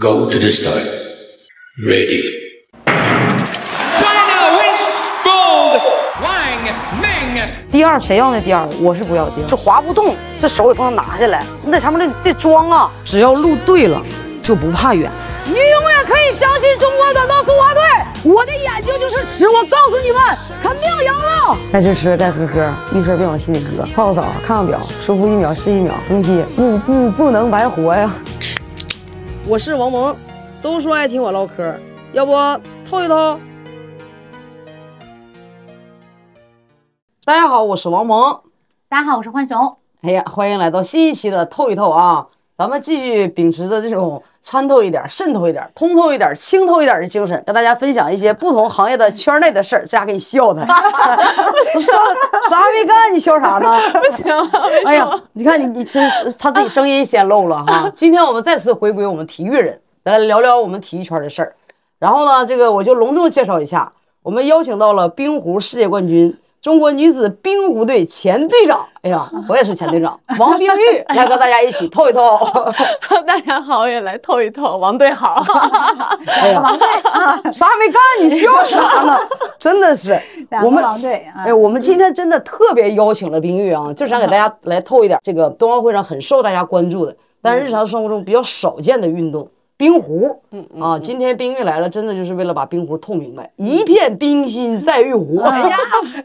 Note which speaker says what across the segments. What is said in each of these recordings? Speaker 1: Go to the start. Ready.
Speaker 2: China wins gold. Wang Ming
Speaker 3: 第二谁要那第二？我是不要第二
Speaker 4: 这，滑不动，这手也不能拿下来，你在上面得得装啊。
Speaker 3: 只要路对了，就不怕远。你永远可以相信中国短道速滑队，我的眼睛就是尺，我告诉你们，肯定赢了。该吃吃，该喝喝，遇事别往心里搁。泡个澡，看看表，舒服一秒是一秒，登梯不不不能白活呀。
Speaker 4: 我是王蒙，都说爱听我唠嗑，要不透一透？大家好，我是王蒙。
Speaker 5: 大家好，我是浣熊。
Speaker 4: 哎呀，欢迎来到新一期的透一透啊！咱们继续秉持着这种参透一点、渗透一点、通透一点、清透一点的精神，跟大家分享一些不同行业的圈内的事儿。这家给你笑的，不是啥也没干，你笑啥呢？
Speaker 6: 不 行了，为
Speaker 4: 哎
Speaker 6: 什
Speaker 4: 呀
Speaker 6: 么？，
Speaker 4: 你看你你其实呃他自己声音显露了 哈。今天我们再次回归我们体育人，来聊聊我们体育圈的事儿。然后呢，这个我就隆重介绍一下，我们邀请到了冰壶世界冠军。中国女子冰壶队前队长，哎 呀，我也是前队长王冰玉，来跟大家一起透一透。
Speaker 6: 大家好，也来透一透，王队好。
Speaker 4: 哎呀，
Speaker 5: 啊
Speaker 4: 啥也没干，你笑啥呢？真的 是，
Speaker 5: 两
Speaker 4: 我
Speaker 5: 个
Speaker 4: 们
Speaker 5: 狼队啊
Speaker 4: 哎，，我们今天真的特别邀请了冰玉啊，就是想给大家来透一点这个冬奥会上很受大家关注的，但是日常生活中比较少见的运动——冰壶。嗯啊，今天冰玉来了，真的就是为了把冰壶透明白，一片冰心在玉壶。 哎呀，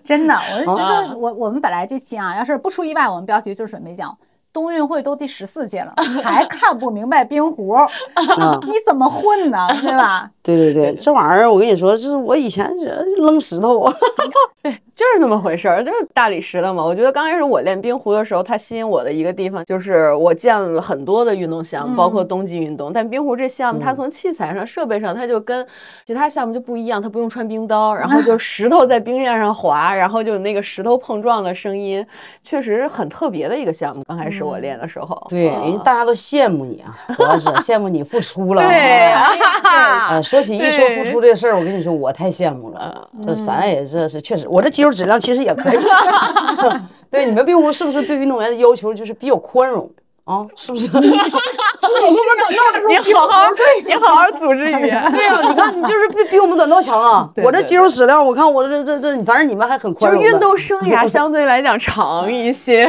Speaker 5: 真的，我就觉
Speaker 6: 啊
Speaker 5: 得我我们本来这期啊，要是不出意外，我们标题就是准备讲冬运会都第十四届了，还看不明白冰壶， 你怎么混呢？对吧？
Speaker 4: 对对 对，这玩意儿我跟你说，这是我以前这扔石头啊。
Speaker 6: 就是那么回事儿，就是大理石的嘛。我觉得刚开始我练冰壶的时候，它吸引我的一个地方就是我见了很多的运动项目，包括冬季运动，但冰壶这项
Speaker 4: 嗯
Speaker 6: 目它从器材上、设备上，它就跟其他项目就不一样，它不用穿冰刀，然 后就石头在冰面上滑，然后就有那个石头碰撞的声音，确实很特别的一个项目。刚开始我练的时候，
Speaker 4: 嗯
Speaker 6: 嗯
Speaker 4: 对，人家大家都羡慕你啊，主 要是羡慕你付出了。
Speaker 6: 对
Speaker 4: 啊。
Speaker 6: 呀，
Speaker 4: 啊，说起一说付
Speaker 6: 对嗯
Speaker 4: 出这事儿，我跟你说，我太羡慕了。这咱也这是确实，我这肌肉质量其实也 可以。 对，你们冰壶是不是对运动员的要求就是比较宽容啊？是不 是？ 就是我们短道
Speaker 6: 你好好， 你好好组织语言。
Speaker 4: 对啊呀，你看你就是比比我们短道强啊！
Speaker 6: 对
Speaker 4: 我这
Speaker 6: 对
Speaker 4: 肌肉质量，我看我这这这，反正你们还很
Speaker 6: 就
Speaker 4: 宽
Speaker 6: 是
Speaker 4: 容的。
Speaker 6: 运动生涯相对来讲长一些，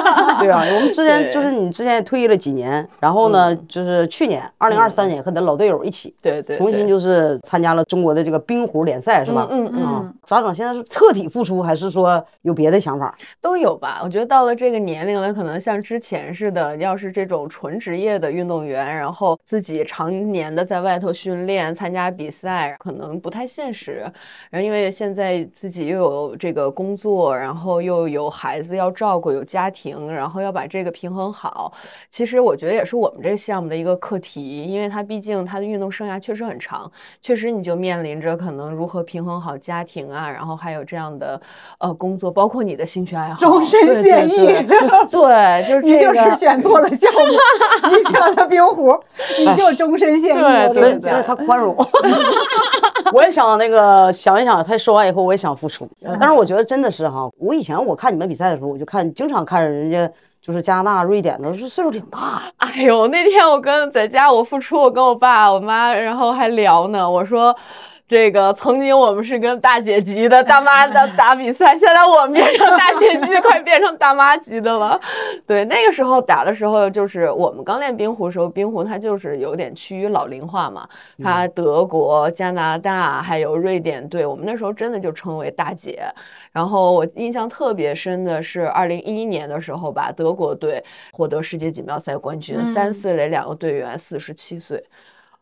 Speaker 4: 对啊，我们之前
Speaker 6: 对
Speaker 4: 就是你之前也退役了几年，然后呢，就是去年二零二三年和咱老队友一起，
Speaker 6: 对对对
Speaker 4: 重新就是参加了中国的这个冰壶联赛，是吧？
Speaker 6: 嗯嗯
Speaker 4: 啊，咋整？现在是彻底复出，还是说有别的想法？
Speaker 6: 都有吧。我觉得到了这个年龄了，可能像之前似的，要是这种纯职业的运动员，然后自己常年的在外头训练、参加比赛，可能不太现实。然后因为现在自己又有这个工作，然后又有孩子要照顾，有家庭，然后要把这个平衡好。其实我觉得也是我们这个项目的一个课题，因为它毕竟它的运动生涯确实很长，确实你就面临着可能如何平衡好家庭啊，然后还有这样的呃工作，包括你的兴趣爱好，
Speaker 5: 终身
Speaker 6: 哦对
Speaker 5: 现
Speaker 6: 对
Speaker 5: 役，
Speaker 6: 对，就是
Speaker 5: 你
Speaker 6: 这
Speaker 5: 就
Speaker 6: 个，
Speaker 5: 是选错了项目，你选了冰壶，你就终身现役。
Speaker 6: 对
Speaker 5: 我
Speaker 4: 所以
Speaker 5: 跟你
Speaker 4: 所以
Speaker 5: 讲
Speaker 4: 他宽 容。 我也想那个想一想，他说完以后，我也想复出。但是我觉得真的是哈，我以前我看你们比赛的时候，我就看经常看人家就是加拿大、瑞典的，是岁数挺大，
Speaker 6: 哎呦，那天我跟在家，我复出，我跟我爸、我妈，然后还聊呢。我说，这个曾经我们是跟大姐级的、大妈的打比赛，现在我们变成大姐级， 快变成大妈级的了。对，那个时候打的时候，就是我们刚练冰壶的时候，冰壶它就是有点趋于老龄化嘛。它德国、加拿大还有瑞典队，我们那时候真的就称为大姐。然后我印象特别深的是二零一一年的时候吧，德国队获得世界锦标赛冠军，三四垒两个队员四十七岁。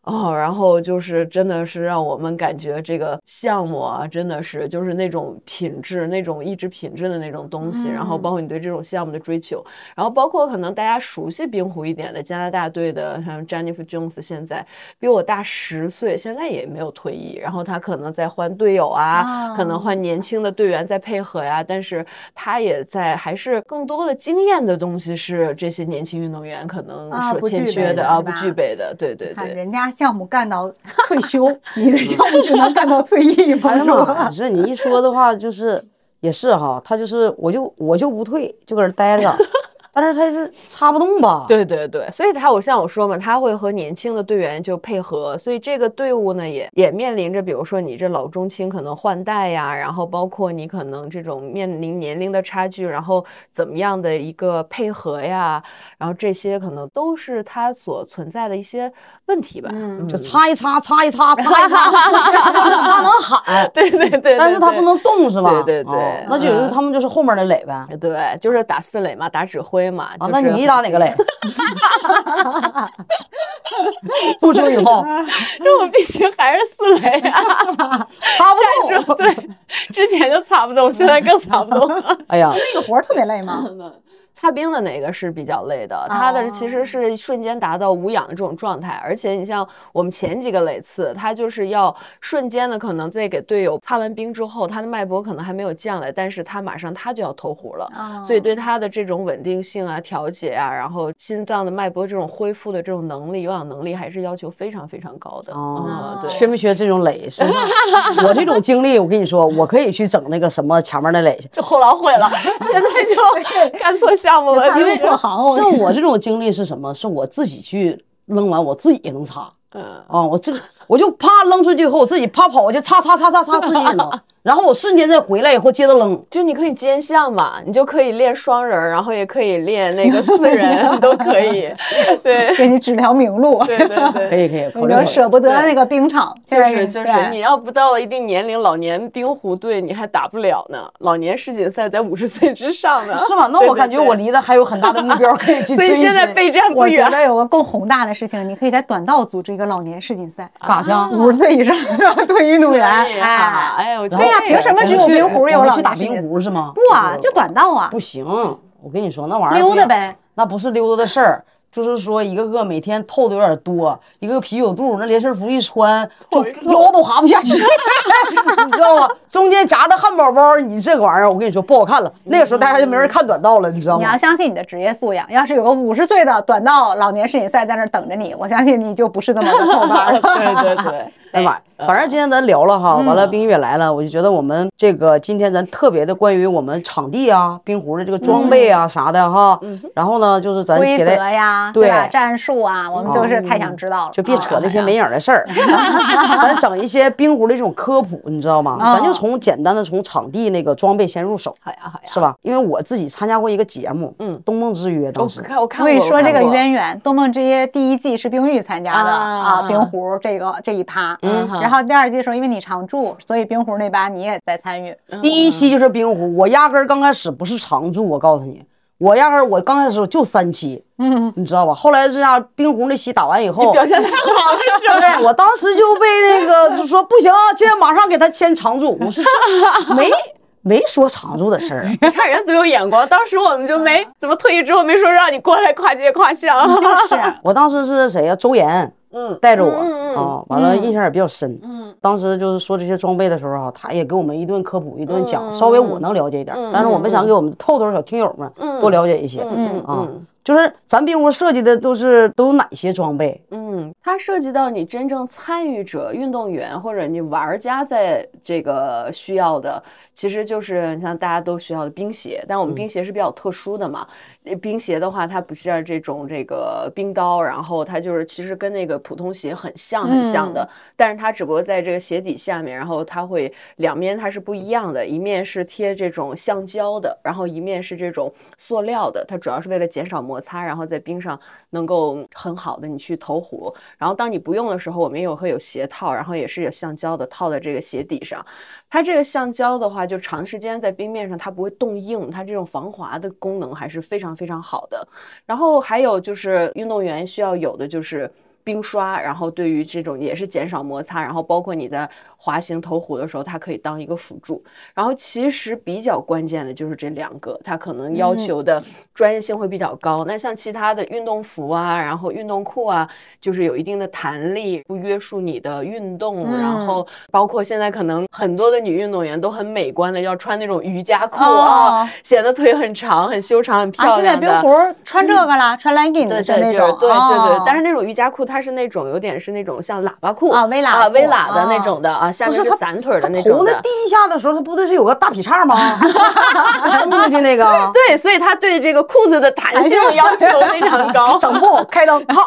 Speaker 6: 哦，然后就是真的是让我们感觉这个项目啊，真的是就是那种品质、那种意志品质的那种东西，然后
Speaker 5: 嗯
Speaker 6: 包括你对这种项目的追求，然后包括可能大家熟悉冰壶一点的加拿大队的，像 Jennifer Jones 现在比我大十岁，现在也没有退役，然后他可能在换队友啊，可能
Speaker 5: 哦
Speaker 6: 换年轻的队员在配合呀，但是他也在还是更多的经验的东西是这些年轻运动员可能
Speaker 5: 啊
Speaker 6: 所
Speaker 5: 不
Speaker 6: 欠
Speaker 5: 具
Speaker 6: 缺
Speaker 5: 备
Speaker 6: 的
Speaker 5: 的
Speaker 6: 啊，
Speaker 5: 是
Speaker 6: 不
Speaker 5: 吧
Speaker 6: 具备的，对对
Speaker 5: 看
Speaker 6: 对。
Speaker 5: 人家项目干到退休，你的项目只能干到退役 吗？
Speaker 4: 哎呀
Speaker 5: 是吧
Speaker 4: 妈，这你一说的话，就是也是哈，他就是我就我就不退，就搁这待着。但是他是擦不动吧？，
Speaker 6: 对对对，所以他我像我说嘛，他会和年轻的队员就配合，所以这个队伍呢也也面临着，比如说你这老中青可能换代呀，然后包括你可能这种面临年龄的差距，然后怎么样的一个配合呀，然后这些可能都是他所存在的一些问题吧。
Speaker 5: 嗯
Speaker 4: 就擦一擦，擦一擦，擦一擦， 他能喊，
Speaker 6: 对对对对，
Speaker 4: 但是他
Speaker 6: 对
Speaker 4: 不能动是吧？
Speaker 6: 对对嗯对
Speaker 4: 哦那就有时候他们就是后面的垒呗。
Speaker 6: 对，就是打四垒嘛，打指挥嘛。就
Speaker 4: 啊
Speaker 6: 是，
Speaker 4: 那你一打哪个垒？ 不出以后
Speaker 6: 这我必须还是四垒啊！
Speaker 4: 擦不动。
Speaker 6: 对，之前就擦不动，现在更擦不 动了。
Speaker 4: 哎呀，
Speaker 5: 那个活儿特别累吗？
Speaker 6: 擦冰的那个是比较累的，它的其
Speaker 4: 哦
Speaker 6: 实是瞬间达到无氧的这种状态，而且你像我们前几个垒次，它就是要瞬间的，可能在给队友擦完冰之后，他的脉搏可能还没有降来，但是他马上他就要投壶了，
Speaker 4: 哦
Speaker 5: 啊
Speaker 6: 所以对他的这种稳定性啊、调节啊，然后心脏的脉搏这种恢复的这种能力、有氧能力，还是要求非常非常高的。
Speaker 4: 哦
Speaker 6: 嗯，对。
Speaker 4: 缺没缺这种垒？实际上我这种经历，我跟你说，我可以去整那个什么前面的垒去。
Speaker 6: 就后老悔了， 现在就干错项目了，
Speaker 5: 因为
Speaker 6: 错
Speaker 5: 做行我
Speaker 4: 像我这种经历是什么？是我自己去扔完，我自己也能擦。
Speaker 6: 嗯
Speaker 4: 啊，我这个我就啪扔出去以后，我自己啪跑过去擦擦擦擦擦，自己也能。然后我瞬间再回来以后接着扔。
Speaker 6: 就你可以兼项嘛，你就可以练双人儿，然后也可以练那个四人，都可以。对
Speaker 5: 给你指条明路，
Speaker 6: 对 对对，
Speaker 4: 可以可以，考
Speaker 5: 你
Speaker 4: 虑
Speaker 5: 就
Speaker 4: 考虑。
Speaker 5: 舍不得那个冰场，
Speaker 6: 就
Speaker 5: 现在
Speaker 6: 是就是，你
Speaker 5: 对
Speaker 6: 要不到了一定年龄，老年冰壶队你还打不了呢。老年世锦赛在五十岁之上呢。
Speaker 4: 是吧？那
Speaker 6: 对
Speaker 4: 我感觉我，离得还有很大的目标可以 去追
Speaker 6: 对对
Speaker 4: 寻。
Speaker 6: 所以现在备战不
Speaker 5: 我觉
Speaker 6: 远。
Speaker 5: 得有个更宏大的事情，你可以在短道组织一个老年世锦赛，
Speaker 4: 干啥去啊？
Speaker 5: 五十岁以上 的退役运动员，
Speaker 6: 哎呀，
Speaker 5: 哎，
Speaker 6: 哎呀，我觉得
Speaker 5: 对呀
Speaker 6: 这个
Speaker 5: 凭什么只有
Speaker 4: 我们去
Speaker 5: 冰壶有
Speaker 4: 我们
Speaker 5: 老
Speaker 4: 去
Speaker 5: 年
Speaker 4: 打
Speaker 5: 世界
Speaker 4: 冰壶是吗？
Speaker 5: 不啊，就短道啊，
Speaker 4: 不行，我跟你说那玩意儿
Speaker 5: 溜达，呗，
Speaker 4: 那不是溜达的事儿。就是说，一个个每天透的有点多，一个个啤酒肚，那连身服一穿，就腰都滑不下去， 你知道吗？中间夹着汉堡包，你这个玩意儿，我跟你说不好看了。那个时候大家就没人看短道了，你知道
Speaker 5: 你要
Speaker 4: 吗？
Speaker 5: 相信你的职业素养，要是有个五十岁的短道老年世锦赛在那儿等着你，我相信你就不是这么 个凑班了。
Speaker 6: 对对对，
Speaker 4: 哎呀妈呀！反正今天咱聊了哈，完了冰月来了，我就觉得我们这个今天咱特别的关于我们场地啊、冰壶的这个装备啊啥的哈，然后呢就是咱
Speaker 5: 规
Speaker 4: 给
Speaker 5: 则
Speaker 4: 大
Speaker 5: 呀，
Speaker 4: 对嗯
Speaker 5: 吧？战术啊，我们就是太想知道了，
Speaker 4: 就别扯那些没
Speaker 5: 啊。
Speaker 4: 影儿的事儿，咱整一些冰壶的这种科普，你知道吗？
Speaker 5: 嗯
Speaker 4: 咱就从简单的从场地那个装备先入手，
Speaker 6: 好呀哎好呀。
Speaker 4: 是吧？因为我自己参加过一个节目，
Speaker 6: 嗯哦
Speaker 4: 东梦之约
Speaker 6: 我
Speaker 4: 当时。
Speaker 6: 看我看
Speaker 5: 所以
Speaker 6: 过
Speaker 5: 说这个。
Speaker 6: 我看过
Speaker 5: 渊源，《东梦之约》第一季是冰玉参加的
Speaker 6: 啊
Speaker 5: 啊，冰壶这个这一趴。
Speaker 6: 嗯
Speaker 5: 然后第二季的时候，因为你常驻，所以冰壶那班你也在参 与。
Speaker 4: 第一期就是冰壶，我压根儿刚开始不是常驻，我告诉你，我压根儿我刚开始就三期，
Speaker 5: 嗯，
Speaker 4: 你知道吧？后来这样冰壶那期打完以后，
Speaker 6: 表现太好了，是吧？
Speaker 4: 对，我当时就被那 个就说不行，今天马上给他签常驻，我是 这没没说常驻的事儿啊。
Speaker 6: 你看人家多有眼光，当时我们就没怎么退役之后没说让你过来跨界跨项，
Speaker 5: 是啊，
Speaker 4: 我当时是谁呀、周岩，
Speaker 6: 嗯，
Speaker 4: 带着我啊、
Speaker 6: 嗯嗯
Speaker 4: 完了印象也比较深。嗯，当时就是说这些装备的时候啊，他也给我们一顿科普，一顿
Speaker 6: 嗯
Speaker 4: 讲，稍微我能了解一点，但是我们想给我们透透小听友们多了解一些。
Speaker 6: 嗯
Speaker 4: 啊，就是咱冰壶设计的都是都有哪些装备？
Speaker 6: 嗯，它涉及到你真正参与者、运动员或者你玩家在这个需要的，其实就是你像大家都需要的冰鞋，但我们冰鞋是比较特殊的嘛。呃冰鞋的话，它不像这种这个冰刀，然后它就是其实跟那个普通鞋很像很像的，但是它只不过在这个鞋底下面，然后它会两面它是不一样的，一面是贴这种橡胶的，然后一面是这种塑料的，它主要是为了减少摩擦，然后在冰上能够很好的你去投壶。然后当你不用的时候，我们也有会有鞋套，然后也是有橡胶的套在这个鞋底上。它这个橡胶的话，就长时间在冰面上它不会冻硬，它这种防滑的功能还是非常非常好的。然后还有就是运动员需要有的就是冰刷，然后对于这种也是减少摩擦，然后包括你在滑行投壶的时候，它可以当一个辅助。然后其实比较关键的就是这两个，它可能要求的专业性会比较高。那像其他的运动服啊，然后运动裤啊，就是有一定的弹力，不约束你的运动。
Speaker 5: 嗯
Speaker 6: 然后包括现在可能很多的女运动员都很美观的，要穿那种瑜伽裤啊，
Speaker 5: 哦
Speaker 6: 显得腿很长、很修长、很漂亮
Speaker 5: 啊，现
Speaker 6: 的。嗯
Speaker 5: 在冰壶穿这个啦，穿 leggings
Speaker 6: 对
Speaker 5: 的
Speaker 6: 对
Speaker 5: 那
Speaker 6: 对
Speaker 5: 种，
Speaker 6: 对对对
Speaker 5: 哦，
Speaker 6: 但是那种瑜伽裤它是那种有点是那种像喇叭裤
Speaker 5: 啊微喇
Speaker 6: 啊微
Speaker 5: 裤
Speaker 6: 喇的那
Speaker 5: 啊
Speaker 6: 种的啊，下
Speaker 4: 不
Speaker 6: 面
Speaker 4: 是
Speaker 6: 是
Speaker 4: 它
Speaker 6: 散腿儿的
Speaker 4: 他
Speaker 6: 那
Speaker 4: 头
Speaker 6: 种
Speaker 4: 那
Speaker 6: 的
Speaker 4: 第。一下的时候，他不对是有个大劈叉吗？ 蹬进去那 个，。
Speaker 6: 对，所以它对这个裤子的弹
Speaker 5: 哎
Speaker 6: 性要求非常高
Speaker 4: 整不开灯，好，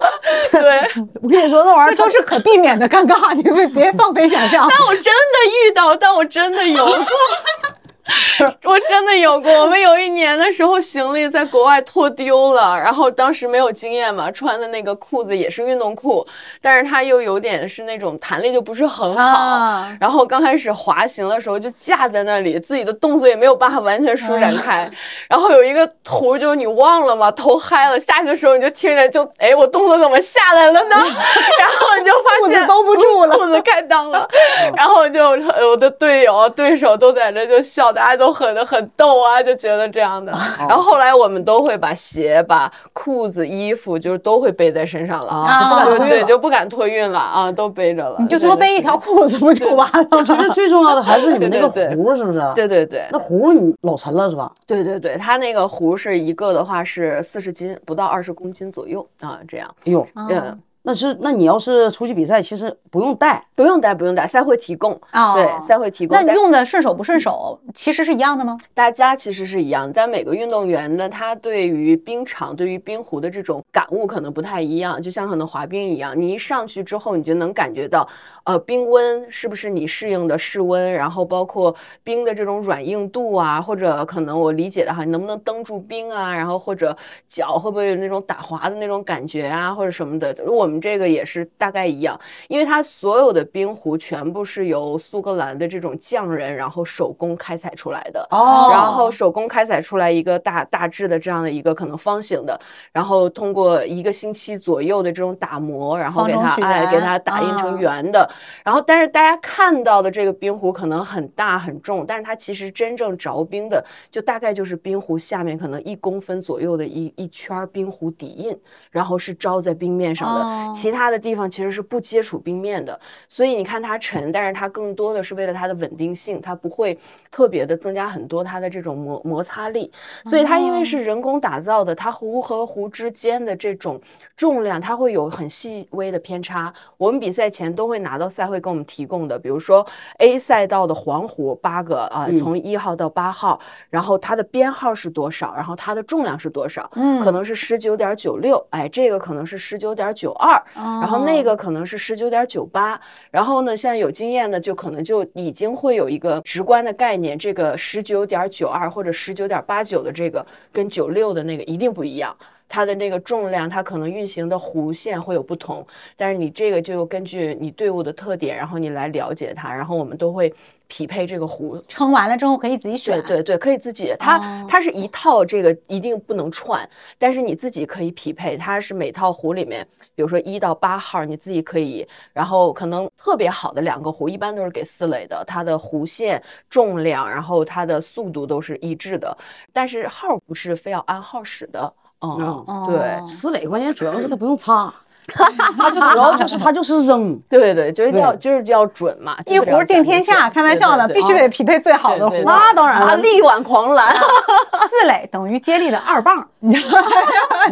Speaker 6: 对，
Speaker 4: 我跟你说那玩意儿
Speaker 5: 这都是可避免的尴尬，你们别放飞想 象。
Speaker 6: 但我真的遇到，但我真的有过
Speaker 4: 就是。
Speaker 6: 我真的有过，我们有一年的时候，行李在国外脱丢了，然后当时没有经验嘛，穿的那个裤子也是运动裤，但是它又有点是那种弹力就不是很好，
Speaker 5: 啊
Speaker 6: 然后刚开始滑行的时候就架在那里，自己的动作也没有办法完全舒展
Speaker 5: 啊
Speaker 6: 开，然后有一个图就是你忘了吗？头嗨了，下去的时候你就听着就哎，我动作怎么下来了呢？ 然后你就发现兜不住了，裤子开裆 了。
Speaker 5: 嗯
Speaker 6: 然后就呃我的队友、对手都在这就笑，大家都很很逗啊，就觉得这样的。
Speaker 5: 啊
Speaker 6: 然后后来我们都会把鞋、把裤子、衣服就是都会背在身上了
Speaker 4: 啊
Speaker 5: 就不敢
Speaker 6: 对
Speaker 5: 托运
Speaker 6: 对，
Speaker 5: 了
Speaker 6: 就不敢托运了啊，都背着了。
Speaker 5: 你就
Speaker 6: 对
Speaker 5: 多背一。条裤子不就完了吗？
Speaker 4: 其实最重要的还是你们那个
Speaker 6: 对对对
Speaker 4: 壶，是不是？
Speaker 6: 对对对
Speaker 4: 那壶你老沉了是吧？
Speaker 6: 对对对，它那个壶是一个的话是四十斤，不到二十公斤左右啊，这样。
Speaker 4: 哎呦，
Speaker 5: 哦
Speaker 6: 嗯，
Speaker 4: 那是那你要是出去比赛，其实不用带，
Speaker 6: 不用带，不用带，赛会提供。
Speaker 5: 啊
Speaker 6: 嗯对，赛会提供。
Speaker 5: 那你
Speaker 6: 但
Speaker 5: 用的顺手不顺手，其实是一样的吗？
Speaker 6: 大家其实是一样，但每个运动员呢，他对于冰场、对于冰壶的这种感悟可能不太一样。就像可能滑冰一样，你一上去之后，你就能感觉到，呃，冰温是不是你适应的室温，然后包括冰的这种软硬度啊，或者可能我理解的哈，你能不能蹬住冰啊，然后或者脚会不会有那种打滑的那种感觉啊，或者什么的。我们这个也是大概一样，因为它所有的冰壶全部是由苏格兰的这种匠人，然后手工开采出来的。
Speaker 4: 哦
Speaker 6: 然后手工开采出来一个大大致的这样的一个可能方形的，然后通过一个星期左右的这种打磨，然后
Speaker 5: 方
Speaker 6: 给
Speaker 5: 中
Speaker 6: 它
Speaker 5: 取
Speaker 6: 哎给
Speaker 5: 圆
Speaker 6: 它打印成
Speaker 5: 啊
Speaker 6: 圆的。然后但是大家看到的这个冰壶可能很大很重，但是它其实真正着冰的就大概就是冰壶下面可能一公分左右的一一圈儿冰壶底印，然后是招在冰面上的，
Speaker 5: 哦
Speaker 6: 其他的地方其实是不接触冰面的。所以你看它沉，但是它更多的是为了它的稳定性，它不会特别的增加很多它的这种摩摩擦力。所以它因为是人工打造的，它壶和壶之间的这种重量，它会有很细微的偏差。我们比赛前都会拿到赛会给我们提供的，比如说 A 赛道的黄壶八个啊、
Speaker 4: 嗯
Speaker 6: 从一号到八号，然后它的编号是多少，然后它的重量是多少，
Speaker 5: 嗯
Speaker 6: 可能是十九点九六，哎，这个可能是十九点九二，然
Speaker 5: 然
Speaker 6: 后那个可能是十九点九八，然后呢，像有经验的就可能就已经会有一个直观的概念，这个十九点九二或者十九点八九的这个跟九六的那个一定不一样，它的那个重量，它可能运行的弧线会有不同，但是你这个就根据你队伍的特点，然后你来了解它，然后我们都会匹配这个弧
Speaker 5: 称完了之后可以自己选
Speaker 6: 对。对对，可以自己，它、
Speaker 5: 哦
Speaker 6: 它是一套，这个一定不能串，但是你自己可以匹配，它是每套壶里面，比如说一到八号，你自己可以，然后可能特别好的两个壶，一般都是给四类的，它的弧线、重量，然后它的速度都是一致的，但是号不是非要按号使的，嗯，
Speaker 5: 哦
Speaker 6: 对。
Speaker 4: 石磊关键主要是他不用擦，他就主要就是他就是扔。
Speaker 6: 对对，就是
Speaker 4: 对
Speaker 6: 要就是要准嘛，
Speaker 5: 一壶
Speaker 6: 壶
Speaker 5: 敬天下，开玩笑的，必须得匹配最好的壶。
Speaker 6: 对对
Speaker 4: 那当然
Speaker 6: 哦啊，
Speaker 4: 了，
Speaker 6: 力挽狂 澜，
Speaker 5: 四垒等于接力的二棒，你知道吗？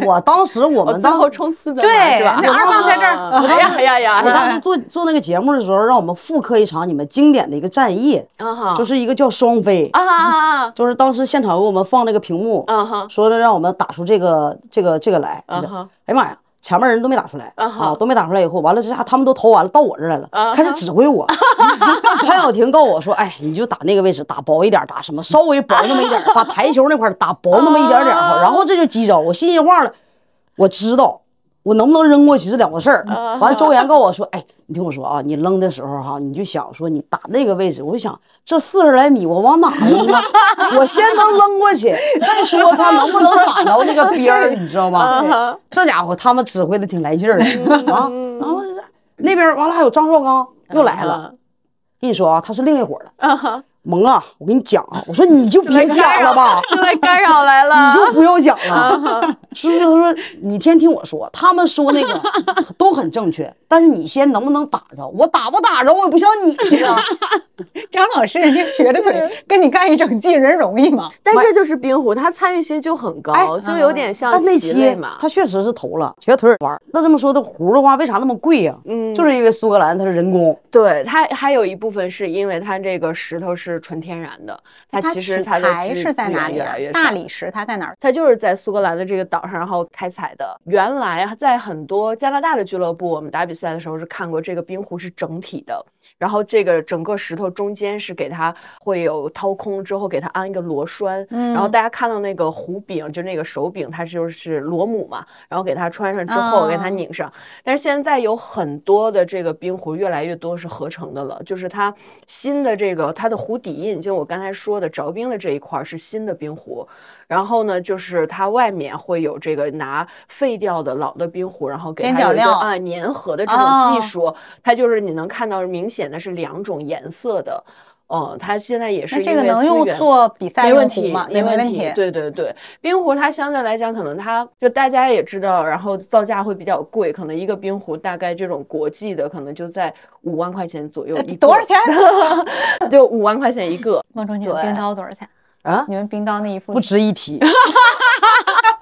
Speaker 4: 我当时我
Speaker 6: 我
Speaker 4: 们
Speaker 6: 哦最后
Speaker 4: 当
Speaker 6: 冲刺的嘛
Speaker 5: 对
Speaker 6: 是吧？
Speaker 5: 那二棒在这 儿
Speaker 6: 啊哎呀哎呀哎呀！
Speaker 4: 我当时做做那个节目的时候，让我们复刻一场你们经典的一个战役，
Speaker 6: 啊哈，
Speaker 4: 就是一个叫双飞，
Speaker 6: 啊啊啊
Speaker 4: 就是当时现场给我们放那个屏幕，
Speaker 6: 啊哈
Speaker 4: 说的让我们打出这个这个这个来。
Speaker 6: 啊哈
Speaker 4: 哎呀妈呀！前面人都没打出来
Speaker 6: 啊哈
Speaker 4: 啊，都没打出来。以后完了之下，他们都投完了，到我这儿来
Speaker 6: 啊哈
Speaker 4: 了，开始指挥 我。潘晓婷告诉我说：“哎，你就打那个位置，打薄一点，打什么稍微薄那么一点，把台球那块儿打薄那么一点点
Speaker 6: 啊
Speaker 4: 儿。”然后这就击招。我心里话了，我知道我能不能扔过去是两回事
Speaker 6: 啊
Speaker 4: 儿。完了，周岩告诉我说：“哎，你听我说啊，你扔的时候哈、你就想说你打那个位置。”我就想这四十来米我往哪儿扔啊？我先能扔过去，再说他能不能打着那个边儿，你知道
Speaker 6: 啊
Speaker 4: 吧？这家伙他们指挥的挺来劲儿
Speaker 6: 嗯
Speaker 4: 的 啊。然后
Speaker 6: 嗯
Speaker 4: 是那边儿完了还有张绍刚又来了，跟你说啊，他是另一伙儿的。
Speaker 6: 啊哈
Speaker 4: 萌啊，我跟你讲啊，我说你就别讲了吧，
Speaker 7: 就来干扰来
Speaker 4: 你就
Speaker 7: 了。
Speaker 4: 不要讲
Speaker 6: 啊
Speaker 4: 了。叔叔他说你天听我说，他们说那个都很正确，但是你先能不能打着？我打不打着，我也不像你似的。
Speaker 5: 张老师人家瘸着腿跟你干一整季，人容易吗？
Speaker 6: 但这就是冰壶，他参与性就很高，就有点像
Speaker 4: 但那
Speaker 6: 棋类
Speaker 4: 期
Speaker 6: 嘛。
Speaker 4: 他确实是投了，瘸腿儿玩儿。那这么说，这壶的话为啥那么贵呀、
Speaker 6: 嗯
Speaker 4: 就是因为苏格兰它是人工，啊
Speaker 6: 对它还有一部分是因为它这个石头是纯天然的，它其实它
Speaker 5: 它
Speaker 6: 的
Speaker 5: 材
Speaker 6: 资
Speaker 5: 是在
Speaker 6: 资源
Speaker 5: 哪里
Speaker 6: 越
Speaker 5: 啊
Speaker 6: 来越？少。
Speaker 5: 大理石它在哪儿？
Speaker 6: 它就是在苏格兰的这个岛上，然后开采的。原来啊在很多加拿大的俱乐部，我们打比赛的时候是看过这个冰壶是整体的，然后这个整个石头中间是给它会有掏空之后给它安一个螺栓，然后
Speaker 5: 嗯
Speaker 6: 大家看到那个壶柄，就那个手柄，它就是螺母嘛，然后给它穿上之后给它
Speaker 5: 哦
Speaker 6: 拧上。但是现在有很多的这个冰壶越来越多是合成的了，就是它新的这个它的壶底印，就我刚才说的凿冰的这一块儿是新的冰壶，然后呢，就是它外面会有这个拿废掉的老的冰壶，然后给
Speaker 5: 边
Speaker 6: 它有
Speaker 5: 角
Speaker 6: 一个
Speaker 5: 料
Speaker 6: 啊粘合的这种技
Speaker 5: 哦
Speaker 6: 术，它就是你能看到明显的是两种颜色的。嗯，它现在也是
Speaker 5: 那这
Speaker 6: 因
Speaker 5: 个
Speaker 6: 为
Speaker 5: 能
Speaker 6: 资
Speaker 5: 用
Speaker 6: 源
Speaker 5: 做比赛
Speaker 6: 没问
Speaker 5: 用壶
Speaker 6: 题
Speaker 5: 吗？也没
Speaker 6: 问
Speaker 5: 问题。
Speaker 6: 对对对，冰壶它相对来讲，可能它就大家也知道，然后造价会比较贵，可能一个冰壶大概这种国际的，可能就在五万块钱左右
Speaker 5: 呃
Speaker 6: 一个。
Speaker 5: 多少钱？
Speaker 6: 就五万块钱一个。
Speaker 5: 梦中你们
Speaker 6: 对
Speaker 5: 冰刀多少钱？
Speaker 6: 嗯
Speaker 4: 啊
Speaker 5: 你们冰刀那一副
Speaker 4: 不值一提。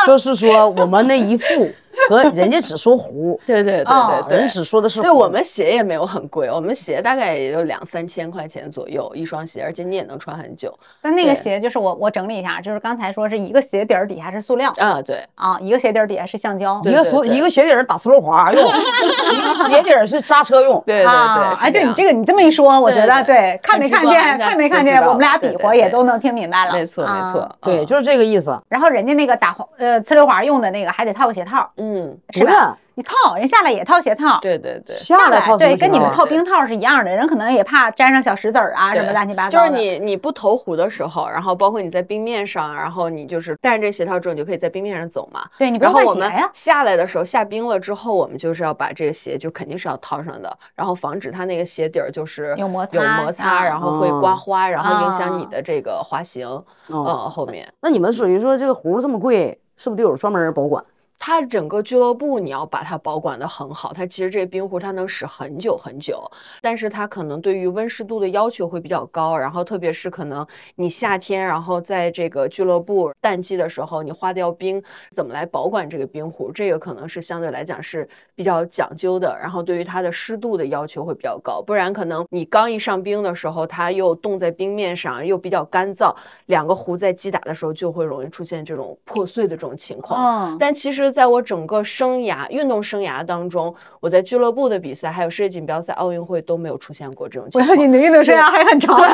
Speaker 4: 就是说我们那一副和人家只说壶，
Speaker 6: 对对对
Speaker 5: 哦
Speaker 6: 对对。
Speaker 4: 人只说的是
Speaker 6: 对
Speaker 4: 壶
Speaker 6: 我们鞋也没有很贵，我们鞋大概也就两三千块钱左右一双鞋，而且你也能穿很久
Speaker 5: 那那个
Speaker 6: 对
Speaker 5: 鞋就是我我整理一下，就是刚才说是一个鞋底儿底下是塑料
Speaker 6: 啊。对，
Speaker 5: 啊，一个鞋底儿底下是橡胶。
Speaker 4: 一个
Speaker 6: 对
Speaker 4: 所
Speaker 6: 对
Speaker 4: 一个鞋底儿打呲溜滑用，一个鞋底儿是刹车用。
Speaker 6: 对对对，
Speaker 5: 啊，
Speaker 6: 是
Speaker 5: 哎，对
Speaker 6: 样
Speaker 5: 你这个你这么一说，我
Speaker 6: 对
Speaker 5: 觉得
Speaker 6: 对
Speaker 5: 对，看没
Speaker 6: 很直
Speaker 5: 看
Speaker 6: 观
Speaker 5: 见，
Speaker 6: 一下
Speaker 5: 看没
Speaker 6: 就
Speaker 5: 看
Speaker 6: 知
Speaker 5: 见，
Speaker 6: 道
Speaker 5: 我们俩
Speaker 6: 了对
Speaker 5: 比
Speaker 6: 对
Speaker 5: 划也
Speaker 6: 对
Speaker 5: 都能听明白了。
Speaker 6: 没错没
Speaker 5: 啊
Speaker 6: 错，
Speaker 4: 对，
Speaker 6: 嗯
Speaker 4: 就是这个意思。
Speaker 5: 然后人家那个打滑呃呲溜滑用的那个还得套个鞋套，
Speaker 6: 嗯，
Speaker 5: 是
Speaker 4: 不
Speaker 5: 吧
Speaker 4: 是？
Speaker 5: 你套，人下来也套鞋套，
Speaker 6: 对对对。
Speaker 4: 下来套什
Speaker 5: 对，
Speaker 4: 么
Speaker 5: 跟
Speaker 4: 鞋
Speaker 5: 你们
Speaker 4: 啊
Speaker 5: 套冰套是一样的，人可能也怕沾上小石子儿啊什么
Speaker 6: 对
Speaker 5: 乱七八
Speaker 6: 就
Speaker 5: 糟
Speaker 6: 是
Speaker 5: 的。
Speaker 6: 你你不投壶的时候，然后包括你在冰面上，然后你就是戴上这鞋套之后，你就可以在冰面上走嘛。
Speaker 5: 对你不
Speaker 6: 然
Speaker 5: 用
Speaker 6: 后
Speaker 5: 换
Speaker 6: 我
Speaker 5: 鞋
Speaker 6: 们
Speaker 5: 呀，
Speaker 6: 下来的时候，下冰了之后，我们就是要把这个鞋就肯定是要套上的，然后防止它那个鞋底儿就是
Speaker 5: 有摩
Speaker 6: 有
Speaker 5: 擦
Speaker 6: 摩擦，
Speaker 5: 啊
Speaker 6: 然后会刮花，然后影响你
Speaker 5: 啊
Speaker 6: 的这个滑行。
Speaker 4: 哦
Speaker 6: 嗯，后面
Speaker 4: 那你们属于说这个壶这么贵，是不是得有专门人保管？
Speaker 6: 它整个俱乐部你要把它保管得很好，它其实这冰壶它能使很久很久，但是它可能对于温湿度的要求会比较高，然后特别是可能你夏天，然后在这个俱乐部淡季的时候，你化掉冰，怎么来保管这个冰壶，这个可能是相对来讲是比较讲究的，然后对于它的湿度的要求会比较高，不然可能你刚一上冰的时候，它又冻在冰面上，又比较干燥，两个壶在击打的时候就会容易出现这种破碎的这种情况。
Speaker 5: 嗯，
Speaker 6: 但其实，在我整个生涯、运动生涯当中，我在俱乐部的比赛，还有世界锦标赛、奥运会都没有出现过这种情
Speaker 5: 我要
Speaker 6: 况。
Speaker 5: 你的运动生涯还很长。
Speaker 6: 所以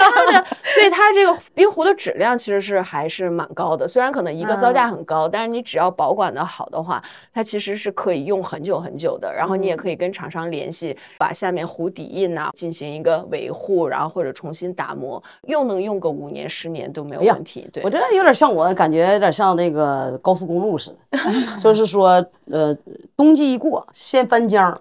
Speaker 6: 它的，所以它这个冰壶的质量其实是还是蛮高的。虽然可能一个造
Speaker 4: 嗯
Speaker 6: 价很高，但是你只要保管的好的话，它其实是可以用很久很久的。然后你也
Speaker 4: 嗯
Speaker 6: 可以跟厂商联系，把下面壶底印啊进行一个维护，然后或者重新打磨，又能用个五年、十年都没有
Speaker 4: 哎呀
Speaker 6: 问题。对
Speaker 4: 我，这有点像我，感觉有点像那个高速公路似 的，就是说，呃，冬季一过，先翻浆儿，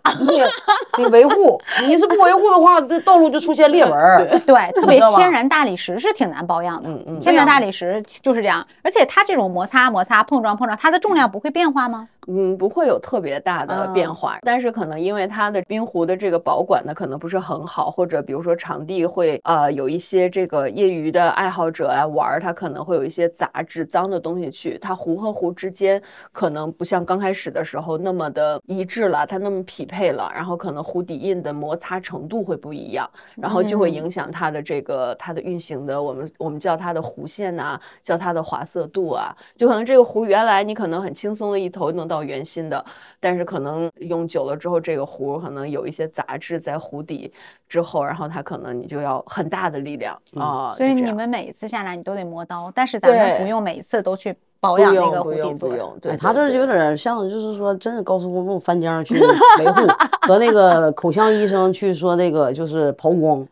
Speaker 4: 你你维护，你是不维护的话，这道路就出现裂纹儿。哎
Speaker 5: 对，特别
Speaker 4: 知道吧
Speaker 5: 天然大理石是挺难保养的。
Speaker 6: 嗯嗯。
Speaker 5: 天然大理石就是这样，而且它这种摩擦、摩擦、碰撞、碰撞，它的重量不会变化吗？
Speaker 6: 嗯，不会有特别大的变
Speaker 5: 嗯
Speaker 6: 化，但是可能因为它的冰壶的这个保管呢，可能不是很好，或者比如说场地会呃有一些这个业余的爱好者啊玩儿，它可能会有一些杂质、脏的东西去，它壶和壶之间可能不像刚开始的时候那么的一致了，它那么匹配了，然后可能壶底印的摩擦程度会不一样，然后
Speaker 5: 嗯
Speaker 6: 就会影响它的这个它的运行的，我们我们叫它的弧线呐、叫它的滑色度啊，就可能这个壶原来你可能很轻松的一头弄到圆心的，但是可能用久了之后，这个壶可能有一些杂质在壶底之后，然后它可能你就要很大的力量啊、
Speaker 5: 嗯所以
Speaker 6: 就这
Speaker 5: 你
Speaker 6: 样
Speaker 5: 们每一次下来你都得磨刀，但是咱们
Speaker 6: 对
Speaker 5: 不用每一次都去保
Speaker 6: 不
Speaker 5: 养那个
Speaker 6: 用
Speaker 5: 湖
Speaker 6: 不
Speaker 5: 底
Speaker 6: 用
Speaker 5: 座
Speaker 6: 不
Speaker 5: 儿。
Speaker 6: 用，对
Speaker 4: 哎，他
Speaker 6: 对
Speaker 4: 这
Speaker 6: 对
Speaker 4: 有点像，就是说，真是高速公路翻浆儿 去维护，和那个口腔医生去说那个就是刨
Speaker 5: 嗯
Speaker 4: 光，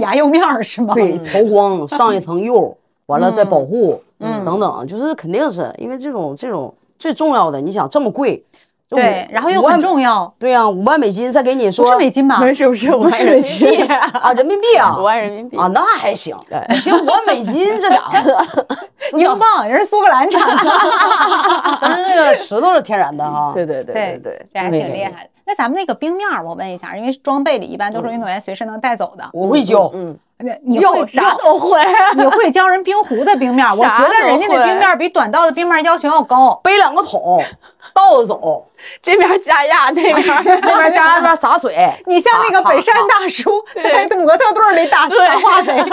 Speaker 5: 牙釉面儿是吗？
Speaker 4: 对，刨光上一层釉，完了再保护，
Speaker 5: 嗯
Speaker 4: 等等，就是肯定是因为这种这种最重要的，你想这么贵，就五
Speaker 5: 对，然后又
Speaker 4: 五万
Speaker 5: 很重要，
Speaker 4: 对呀、五万美金再给你
Speaker 5: 不
Speaker 4: 说
Speaker 5: 是美金吧？
Speaker 6: 不是不是五
Speaker 5: 不
Speaker 6: 万
Speaker 5: 是
Speaker 6: 人民
Speaker 5: 美
Speaker 6: 币
Speaker 5: 金，
Speaker 4: 啊，人民币啊
Speaker 6: 五万人民币
Speaker 4: 啊，那还行，你行五万美金这 家伙，不行
Speaker 5: 英镑，人是苏格兰产的。
Speaker 4: 但是那个石头是天然的啊，
Speaker 6: 嗯对对对对
Speaker 5: 对
Speaker 6: 对，
Speaker 5: 这还挺厉害的。那咱们那个冰面儿，我问一下，因为装备里一般都是运动员随身能带走的。
Speaker 4: 我会教，
Speaker 6: 嗯，
Speaker 5: 那你
Speaker 6: 有
Speaker 5: 会
Speaker 6: 啥
Speaker 5: 教？
Speaker 6: 都会。
Speaker 5: 你会教人冰壶的冰面儿？我
Speaker 7: 啥
Speaker 5: 觉得人家
Speaker 7: 都
Speaker 5: 的
Speaker 7: 会
Speaker 5: 冰面儿比短道的冰面儿要求要高。
Speaker 4: 背两个桶，倒着 走，
Speaker 7: 这边加压，那 边
Speaker 4: 那边加那边洒 水，
Speaker 5: 你像那个北山大叔在模特队儿里打
Speaker 7: 对
Speaker 5: 打化肥，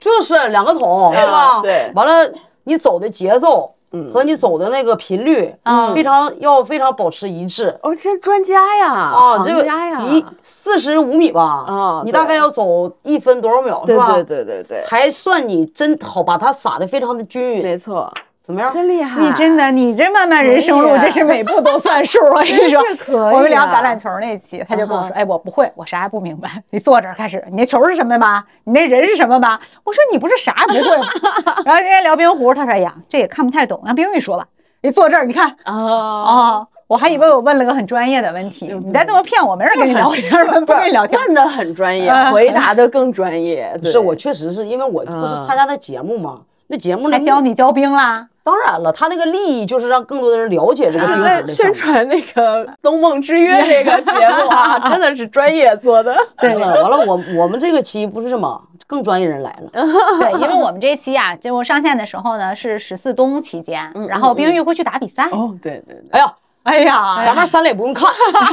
Speaker 4: 就是两个桶是吧？
Speaker 6: 啊对嗯
Speaker 4: 完了你走的节奏和你走的那个频率，非常要非常保持一致。
Speaker 6: 哦，这专家呀，
Speaker 4: 啊，
Speaker 6: 行
Speaker 4: 这个
Speaker 6: 家呀，
Speaker 4: 一四十五米吧，
Speaker 6: 啊
Speaker 4: 你大
Speaker 6: 对
Speaker 4: 概要走一分多少秒
Speaker 6: 对
Speaker 4: 是吧？
Speaker 6: 对对对对，
Speaker 4: 才算你真好把它撒的非常的均匀，
Speaker 6: 嗯没错，
Speaker 4: 怎么样？
Speaker 6: 真厉害，
Speaker 5: 你真的，你这漫漫人生
Speaker 6: 可
Speaker 5: 路
Speaker 6: 以，
Speaker 5: 这是每步都算数。啊我跟你说，
Speaker 6: 真是可以
Speaker 5: 我们聊
Speaker 6: 啊
Speaker 5: 橄榄球那期，他就跟我
Speaker 6: 啊
Speaker 5: 说：“哎，我不会，我啥也不明白。你坐这儿开始，你那球是什么吧？你那人是什么吧？”我说：“你不是啥也不会吗？” 然后今天聊冰壶，他说：“哎呀，这也看不太懂，让冰玉说吧。”你坐这儿，你看
Speaker 6: 哦。嗯
Speaker 5: 哦，我还以为我问了个很专业的问题，你再这么骗我，没人跟你聊天儿，不跟你聊天儿。
Speaker 6: 问的很专业，
Speaker 5: 啊
Speaker 6: 回答的更专业。
Speaker 4: 不
Speaker 6: 对嗯
Speaker 4: 是我确实是因为我不是参加那节目嘛，那节目
Speaker 5: 还
Speaker 4: 那
Speaker 5: 教你教冰啦，
Speaker 4: 当然了，他那个利益就是让更多的人了解这个
Speaker 6: 就
Speaker 4: 冰
Speaker 6: 是
Speaker 4: 壶
Speaker 6: 在
Speaker 4: 的项
Speaker 6: 宣
Speaker 4: 目。
Speaker 6: 传那个《东梦之约》这个节目啊，真的是专业做的。
Speaker 4: 不是，完了我我们这个期不是什么更专业人来
Speaker 6: 哎
Speaker 4: 了，
Speaker 5: 对，因为我们这期啊，就上线的时候呢是十四冬期间，
Speaker 6: 嗯
Speaker 5: 然后冰玉会去打比赛。
Speaker 6: 哦，对对对，
Speaker 4: 哎呀，
Speaker 5: 哎呀，
Speaker 4: 前面三垒不用看，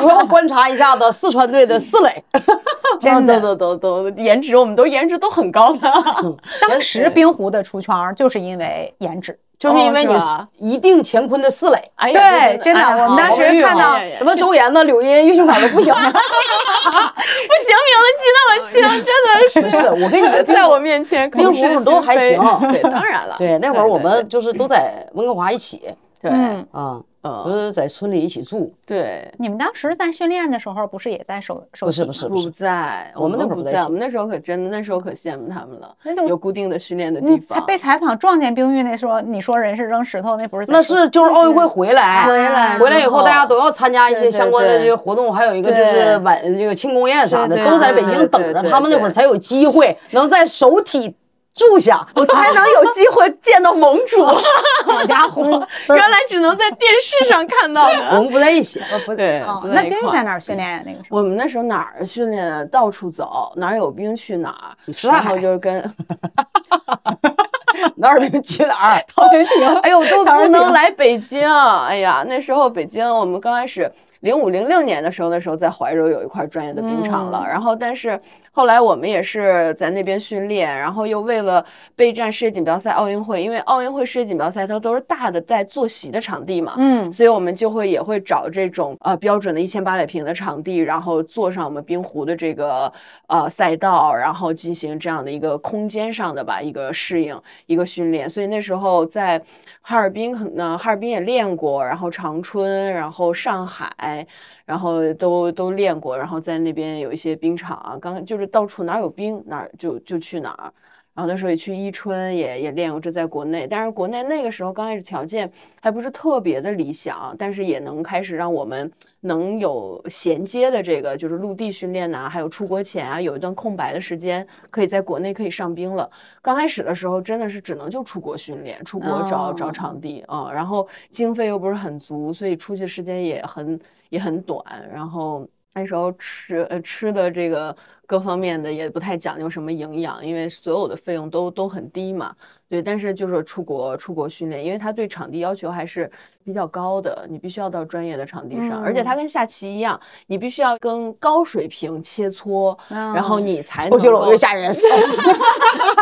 Speaker 4: 主要观察一下子四川队的四 垒。
Speaker 5: 真的
Speaker 6: 哦都都都都颜值，我们都颜值都很高的。
Speaker 5: 当时冰壶的出圈儿就是因为颜值，
Speaker 4: 就是因为
Speaker 6: 哦是吧
Speaker 4: 你一定乾坤的四垒，
Speaker 6: 哎呀，
Speaker 5: 对，真的，
Speaker 6: 哎呀
Speaker 5: 我们当
Speaker 6: 好
Speaker 4: 哎
Speaker 5: 时
Speaker 4: 呀
Speaker 5: 看到
Speaker 6: 哎呀
Speaker 4: 什么周岩呐、柳音、岳秀凯都 不行。
Speaker 6: 不行，名字记那么清，真
Speaker 4: 不是，
Speaker 6: 的是
Speaker 4: 我跟 你讲，
Speaker 6: 在我面前口
Speaker 4: 冰
Speaker 6: 是
Speaker 4: 壶
Speaker 6: 心
Speaker 4: 都还
Speaker 6: 非
Speaker 4: 行
Speaker 6: 对，当然了，
Speaker 4: 对那会儿我
Speaker 6: 对
Speaker 4: 们就是都在温哥华一起
Speaker 6: 对，
Speaker 5: 嗯，
Speaker 4: 啊，就
Speaker 6: 嗯，
Speaker 4: 是在村里一起住。
Speaker 6: 对，
Speaker 5: 你们当时在训练的时候，不是也在手手
Speaker 4: 不
Speaker 5: 机
Speaker 4: 是
Speaker 5: 吗？
Speaker 4: 不是不
Speaker 6: 哦不
Speaker 4: 是，
Speaker 6: 在，
Speaker 4: 我们那会儿
Speaker 6: 不
Speaker 4: 不在
Speaker 6: 在，嗯
Speaker 4: 一起
Speaker 6: 我们那时候可真的，那时候可羡慕他们了，
Speaker 5: 那都
Speaker 6: 有固定的训练的地
Speaker 5: 你采
Speaker 6: 方。
Speaker 5: 被采访撞见冰玉那时候，你说人是扔石头，那不是在
Speaker 4: 那
Speaker 5: 手
Speaker 4: 是就是奥运会回来，
Speaker 6: 回来
Speaker 4: 回来以后大家
Speaker 6: 都
Speaker 4: 都要参加一些
Speaker 6: 啊对
Speaker 4: 相关的
Speaker 6: 对
Speaker 4: 这些活动，还有一个就是
Speaker 6: 对
Speaker 4: 晚这个庆功宴啥的，
Speaker 6: 对对
Speaker 4: 都在北
Speaker 6: 对对
Speaker 4: 京等着
Speaker 6: 对对
Speaker 4: 他们那会儿才有机会能在首体住下，
Speaker 6: 我才能有机会见到盟 主，
Speaker 5: 好家 伙，
Speaker 6: 哦原来只能在电视上看到
Speaker 4: 我
Speaker 6: 的。
Speaker 4: 们不在一起。
Speaker 5: 不
Speaker 6: 对
Speaker 5: 哦
Speaker 6: 不在
Speaker 5: 那
Speaker 6: 一
Speaker 5: 冰玉
Speaker 6: 块儿
Speaker 5: 在哪儿训练呀？那个时 候
Speaker 6: 我们那时候哪儿训练啊？到处走，哪儿有兵去哪儿。
Speaker 4: 吃大
Speaker 6: 然后
Speaker 4: 海
Speaker 6: 就是跟，
Speaker 4: 哪儿没去哪 儿？
Speaker 6: 哎呦，都不能来北京。哎呀，那时候北京，我们刚开始零五零六年的时候，那时候在怀柔有一块专业的冰场了。然后，但是后来我们也是在那边训练，然后又为了备战世界锦标赛、奥运会，因为奥运会、世界锦标赛它都是大的带坐席的场地嘛，
Speaker 5: 嗯，
Speaker 6: 所以我们就会也会找这种呃标准的一千八百平的场地，然后做上我们冰壶的这个呃赛道，然后进行这样的一个空间上的吧一个适应一个训练。所以那时候在哈尔滨，可能哈尔滨也练过，然后长春，然后上海，然后都都练过，然后在那边有一些冰场啊，刚就是到处哪儿有冰哪儿就就去哪儿。然后那时候也去伊春也也练过，这在国内，但是国内那个时候刚开始条件还不是特别的理想，但是也能开始让我们能有衔接的这个就是陆地训练呐、还有出国前啊，有一段空白的时间，可以在国内可以上冰了。刚开始的时候真的是只能就出国训练，出国找、找
Speaker 5: 哦
Speaker 6: 场地啊、然后经费又不是很足，所以出去时间也很也很短，然后。那时候吃呃吃的这个各方面的也不太讲究什么营养，因为所有的费用都都很低嘛。对，但是就是出国出国训练，因为他对场地要求还是比较高的，你必须要到专业的场地上，而且它
Speaker 4: 嗯
Speaker 6: 跟下棋一样，你必须要跟高水平切磋，然后
Speaker 4: 嗯
Speaker 6: 你才能
Speaker 4: 我觉得我
Speaker 6: 够
Speaker 4: 越吓 人。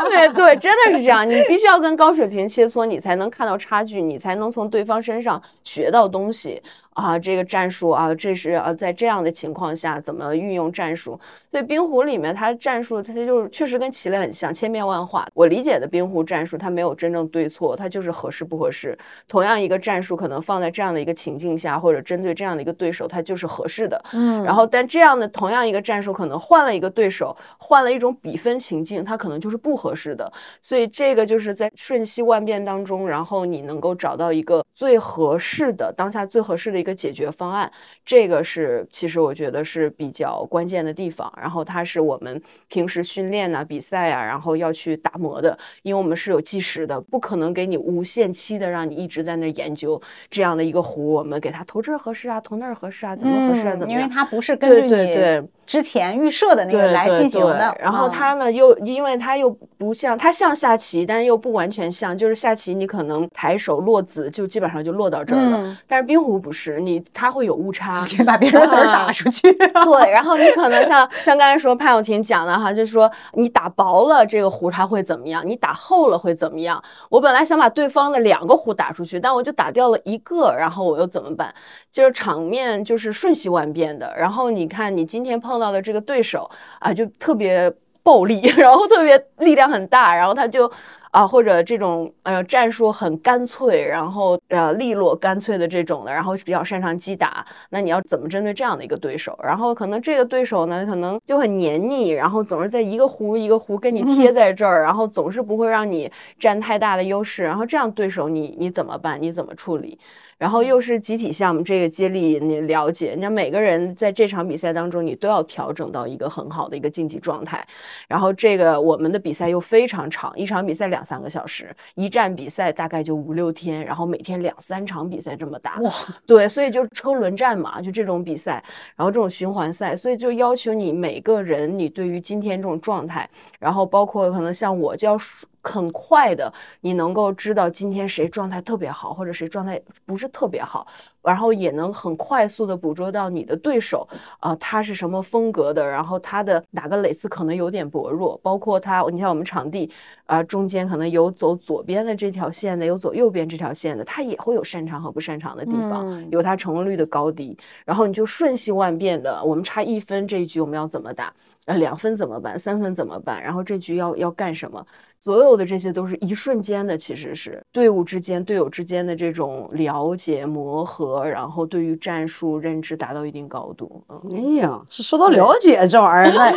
Speaker 6: 对对，真的是这样，你必须要跟高水平切磋，你才能看到差距，你才能从对方身上学到东西呃啊。这个战术啊，这是啊，在这样的情况下怎么运用战术。所以冰壶壶里面它战术，它就是确实跟棋类很像，千变万化。我理解的冰壶战术，它没有真正对错，它就是合适不合适。同样一个战术，可能放在这样的一个情境下，或者针对这样的一个对手，它就是合适的。
Speaker 5: 嗯
Speaker 6: 然后，但这样的同样一个战术，可能换了一个对手，换了一种比分情境，它可能就是不合适的。所以，这个就是在瞬息万变当中，然后你能够找到一个最合适的当下最合适的一个解决方案。这个是其实我觉得是比较关键的地方。然后，它是我们平时训练呐、比赛啊，然后要去打磨的，因为我们是有计时的，不可能给你无限期的让你一直在那儿研究这样的一个壶，我们给它投这儿合适啊，投那儿合适啊，怎么合适啊，
Speaker 5: 嗯
Speaker 6: 怎么
Speaker 5: 因
Speaker 6: 样
Speaker 5: 为？它不是根
Speaker 6: 对
Speaker 5: 据
Speaker 6: 对对
Speaker 5: 你之前预设的那个
Speaker 6: 对
Speaker 5: 来
Speaker 6: 对
Speaker 5: 进行
Speaker 6: 对
Speaker 5: 的。
Speaker 6: 然后
Speaker 5: 嗯
Speaker 6: 它呢又因为它又不像它像下棋，但是又不完全像，就是下棋你可能抬手落子就基本上就落到这儿了，
Speaker 5: 嗯
Speaker 6: 但是冰壶不是，你它会有误差。啊
Speaker 5: 可以嗯把 别人的子儿打出去。
Speaker 6: 对，然后你可能像像刚才说潘晓婷讲的哈，就是说你打薄了这个壶它会怎么样，你打厚了会怎么样？我本来想把对方的两个壶打出去，但我就打掉了一个，然后我又怎么办？就是场面就是瞬息万变的。然后你看你今天碰到的这个对手啊，就特别暴力， 然后特别力量很大，然后他就。啊，或者这种呃战术很干脆，然后呃利落干脆的这种的，然后比较擅长击打，那你要怎么针对这样的一个对手？然后可能这个对手呢，可能就很黏腻，然后总是在一个壶一个壶跟你贴在这儿，然后总是不会让你占太大的优势，然后这样对手你你怎么办？你怎么处理？然后又是集体项目，这个接力你了解，那每个人在这场比赛当中，你都要调整到一个很好的一个竞技状态。然后这个我们的比赛又非常长，一场比赛两三个小时，一站比赛大概就五六天，然后每天两三场比赛这么打。
Speaker 5: 哇，
Speaker 6: 对，所以就车轮战嘛，就这种比赛，然后这种循环赛，所以就要求你每个人，你对于今天这种状态，然后包括可能像我就要速很快的，你能够知道今天谁状态特别好，或者谁状态不是特别好，然后也能很快速的捕捉到你的对手，啊，他是什么风格的，然后他的哪个蕾丝可能有点薄弱，包括他，你像我们场地，啊、中间可能有走左边的这条线的，有走右边这条线的，他也会有擅长和不擅长的地方，
Speaker 5: 嗯
Speaker 6: 有他成功率的高低，然后你就瞬息万变的，我们差一分这一局我们要怎么打？呃，两分怎么办？三分怎么办？然后这局要要干什么？所有的这些都是一瞬间的，其实是队伍之间、队友之间的这种了解、磨合，然后对于战术认知达到一定高度。嗯，
Speaker 4: 哎呀，是说到了解这玩意儿，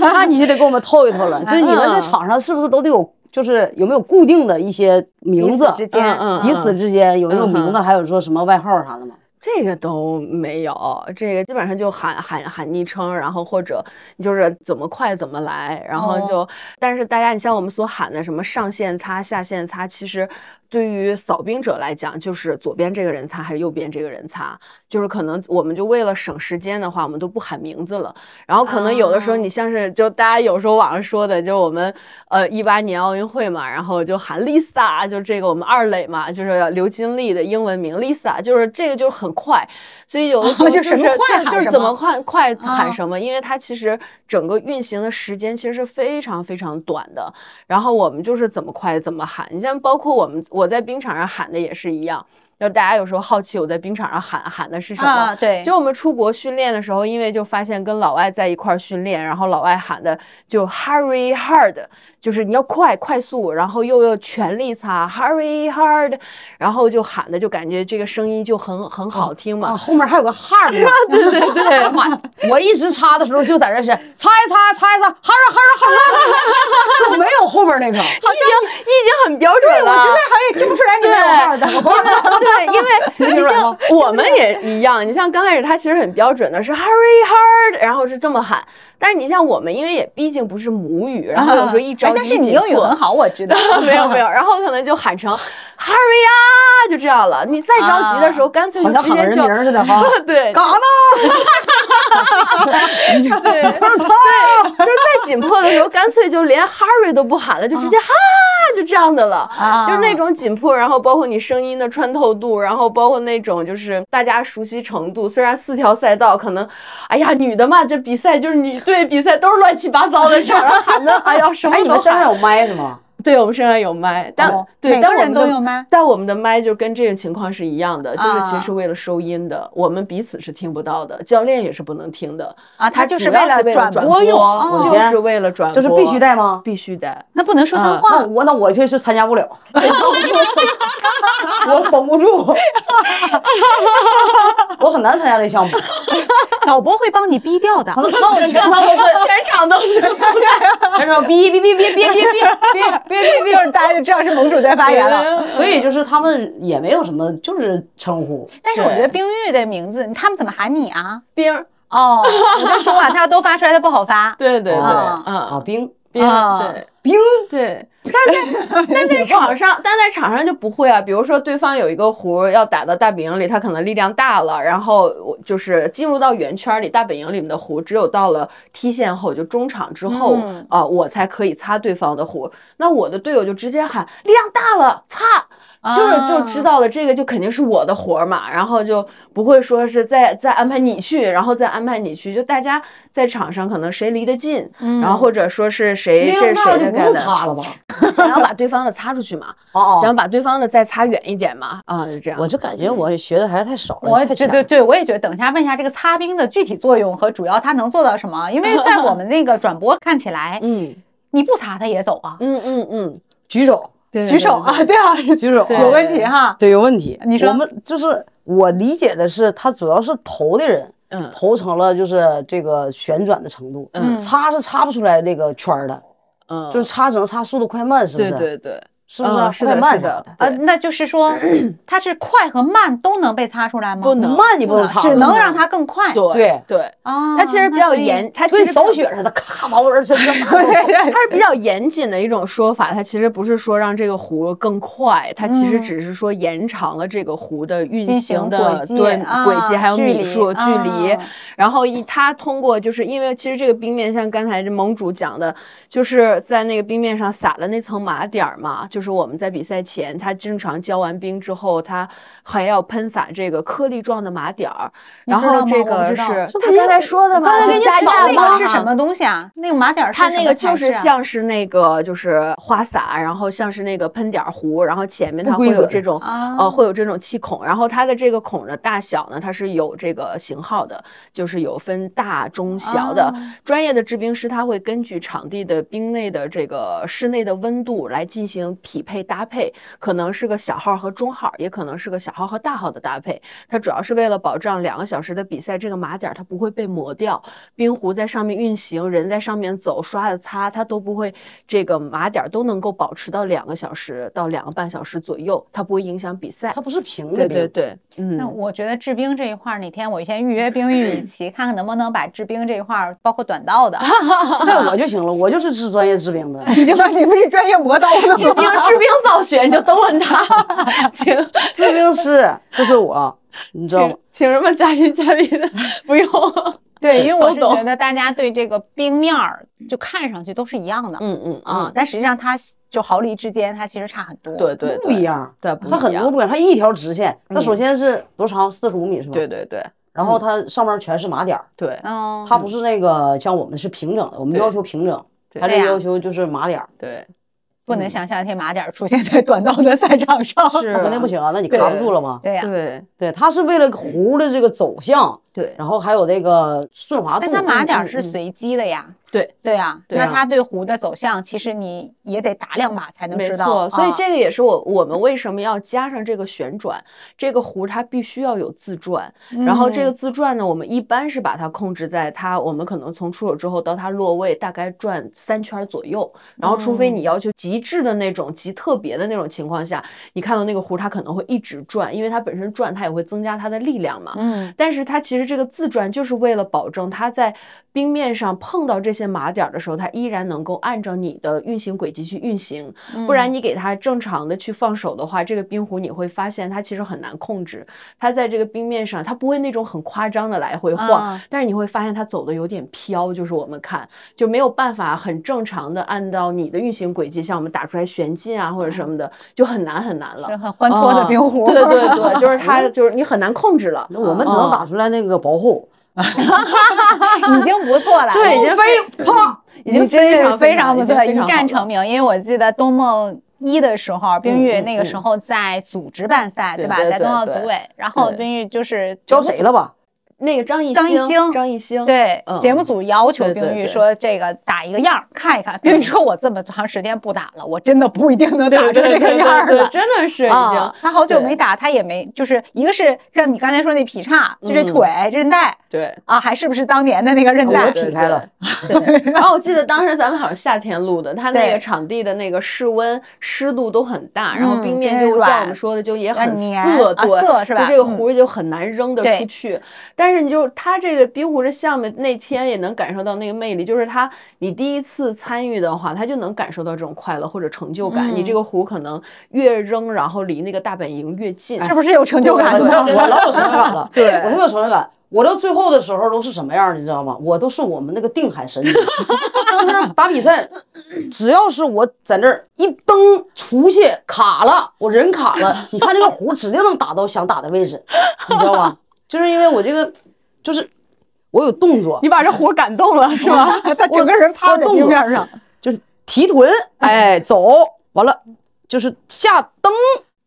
Speaker 4: 那 那你就得给我们透一透了。就是你们
Speaker 6: 嗯
Speaker 4: 在场上是不是都得有，就是有没有固定的一些名字
Speaker 5: 彼此？之间，
Speaker 6: 嗯嗯嗯
Speaker 4: 彼此之间有那种名字，还有说什么外号啥的吗？
Speaker 6: 这个都没有，这个基本上就喊喊喊昵称，然后或者你就是怎么快怎么来，然后就，但是大家你像我们所喊的什么上线擦下线擦，其实对于扫冰者来讲，就是左边这个人擦还是右边这个人擦，就是可能我们就为了省时间的话，我们都不喊名字了。然后可能有的时候
Speaker 5: 哦
Speaker 6: 你像是就大家有时候网上说的，就是我们呃一八年奥运会嘛，然后就喊 Lisa，就这个我们二垒嘛，就是刘金丽的英文名 Lisa，就是这个就是很快，所以有的时候
Speaker 5: 哦就
Speaker 6: 就是
Speaker 5: 什么快喊
Speaker 6: 就就是
Speaker 5: 什
Speaker 6: 怎
Speaker 5: 么
Speaker 6: 么快快
Speaker 5: 啊
Speaker 6: 喊什么，因为它其实整个运行的时间其实是非常非常短的。然后我们就是怎么快怎么喊，你像包括我们我在冰场上喊的也是一样。就大家有时候好奇我在冰场上喊喊的是什么，
Speaker 5: 啊，对，
Speaker 6: 就我们出国训练的时候，因为就发现跟老外在一块儿训练，然后老外喊的就 hurry hard，就是你要快快速，然后又要全力擦 hurry hard，然后就喊的就感觉这个声音就很很
Speaker 5: 哦
Speaker 6: 好听嘛。
Speaker 4: 啊，后面还有个 hard，呢
Speaker 6: 对对对，
Speaker 4: 妈呀！我一直插的时候就在这是擦一擦，擦一擦，哈哈哈啊 哈，就没有后边那个。
Speaker 6: 好像你已经很标准了。
Speaker 5: 好像也听不出来你
Speaker 6: 对，因为 对，因为
Speaker 4: 你
Speaker 6: 你
Speaker 4: 软
Speaker 6: 像
Speaker 4: 吗
Speaker 6: 我们也一样，你像刚开始他其实很标准的是 hurry hard，然后是这么喊。但是你像我们，因为也毕竟不是母语，然后有时候一着
Speaker 5: 哎但
Speaker 6: 急
Speaker 5: 是你
Speaker 6: 紧
Speaker 5: 英语
Speaker 6: 迫
Speaker 5: 很好，我知道。
Speaker 6: 没有没有，然后可能就喊成 “hurry 啊”，就这样了。你再着急的时候，干脆
Speaker 4: 好
Speaker 6: 就
Speaker 4: 像
Speaker 6: 直
Speaker 4: 喊
Speaker 6: 接
Speaker 4: 人
Speaker 6: 就
Speaker 4: 名儿似的哈，
Speaker 6: 对
Speaker 4: 干啥 呢？
Speaker 6: 对对，就是在紧迫的时候，干脆就连 “hurry” 都不喊了，就直接哈。就这样的了，
Speaker 5: 啊
Speaker 6: 就是那种紧迫，然后包括你声音的穿透度，然后包括那种就是大家熟悉程度。虽然四条赛道可能，哎呀，女的嘛，这比赛就是女队比赛都是乱七八糟的这样，然后喊的，哎呀，什么
Speaker 4: 哎，你
Speaker 6: 都
Speaker 4: 们身上
Speaker 6: 喊。
Speaker 4: 有麦是吗？
Speaker 6: 对我们身上有麦，但、
Speaker 5: 哦
Speaker 6: 对，
Speaker 5: 每
Speaker 6: 但
Speaker 5: 个
Speaker 6: 我
Speaker 5: 人
Speaker 6: 们
Speaker 5: 都
Speaker 6: 的
Speaker 5: 有麦
Speaker 6: 但我们的麦就跟这个情况是一样的，就是其
Speaker 5: 啊
Speaker 6: 实为了收音的，我们彼此是听不到的，教练也是不能听的
Speaker 5: 啊他
Speaker 6: 就
Speaker 5: 就
Speaker 6: 是是
Speaker 5: 为了
Speaker 6: 为
Speaker 5: 转
Speaker 6: 转
Speaker 5: 播用哦
Speaker 6: 就是为了转
Speaker 4: 就
Speaker 6: 播，
Speaker 4: 是必须带吗？
Speaker 6: 必须带。
Speaker 5: 那不能说脏
Speaker 6: 啊
Speaker 5: 话
Speaker 4: 那。我那我确实参加不了， 我绷不住， 我很难参加这项目。
Speaker 5: 导播会帮你逼掉的。
Speaker 4: 那 我全场都是，
Speaker 6: 全场都是
Speaker 4: 全场哔哔哔哔哔哔 哔哔哔
Speaker 5: 就是大家就知道是盟主在 发言 了。
Speaker 4: 哔，所以就是他们也没有什么，就是称呼。
Speaker 5: 但是我觉得冰玉的名字，他们怎么喊你啊？
Speaker 6: 冰儿，
Speaker 5: 哦， 我在说啊，他要都发出来，他不好发。
Speaker 6: 对对对，
Speaker 5: 啊
Speaker 4: 啊，
Speaker 6: 啊，
Speaker 4: 冰
Speaker 6: 冰
Speaker 5: 啊
Speaker 6: 儿，对。
Speaker 4: 冰
Speaker 6: 对，但在但在场上，但在场上就不会啊。比如说，对方有一个壶要打到大本营里，他可能力量大了，然后我就是进入到圆圈里，大本营里面的壶只有到了 T 线后，就中场之后啊、
Speaker 5: 嗯
Speaker 6: 我才可以擦对方的壶。那我的队友就直接喊力量大了，擦。
Speaker 5: 啊
Speaker 6: 就是就知道了这个就肯定是我的活儿嘛，然后就不会说是再再安排你去，然后再安排你去，就大家在场上可能谁离得近，
Speaker 5: 嗯
Speaker 6: 然后或者说是
Speaker 5: 哎
Speaker 6: 谁这
Speaker 4: 冰
Speaker 6: 是谁
Speaker 4: 那就
Speaker 6: 的
Speaker 4: 不
Speaker 6: 干
Speaker 4: 用
Speaker 6: 的，
Speaker 4: 擦了吧？
Speaker 6: 想要把对方的擦出去嘛，
Speaker 5: 啊
Speaker 4: 哦
Speaker 6: 想要
Speaker 4: 哦，
Speaker 6: 把对方的再擦远一点嘛，啊，就这样
Speaker 4: 我。就感觉我学的还是太少了，
Speaker 5: 我
Speaker 4: 太
Speaker 5: 对
Speaker 4: 浅
Speaker 5: 对
Speaker 4: 了。
Speaker 5: 对，我也觉得，等一下问一下这个擦冰的具体作用和主要它能做到什么？因为在我们那个转播看 起来，
Speaker 6: 嗯
Speaker 5: 你不擦它也走啊，
Speaker 6: 嗯嗯嗯，
Speaker 4: 举手，
Speaker 6: 对
Speaker 5: 举手啊，，对啊，
Speaker 4: 举手，
Speaker 5: 有问题哈。
Speaker 4: 对，有问题。
Speaker 5: 你说
Speaker 4: 我们就是我理解的是，他主要是投的人
Speaker 6: 嗯
Speaker 4: 投成了就是这个旋转的程度，
Speaker 6: 嗯
Speaker 4: 擦是擦不出来那个圈儿的，
Speaker 6: 嗯，
Speaker 4: 就是擦只能擦速度快慢，是不
Speaker 6: 对
Speaker 4: 是？
Speaker 6: 对对，
Speaker 4: 是不是、
Speaker 6: 嗯是的
Speaker 4: 快慢
Speaker 6: 是的
Speaker 4: 啥
Speaker 5: 啊，
Speaker 6: 对
Speaker 5: 那就是说，它是快和慢都能被擦出来吗？
Speaker 6: 不能
Speaker 4: 慢你不能擦，
Speaker 5: 只能让它更快。
Speaker 6: 对
Speaker 4: 对
Speaker 6: 对，嗯
Speaker 5: 啊，
Speaker 6: 他其实比
Speaker 5: 那
Speaker 6: 较
Speaker 5: 所以
Speaker 6: 严，他其
Speaker 4: 跟
Speaker 6: 实
Speaker 4: 扫雪似的，咔往我这身 上撒
Speaker 6: 它是比较严谨的一种说法，它其实不是说让这个壶更快，它其实
Speaker 5: 嗯
Speaker 6: 只是说延长了这个壶的运
Speaker 5: 运
Speaker 6: 行
Speaker 5: 行
Speaker 6: 的
Speaker 5: 轨迹
Speaker 6: 对
Speaker 5: 啊
Speaker 6: 轨迹还有
Speaker 5: 距
Speaker 6: 米
Speaker 5: 离
Speaker 6: 数距离
Speaker 5: 啊，
Speaker 6: 然后一它通过就是因为其实这个冰面像刚才这盟主讲的，就是在那个冰面上撒的那层麻点儿嘛，就是我们在比赛前，它正常浇完冰之后，它还要喷洒这个颗粒状的麻点儿，
Speaker 5: 你
Speaker 6: 然
Speaker 5: 知道
Speaker 6: 后
Speaker 5: 吗
Speaker 6: 这
Speaker 5: 我不
Speaker 6: 个
Speaker 5: 知道
Speaker 6: 是
Speaker 4: 这不
Speaker 6: 他
Speaker 4: 是
Speaker 6: 刚才说的吗？
Speaker 4: 刚才
Speaker 6: 就
Speaker 4: 给你
Speaker 6: 加
Speaker 4: 扫
Speaker 6: 热
Speaker 5: 那
Speaker 6: 吗
Speaker 5: 个是什么东西啊？那个麻点儿
Speaker 6: 它那个就
Speaker 5: 什么材
Speaker 6: 是
Speaker 5: 质啊
Speaker 6: 像是那个就是花洒，然后像是那个喷点儿壶，然后前面它
Speaker 4: 不
Speaker 6: 会
Speaker 4: 规
Speaker 6: 有
Speaker 4: 则
Speaker 6: 这种
Speaker 5: 啊
Speaker 6: 呃会有这种气孔，然后它的这个孔的大小呢，它是有这个型号的，就是有分大、中、小的
Speaker 5: 啊。
Speaker 6: 专业的制冰师他会根据场地的冰内的这个室内的温度来进行匹配搭配，可能是个小号和中号，也可能是个小号和大号的搭配。它主要是为了保障两个小时的比赛，这个麻点儿它不会被磨掉，冰壶在上面运行，人在上面走，刷着擦，它都不会这个麻点儿都能够保持到两个小时到两个半小时左右，它不会影响比赛
Speaker 4: 它。不是平的
Speaker 6: 对
Speaker 4: 冰，
Speaker 6: 对对，
Speaker 5: 那
Speaker 6: 嗯，
Speaker 5: 我觉得制冰这一块儿，哪天我先预约 冰玉一起，看看能不能把制冰这一块儿，包括短道的，
Speaker 4: 那我就行了，我就是治专业治病的。
Speaker 5: 你就你不是专业磨刀 的
Speaker 6: 治冰治冰造血，你就都问他，请
Speaker 4: 治病师就是我，你知道吗
Speaker 6: 请？请什么嘉宾嘉宾不用，
Speaker 5: 对，因为我
Speaker 6: 都
Speaker 5: 是
Speaker 6: 懂
Speaker 5: 觉得大家对这个冰面儿就看上去都是一样的，
Speaker 6: 嗯嗯
Speaker 5: 啊、但实际上它就毫厘之间，它其实差很多。
Speaker 6: 对对
Speaker 4: 不一，样，
Speaker 6: 对不一
Speaker 4: 它很多
Speaker 6: 样，
Speaker 4: 不一样，它一条直线，它
Speaker 6: 嗯
Speaker 4: 首先是多长？四十五米是吧？
Speaker 6: 对。嗯对对
Speaker 4: 然后它上面全是麻点儿，
Speaker 6: 对
Speaker 5: 嗯，
Speaker 4: 它不是那个像我们是平整的，我们
Speaker 6: 对
Speaker 4: 要求平整，
Speaker 6: 对
Speaker 4: 它这
Speaker 5: 对呀
Speaker 4: 要求就是麻点儿，
Speaker 6: 对，
Speaker 5: 不
Speaker 6: 嗯
Speaker 5: 能想象这马点儿出现在短道的赛场上。
Speaker 6: 是
Speaker 4: 那肯定不行啊，那你卡不住了吗？
Speaker 5: 对呀、
Speaker 6: 对
Speaker 4: 对，它是为了弧的这个走向，
Speaker 6: 对
Speaker 4: 然后还有那个顺滑度。
Speaker 5: 但它马点
Speaker 4: 嗯
Speaker 5: 儿
Speaker 4: 嗯
Speaker 5: 是随机的呀。
Speaker 6: 对
Speaker 5: 对呀、
Speaker 6: 对啊
Speaker 5: 那它对弧的走向，其实你也得打两把才能
Speaker 6: 没
Speaker 5: 知道。
Speaker 6: 错，所以
Speaker 5: 啊
Speaker 6: 这个也是我我们为什么要加上这个旋转，这个壶它必须要有自转，
Speaker 5: 嗯
Speaker 6: 然后这个自转呢，我们一般是把它控制在它，我们可能从出手之后到它落位大概转三圈左右，然后除
Speaker 5: 嗯
Speaker 6: 非你要求极致的那种极特别的那种情况下，你看到那个壶它可能会一直转，因为它本身转它也会增加它的力量嘛，
Speaker 5: 嗯，
Speaker 6: 但是它其实这个自转就是为了保证它在冰面上碰到这些麻点儿的时候，它依然能够按照你的运行轨迹去运行。
Speaker 5: 嗯
Speaker 6: 不然你给它正常的去放手的话，这个冰壶你会发现它其实很难控制。它在这个冰面上，它不会那种很夸张的来回晃，
Speaker 5: 啊
Speaker 6: 但是你会发现它走的有点飘，就是我们看就没有办法很正常的按照你的运行轨迹，像我们打出来旋进啊或者什么的，就很难很难了
Speaker 5: 是。很欢脱的
Speaker 6: 啊
Speaker 5: 冰壶、嗯
Speaker 6: 对对对，就是它就是你很难控制了。
Speaker 4: 那我
Speaker 5: 啊
Speaker 4: 们只能
Speaker 5: 嗯
Speaker 4: 打出来那个薄厚，
Speaker 5: 已经不错 了。
Speaker 6: 对，已经非
Speaker 4: 啪，
Speaker 6: 已
Speaker 7: 已经
Speaker 5: 你真
Speaker 7: 非
Speaker 5: 是
Speaker 7: 常
Speaker 5: 非常不
Speaker 7: 已经
Speaker 5: 错，
Speaker 7: 非
Speaker 5: 一
Speaker 7: 常好
Speaker 5: 战
Speaker 7: 了
Speaker 5: 成名。因为我记得冬梦一的时候，冰玉
Speaker 7: 嗯
Speaker 5: 那个时候在组织办赛，
Speaker 7: 对
Speaker 5: 吧？
Speaker 7: 对
Speaker 5: 在
Speaker 7: 对
Speaker 5: 冬奥组
Speaker 7: 对
Speaker 5: 委，然后
Speaker 7: 对
Speaker 5: 冰玉就是
Speaker 4: 教谁了 吧？
Speaker 6: 那个张艺
Speaker 5: 张艺兴
Speaker 6: 张艺兴，
Speaker 5: 对，
Speaker 6: 嗯
Speaker 5: 节目组要求
Speaker 6: 对对
Speaker 5: 冰玉
Speaker 6: 对
Speaker 5: 说这个打一个样儿看一看。冰玉说：“我这么长时间不打了，我真的不一定能打出这个样儿
Speaker 7: 对，
Speaker 5: 了。”
Speaker 7: 真的是已经
Speaker 5: 啊，他好久
Speaker 7: 对
Speaker 5: 没打，他也没，就是一个是像你刚才说那劈叉，就这
Speaker 6: 嗯
Speaker 5: 腿韧带
Speaker 7: 对。
Speaker 5: 啊，还是不是当年的那个韧
Speaker 4: 我
Speaker 5: 带
Speaker 4: 都？劈开了，
Speaker 7: 对，
Speaker 6: 然后我记得当时咱们好像夏天录的，它那
Speaker 5: 对
Speaker 6: 个场地的那个室温湿度都很大，然后
Speaker 5: 嗯
Speaker 6: 冰面
Speaker 5: 冰
Speaker 6: 就
Speaker 5: 软
Speaker 6: 像我们说的就也很
Speaker 5: 黏
Speaker 6: 涩，
Speaker 5: 啊
Speaker 6: 对，
Speaker 5: 涩是吧
Speaker 6: 就这个
Speaker 5: 嗯
Speaker 6: 壶就很难扔得
Speaker 5: 对
Speaker 6: 出去。但是你就它这个冰壶这项目那天也能感受到那个魅力，就是它你第一次参与的话，它就能感受到这种快乐或者成就感。
Speaker 5: 嗯
Speaker 6: 你这个壶可能越扔，然后离那个大本营越近，
Speaker 5: 是不是有成就感
Speaker 4: 我
Speaker 5: 呢？
Speaker 4: 我 老有成就感了，
Speaker 6: 对
Speaker 4: 我特别有成就感。我到最后的时候都是什么样儿，你知道吗？我都是我们那个定海神针， 就是打比 赛，只要是我在那儿一蹬出去卡了，我人卡了，你看这个弧指定能打到想打的位置，你知道吧？就是因为我这个，就是我有动作，
Speaker 7: 你把这壶感动了是吧？
Speaker 5: 他整个人趴
Speaker 4: 我
Speaker 5: 在
Speaker 4: 动
Speaker 5: 冰
Speaker 4: 了
Speaker 5: 面上，
Speaker 4: 就是提 臀，哎，走完了，就是下蹬，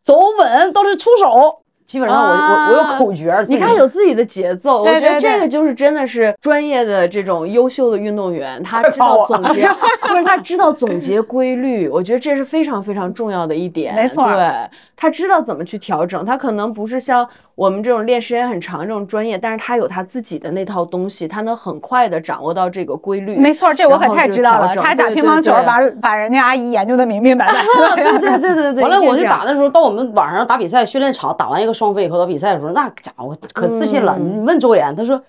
Speaker 4: 走稳，到这出手，基本上我、
Speaker 6: 啊
Speaker 4: 我我有口诀儿自己，
Speaker 6: 你看有自己的节奏，我觉
Speaker 5: 对
Speaker 6: 得
Speaker 5: 对
Speaker 6: 这
Speaker 5: 对
Speaker 6: 个就是真的是专业的这种优秀的运动员，他知
Speaker 4: 夸
Speaker 6: 道
Speaker 4: 我
Speaker 6: 总结，不是他知道总结规律，我觉得这是非常非常重要的一点。
Speaker 5: 没错
Speaker 6: 对他知道怎么去调整，他可能不是像我们这种练时间很长这种专业，但是他有他自己的那套东西，他能很快的掌握到这个规律。
Speaker 5: 没错，这我可
Speaker 6: 然后
Speaker 5: 太
Speaker 6: 就
Speaker 5: 知道
Speaker 6: 调
Speaker 5: 了。
Speaker 6: 整
Speaker 5: 他打
Speaker 6: 对
Speaker 5: 乒
Speaker 6: 对
Speaker 5: 乓球
Speaker 6: 对
Speaker 5: 把把人家阿姨研究的明明白白。
Speaker 6: 对对对对对，
Speaker 4: 完了，
Speaker 6: 一定
Speaker 4: 我
Speaker 6: 是
Speaker 4: 就
Speaker 6: 这样
Speaker 4: 打的时候，到我们晚上打比赛训练场，打完一个双飞以后打比赛的时候，那家伙可自信了。
Speaker 6: 嗯
Speaker 4: 你问周岩，他说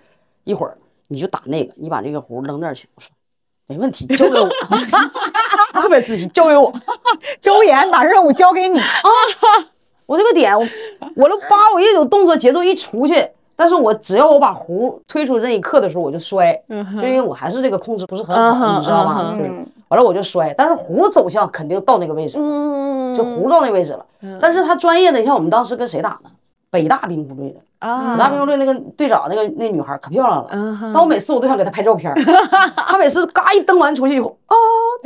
Speaker 4: 一会儿你就打那个，你把这个壶扔那儿去。我说没问题，交给我， 特别自信，交给我。
Speaker 5: 周岩把任务交给你，
Speaker 4: 我这个点，我我都八，我一有动作节奏一出去，但是我只要我把壶推出那一刻的时候，我就摔，就因为我还是这个控制不是很
Speaker 6: 嗯
Speaker 4: 好，
Speaker 6: 哼
Speaker 4: 你知道吧？
Speaker 6: 嗯哼
Speaker 4: 就是完了我就摔，但是壶走向肯定到那个位置，
Speaker 6: 嗯
Speaker 4: 就壶到那位置了。但是他专业的，你看我们当时跟谁打呢？北大冰壶队的，
Speaker 6: 啊
Speaker 4: 北大冰壶队那个队长那个那女孩可漂亮了，
Speaker 6: 嗯哼
Speaker 4: 但我每次我都想给她拍照 片儿，她每次嘎一蹬完出去以后啊，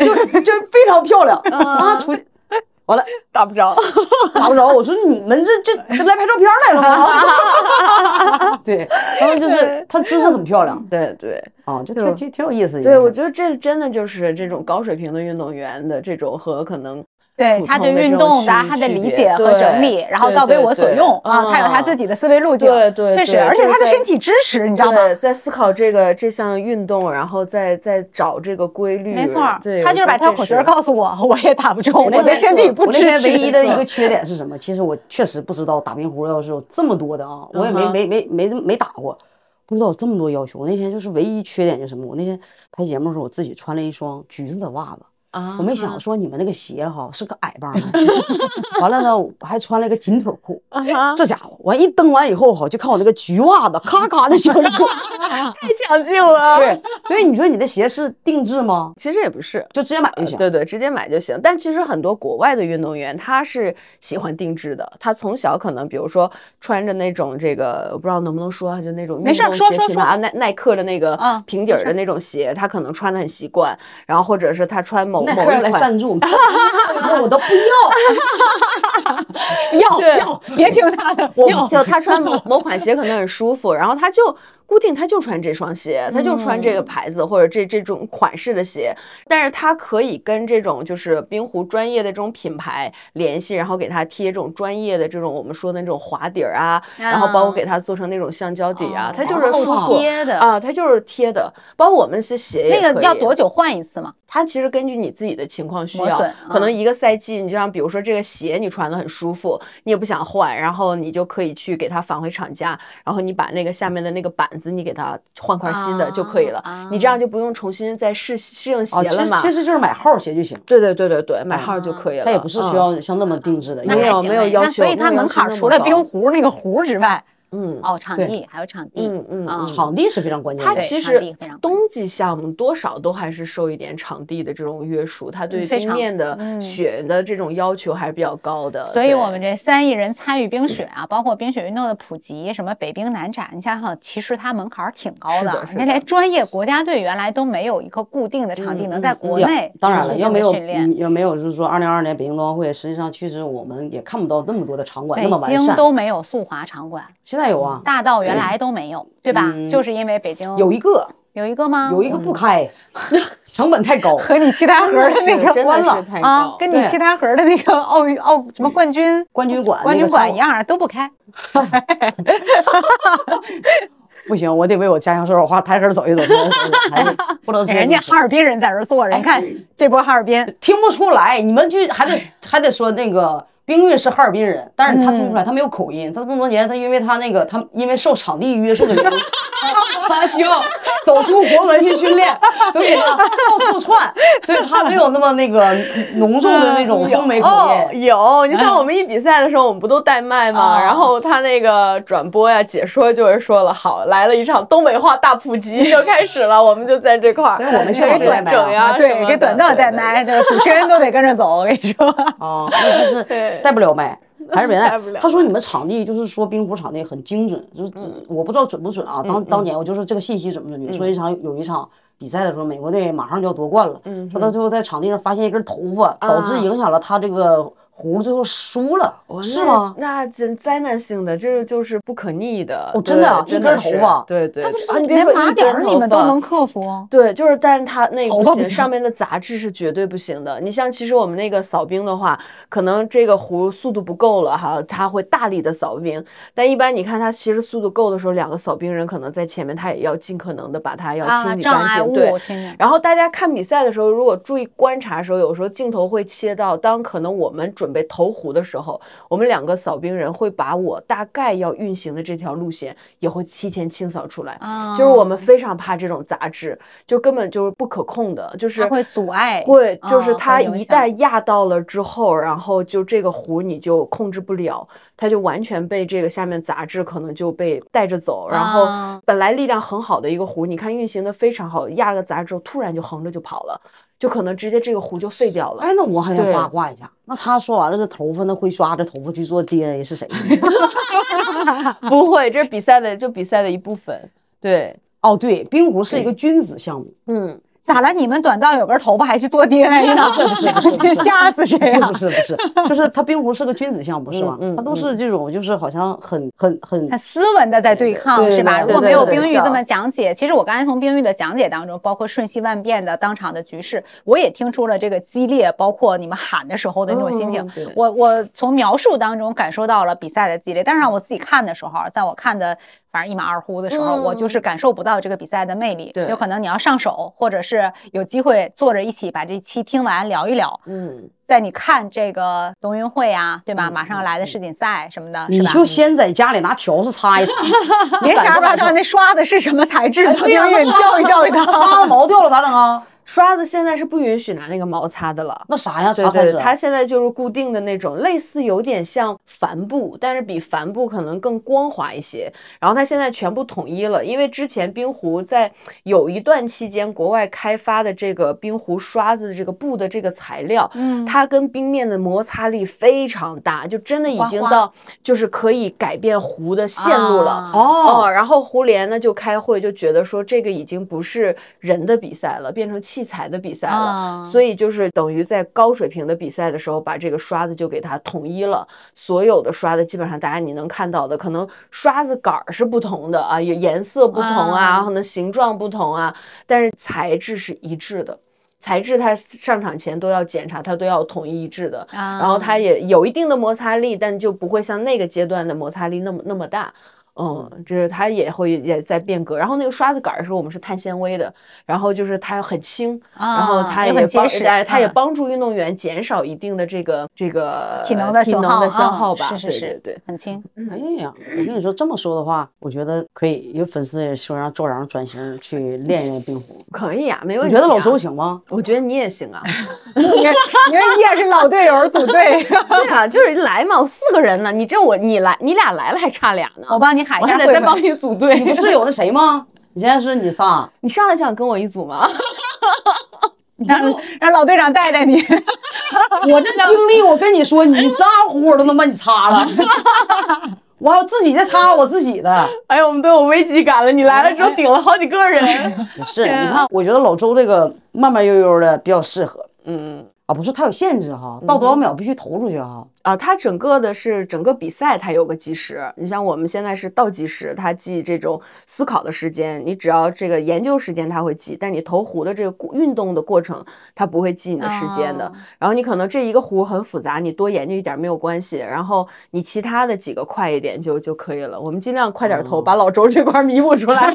Speaker 4: 就是就是非常漂亮
Speaker 6: 嗯
Speaker 4: 啊，出去完了
Speaker 7: 打不着，
Speaker 4: 打不着，我说你们这这这来拍照片来了吗？对，然后就是她姿势很漂亮
Speaker 6: 对对。
Speaker 4: 啊，就挺挺挺有意思一件事。
Speaker 6: 对，我觉得这真的就是这种高水平的运动员的这种和可能
Speaker 5: 对
Speaker 6: 普
Speaker 5: 他
Speaker 6: 通
Speaker 5: 对
Speaker 6: 的这
Speaker 5: 运
Speaker 6: 种
Speaker 5: 动
Speaker 6: 区
Speaker 5: 的他
Speaker 6: 区
Speaker 5: 的理
Speaker 6: 别
Speaker 5: 解和
Speaker 6: 对
Speaker 5: 整理，然后
Speaker 6: 对
Speaker 5: 到为
Speaker 6: 对
Speaker 5: 我所
Speaker 6: 对
Speaker 5: 用啊，他有他
Speaker 6: 嗯
Speaker 5: 自己的思维路径，
Speaker 6: 对对
Speaker 5: 确实，
Speaker 6: 对
Speaker 5: 而
Speaker 6: 就
Speaker 5: 且
Speaker 6: 是
Speaker 5: 他的
Speaker 6: 在
Speaker 5: 身体支持，你知道吗？
Speaker 6: 对，在思考这个这项运动，然后再再找这个规律。
Speaker 5: 没错儿
Speaker 6: 对，，
Speaker 5: 他就是把他口诀儿告诉我，我也打不中，
Speaker 4: 我
Speaker 5: 我
Speaker 4: 那
Speaker 5: 的
Speaker 4: 天
Speaker 5: 身体不
Speaker 4: 我
Speaker 5: 支
Speaker 4: 那
Speaker 5: 持。
Speaker 4: 天唯一的一个缺点是什么？其实我确实不知道打冰壶要是有这么多的啊，我也没
Speaker 6: 嗯哼
Speaker 4: 没没没没打过，不知道有这么多要求。我那天就是唯一缺点就是什么？我那天拍节目的时候，我自己穿了一双橘子的袜子，
Speaker 6: 啊，
Speaker 4: 我没想说你们那个鞋哈是个矮帮的， 完了呢我还穿了一个紧腿裤，
Speaker 6: 啊
Speaker 4: 这家伙完一蹬完以后哈，就看我那个橘袜子咔咔的 响出，
Speaker 7: 太抢镜了。
Speaker 4: 对，所以你说你的鞋是定制吗？
Speaker 6: 其实也不是。
Speaker 4: 就直接买就
Speaker 6: 呃
Speaker 4: 行。
Speaker 6: 对对，直接买就行。但其实很多国外的运动员，他是喜欢定制的。他从小可能，比如说穿着那种这个，我不知道能不能说啊，就那种
Speaker 5: 没
Speaker 6: 运
Speaker 5: 事儿
Speaker 6: 动
Speaker 5: 说
Speaker 6: 鞋
Speaker 5: 说
Speaker 6: 品
Speaker 5: 说
Speaker 6: 牌啊，耐耐克的那个
Speaker 5: 嗯
Speaker 6: 平底儿的那种鞋，他可能穿的很习惯。然后或者是他穿某
Speaker 4: 耐
Speaker 6: 某
Speaker 4: 克
Speaker 6: 一
Speaker 4: 来
Speaker 6: 款，
Speaker 4: 赞 助，我都不要。
Speaker 5: 要要，别听他的，要
Speaker 6: 就他穿某某款鞋可能很舒服，然后他就固定他就穿这双鞋，他就穿
Speaker 5: 嗯
Speaker 6: 这个牌子或者这这种款式的鞋，但是他可以跟这种就是冰壶专业的这种品牌联系，然后给他贴这种专业的这种我们说的那种滑底儿啊，然后
Speaker 5: 嗯
Speaker 6: 包括给他做成那种橡胶底啊，他就是舒服
Speaker 5: 哦贴的
Speaker 6: 啊，他就是贴的，包括我们是鞋也
Speaker 5: 那个
Speaker 6: 可
Speaker 5: 要
Speaker 6: 以
Speaker 5: 多久换一次嘛？
Speaker 6: 它其实根据你自己的情况需
Speaker 5: 磨
Speaker 6: 要
Speaker 5: 损，
Speaker 6: 可能
Speaker 5: 嗯
Speaker 6: 一个赛季，你就像比如说这个鞋你穿的很舒服，你也不想换，然后你就可以去给它返回厂家，然后你把那个下面的那个板子你给它换块新的就可以了，
Speaker 5: 啊
Speaker 6: 你这样就不用重新再试适应
Speaker 4: 啊，
Speaker 6: 鞋
Speaker 4: 其
Speaker 6: 了
Speaker 4: 实
Speaker 6: 嘛。
Speaker 4: 其实就是买号鞋就行，
Speaker 6: 对对对对对，买号
Speaker 5: 啊
Speaker 6: 就可以了。
Speaker 4: 它也不是需
Speaker 6: 嗯
Speaker 4: 要像那么定制的，因
Speaker 5: 那
Speaker 4: 为
Speaker 6: 没
Speaker 5: 还
Speaker 6: 有
Speaker 5: 行
Speaker 6: 没有
Speaker 5: 哎
Speaker 6: 要
Speaker 5: 那
Speaker 6: 求
Speaker 5: 所以
Speaker 6: 没
Speaker 5: 他
Speaker 6: 有要
Speaker 5: 门
Speaker 6: 求
Speaker 5: 槛
Speaker 6: 那
Speaker 5: 除
Speaker 6: 么
Speaker 5: 了
Speaker 6: 高
Speaker 5: 冰壶那个壶之外，
Speaker 4: 嗯，
Speaker 5: 哦，场
Speaker 4: 对
Speaker 5: 地还有场地，
Speaker 6: 嗯嗯
Speaker 5: 啊
Speaker 6: 嗯，
Speaker 4: 场地是非常关键
Speaker 6: 它
Speaker 4: 的。
Speaker 5: 对
Speaker 6: 其
Speaker 5: 场
Speaker 6: 实
Speaker 5: 地非常关
Speaker 6: 冬季项目多少都还是受一点场地的这种约束，它对
Speaker 5: 非
Speaker 6: 冰
Speaker 5: 常
Speaker 6: 面的
Speaker 5: 嗯
Speaker 6: 雪的这种要求还是比较高的。
Speaker 5: 所以
Speaker 6: 对
Speaker 5: 我们这三亿人参与冰雪啊，包括冰雪运动的普及，什么北冰南展，你想想，其实它门槛儿挺高
Speaker 6: 是的
Speaker 5: 的。
Speaker 6: 是
Speaker 5: 你看，
Speaker 6: 的
Speaker 5: 连专业国家队原来都没有一个固定的场地
Speaker 6: 嗯
Speaker 5: 能在
Speaker 6: 嗯
Speaker 5: 国
Speaker 4: 要
Speaker 5: 内
Speaker 4: 当然
Speaker 5: 持
Speaker 4: 了，
Speaker 5: 续
Speaker 4: 要
Speaker 5: 地
Speaker 4: 没有
Speaker 5: 训练
Speaker 4: 嗯，要没有就是说，二零二二年北京冬奥会，实际上确实我们也看不到那么多的场馆
Speaker 5: 北
Speaker 4: 那么完
Speaker 5: 京
Speaker 4: 善。
Speaker 5: 都没有速滑场馆，
Speaker 4: 现在有啊，
Speaker 5: 大道原来都没有，对吧？
Speaker 4: 嗯
Speaker 5: 就是因为北京
Speaker 4: 有一个
Speaker 5: 有一个吗？
Speaker 4: 有一个不开，
Speaker 6: 嗯
Speaker 4: 成本太高。
Speaker 5: 和你七台河的
Speaker 6: 真
Speaker 5: 那
Speaker 6: 的是
Speaker 5: 个
Speaker 6: 真
Speaker 5: 关
Speaker 6: 的是
Speaker 5: 了
Speaker 6: 太
Speaker 5: 啊
Speaker 6: 高，
Speaker 5: 跟你
Speaker 4: 对
Speaker 5: 七台河的那个奥运奥什么冠军
Speaker 4: 冠军馆
Speaker 5: 冠
Speaker 4: 那
Speaker 5: 军
Speaker 4: 个
Speaker 5: 馆
Speaker 4: 操
Speaker 5: 一样都不开。
Speaker 4: 不行，我得为我家乡说说话，抬身走一走，还是不 能直接
Speaker 5: 人
Speaker 4: 哦这哎
Speaker 5: 家
Speaker 4: 么说
Speaker 5: 哈尔滨人在这儿坐着，你看这波哈尔滨，
Speaker 4: 听不出来，你们就还得还得说那个冰运是哈尔滨人，但是他听不出来，他没有口音，他这么多年，他因为他那个他因为受场地约束的原因，他 他需要走出国门去训练，所以呢到处窜，所以他没有那么那个浓重的那种东北口
Speaker 6: 哦，
Speaker 4: 音。
Speaker 6: 有你像我们一比赛的时候，我们不都带麦
Speaker 4: 嗯
Speaker 6: 吗？
Speaker 5: 哦
Speaker 6: 然后他那个转播呀、解说就是说了，好，来了一场东北话大普及就开始了，我们就在这块儿，
Speaker 4: 所以我们是
Speaker 6: 开
Speaker 4: 往
Speaker 6: 始
Speaker 4: 这边
Speaker 6: 整呀
Speaker 5: 啊，
Speaker 6: 什
Speaker 5: 对，
Speaker 6: 么
Speaker 5: 给
Speaker 6: 的
Speaker 5: 短道带。麦，对，主持人都得跟着走。我跟你说，
Speaker 4: 啊，那就是
Speaker 6: 对
Speaker 4: 带不了麦，还是别带
Speaker 6: 带不了。嗯
Speaker 4: 他说你们场地就是说冰壶场地很精准，就是只我不知道准不准啊。当当年我就是这个信息准不准确，说一场有一场比赛的时候，美国队马上就要夺冠了，
Speaker 6: 嗯
Speaker 4: 说到最后在场地上发现一根头发，导致影响了他这个壶最后输了，
Speaker 6: 对
Speaker 4: 是吗？？
Speaker 6: 啊哦那那真灾难性的，这就是不可逆的。
Speaker 4: 哦
Speaker 6: 对
Speaker 4: 真的啊一根
Speaker 6: 是
Speaker 4: 头发
Speaker 6: 对对
Speaker 5: 他
Speaker 6: 对
Speaker 5: 们
Speaker 6: 啊！你别
Speaker 5: 连
Speaker 6: 说
Speaker 5: 马
Speaker 6: 一
Speaker 5: 点
Speaker 6: 根
Speaker 5: 儿
Speaker 6: 头
Speaker 5: 你们都
Speaker 6: 发
Speaker 5: 能克服。
Speaker 6: 对，就是，但是它那个
Speaker 5: 头
Speaker 6: 不
Speaker 5: 发不
Speaker 6: 行，
Speaker 5: 行
Speaker 6: 上面的杂质是绝对不行的。你像，其实我们那个扫冰的话，可能这个壶速度不够了哈，它会大力的扫冰。但一般你看它其实速度够的时候，两个扫冰人可能在前面，他也要尽可能的把它要
Speaker 5: 啊
Speaker 6: 清，理
Speaker 5: 障
Speaker 6: 干
Speaker 5: 碍
Speaker 6: 净。
Speaker 5: 物
Speaker 6: 对，，
Speaker 5: 亲戚
Speaker 6: 然后大家看比赛的时候，如果注意观察的时候，有时候镜头会切到，当可能我们准备投壶的时候，我们两个扫冰人会把我大概要运行的这条路线也会提前清扫出来。
Speaker 5: 啊，
Speaker 6: 就是我们非常怕这种杂质，就根本就是不可控的，就是
Speaker 5: 它会阻碍
Speaker 6: 会
Speaker 5: 啊
Speaker 6: 就是它
Speaker 5: 会影
Speaker 6: 一
Speaker 5: 响
Speaker 6: 旦压到了之后，然后就这个壶你就控制不了，它就完全被这个下面杂质可能就被带着走，然后
Speaker 5: 啊
Speaker 6: 本来力量很好的一个壶，你看运行的非常好，压了杂质之后突然就横着就跑了，就可能直接这个壶就废掉了。
Speaker 4: 哎，那我还想
Speaker 6: 对
Speaker 4: 八卦一下，那他说完了这头发，那会刷这头发去做 DNA 是谁？
Speaker 6: 不会，这是比赛的就比赛的一部分。对，
Speaker 4: 哦，对，冰壶是一个君子项目，
Speaker 6: 嗯。
Speaker 5: 咋了？你们短道有根头发还去做 DNA 呢？
Speaker 4: 不是不是不是
Speaker 5: 吓死谁
Speaker 4: 是
Speaker 5: 啊
Speaker 4: 不？是不是，就是他冰壶是个君子项目是吧
Speaker 6: 嗯嗯？
Speaker 4: 他都是这种就是好像很很很
Speaker 5: 很斯文的在对抗，
Speaker 4: 对
Speaker 5: 是吧？
Speaker 4: 对对
Speaker 5: 如果没
Speaker 6: 对
Speaker 5: 有
Speaker 6: 对
Speaker 5: 冰
Speaker 6: 对
Speaker 5: 玉这么讲解，其实我刚才从冰玉的讲解当中，包括瞬息万变的当场的局势，我也听出了这个激烈，包括你们喊的时候的那种心情。
Speaker 6: 嗯对
Speaker 5: 我我从描述当中感受到了比赛的激烈，但是让我自己看的时候，啊在我看的反正一马二乎的时候，
Speaker 6: 嗯
Speaker 5: 我就是感受不到这个比赛的魅力。
Speaker 6: 对
Speaker 5: 有可能你要上手，或者是有机会坐着一起把这期听完聊一聊。
Speaker 6: 嗯，
Speaker 5: 在你看这个冬运会啊，对吧？
Speaker 6: 嗯
Speaker 5: 马上要来的世锦赛什么的，
Speaker 4: 你
Speaker 5: 是吧？
Speaker 4: 就先在家里拿笤帚擦一 擦，
Speaker 5: 别
Speaker 4: 感
Speaker 5: 瞎
Speaker 4: 受
Speaker 5: 说八道，
Speaker 4: 感
Speaker 5: 那刷子是什么材
Speaker 6: 哎
Speaker 5: 质的？
Speaker 4: 对呀
Speaker 5: 冰
Speaker 4: 那
Speaker 5: 运
Speaker 4: 刷
Speaker 5: 掉一掉一
Speaker 4: 受刷
Speaker 5: 道
Speaker 4: 个。毛掉了咋整啊？
Speaker 6: 刷子现在是不允许拿那个毛擦的了。
Speaker 4: 那啥呀？
Speaker 6: 对
Speaker 4: 啥材
Speaker 6: 对
Speaker 4: 质
Speaker 6: 对，
Speaker 4: 啊？
Speaker 6: 它现在就是固定的那种，类似有点像帆布，但是比帆布可能更光滑一些。然后它现在全部统一了，因为之前冰壶在有一段期间，国外开发的这个冰壶刷子的这个布的这个材料，
Speaker 5: 嗯
Speaker 6: 它跟冰面的摩擦力非常大，就真的已
Speaker 5: 刮
Speaker 6: 经
Speaker 5: 花
Speaker 6: 到就是可以改变壶的线路了。
Speaker 5: 啊
Speaker 6: 哦，然后胡联呢就开会就觉得说这个已经不是人的比赛了，变成器材的比赛了，
Speaker 5: 啊
Speaker 6: 所以就是等于在高水平的比赛的时候，把这个刷子就给它统一了，所有的刷子基本上大家你能看到的，可能刷子杆儿是不同的啊，也颜色不同啊，
Speaker 5: 啊
Speaker 6: 可能形状不同啊，但是材质是一致的。材质它上场前都要检查，它都要统一一致的。
Speaker 5: 然
Speaker 6: 然后它也有一定的摩擦力，但就不会像那个阶段的摩擦力那么那么大。嗯，就是它也会也在变革。然后那个刷子杆儿是我们是碳纤维的，然后就是它很轻，然后它也
Speaker 5: 啊很
Speaker 6: 帮
Speaker 5: 结实，
Speaker 6: 哎它也
Speaker 5: 嗯
Speaker 6: 帮助运动员减少一定的这个这个
Speaker 5: 体能的
Speaker 6: 体
Speaker 5: 消
Speaker 6: 能
Speaker 5: 耗
Speaker 6: 的消
Speaker 5: 嗯
Speaker 6: 耗吧。
Speaker 5: 是是
Speaker 6: 对
Speaker 5: 是，
Speaker 6: 对对，
Speaker 5: 很轻。
Speaker 4: 哎呀，我跟你说，这么说的话，我觉得可以。有粉丝也说让周洋转型去练练冰壶，
Speaker 6: 可以啊，没问
Speaker 4: 你
Speaker 6: 题、
Speaker 4: 觉得老周？行吗？
Speaker 6: 我觉得你也行啊，
Speaker 5: 你 你也是老队友组队，
Speaker 6: 对啊，就是来嘛，我四个人呢，你这我你来你俩来了还差俩呢，
Speaker 5: 我帮你海
Speaker 6: 我
Speaker 5: 下
Speaker 6: 还
Speaker 5: 会
Speaker 6: 得再
Speaker 5: 会
Speaker 6: 帮你组队。
Speaker 4: 不是有那谁吗？你现在是你仨，
Speaker 6: 你上来就想跟我一组吗？
Speaker 5: 让让老队长带 带你。
Speaker 4: 我这经历，我跟你说，你咋呼我都能把你擦 了，我还自己在擦我自己的。
Speaker 6: 哎呀，我们都有危机感了。你来了
Speaker 5: 哎
Speaker 6: 之后顶了好几个人，
Speaker 4: 不是，你
Speaker 6: 啊
Speaker 4: 看，我觉得老周这个慢慢悠悠的比较适合
Speaker 6: 嗯
Speaker 4: 啊，不是他有限制哈，到多少秒必须投出去哈。
Speaker 6: 啊，它整个的是整个比赛它有个计时，你像我们现在是倒计时，它记这种思考的时间，你只要这个研究时间它会记，但你投壶的这个过运动的过程它不会记你的时间的。
Speaker 5: 哦
Speaker 6: 然后你可能这一个壶很复杂，你多研究一点没有关系，然后你其他的几个快一点就就可以了。我们尽量快点投，把老周这块弥补出来。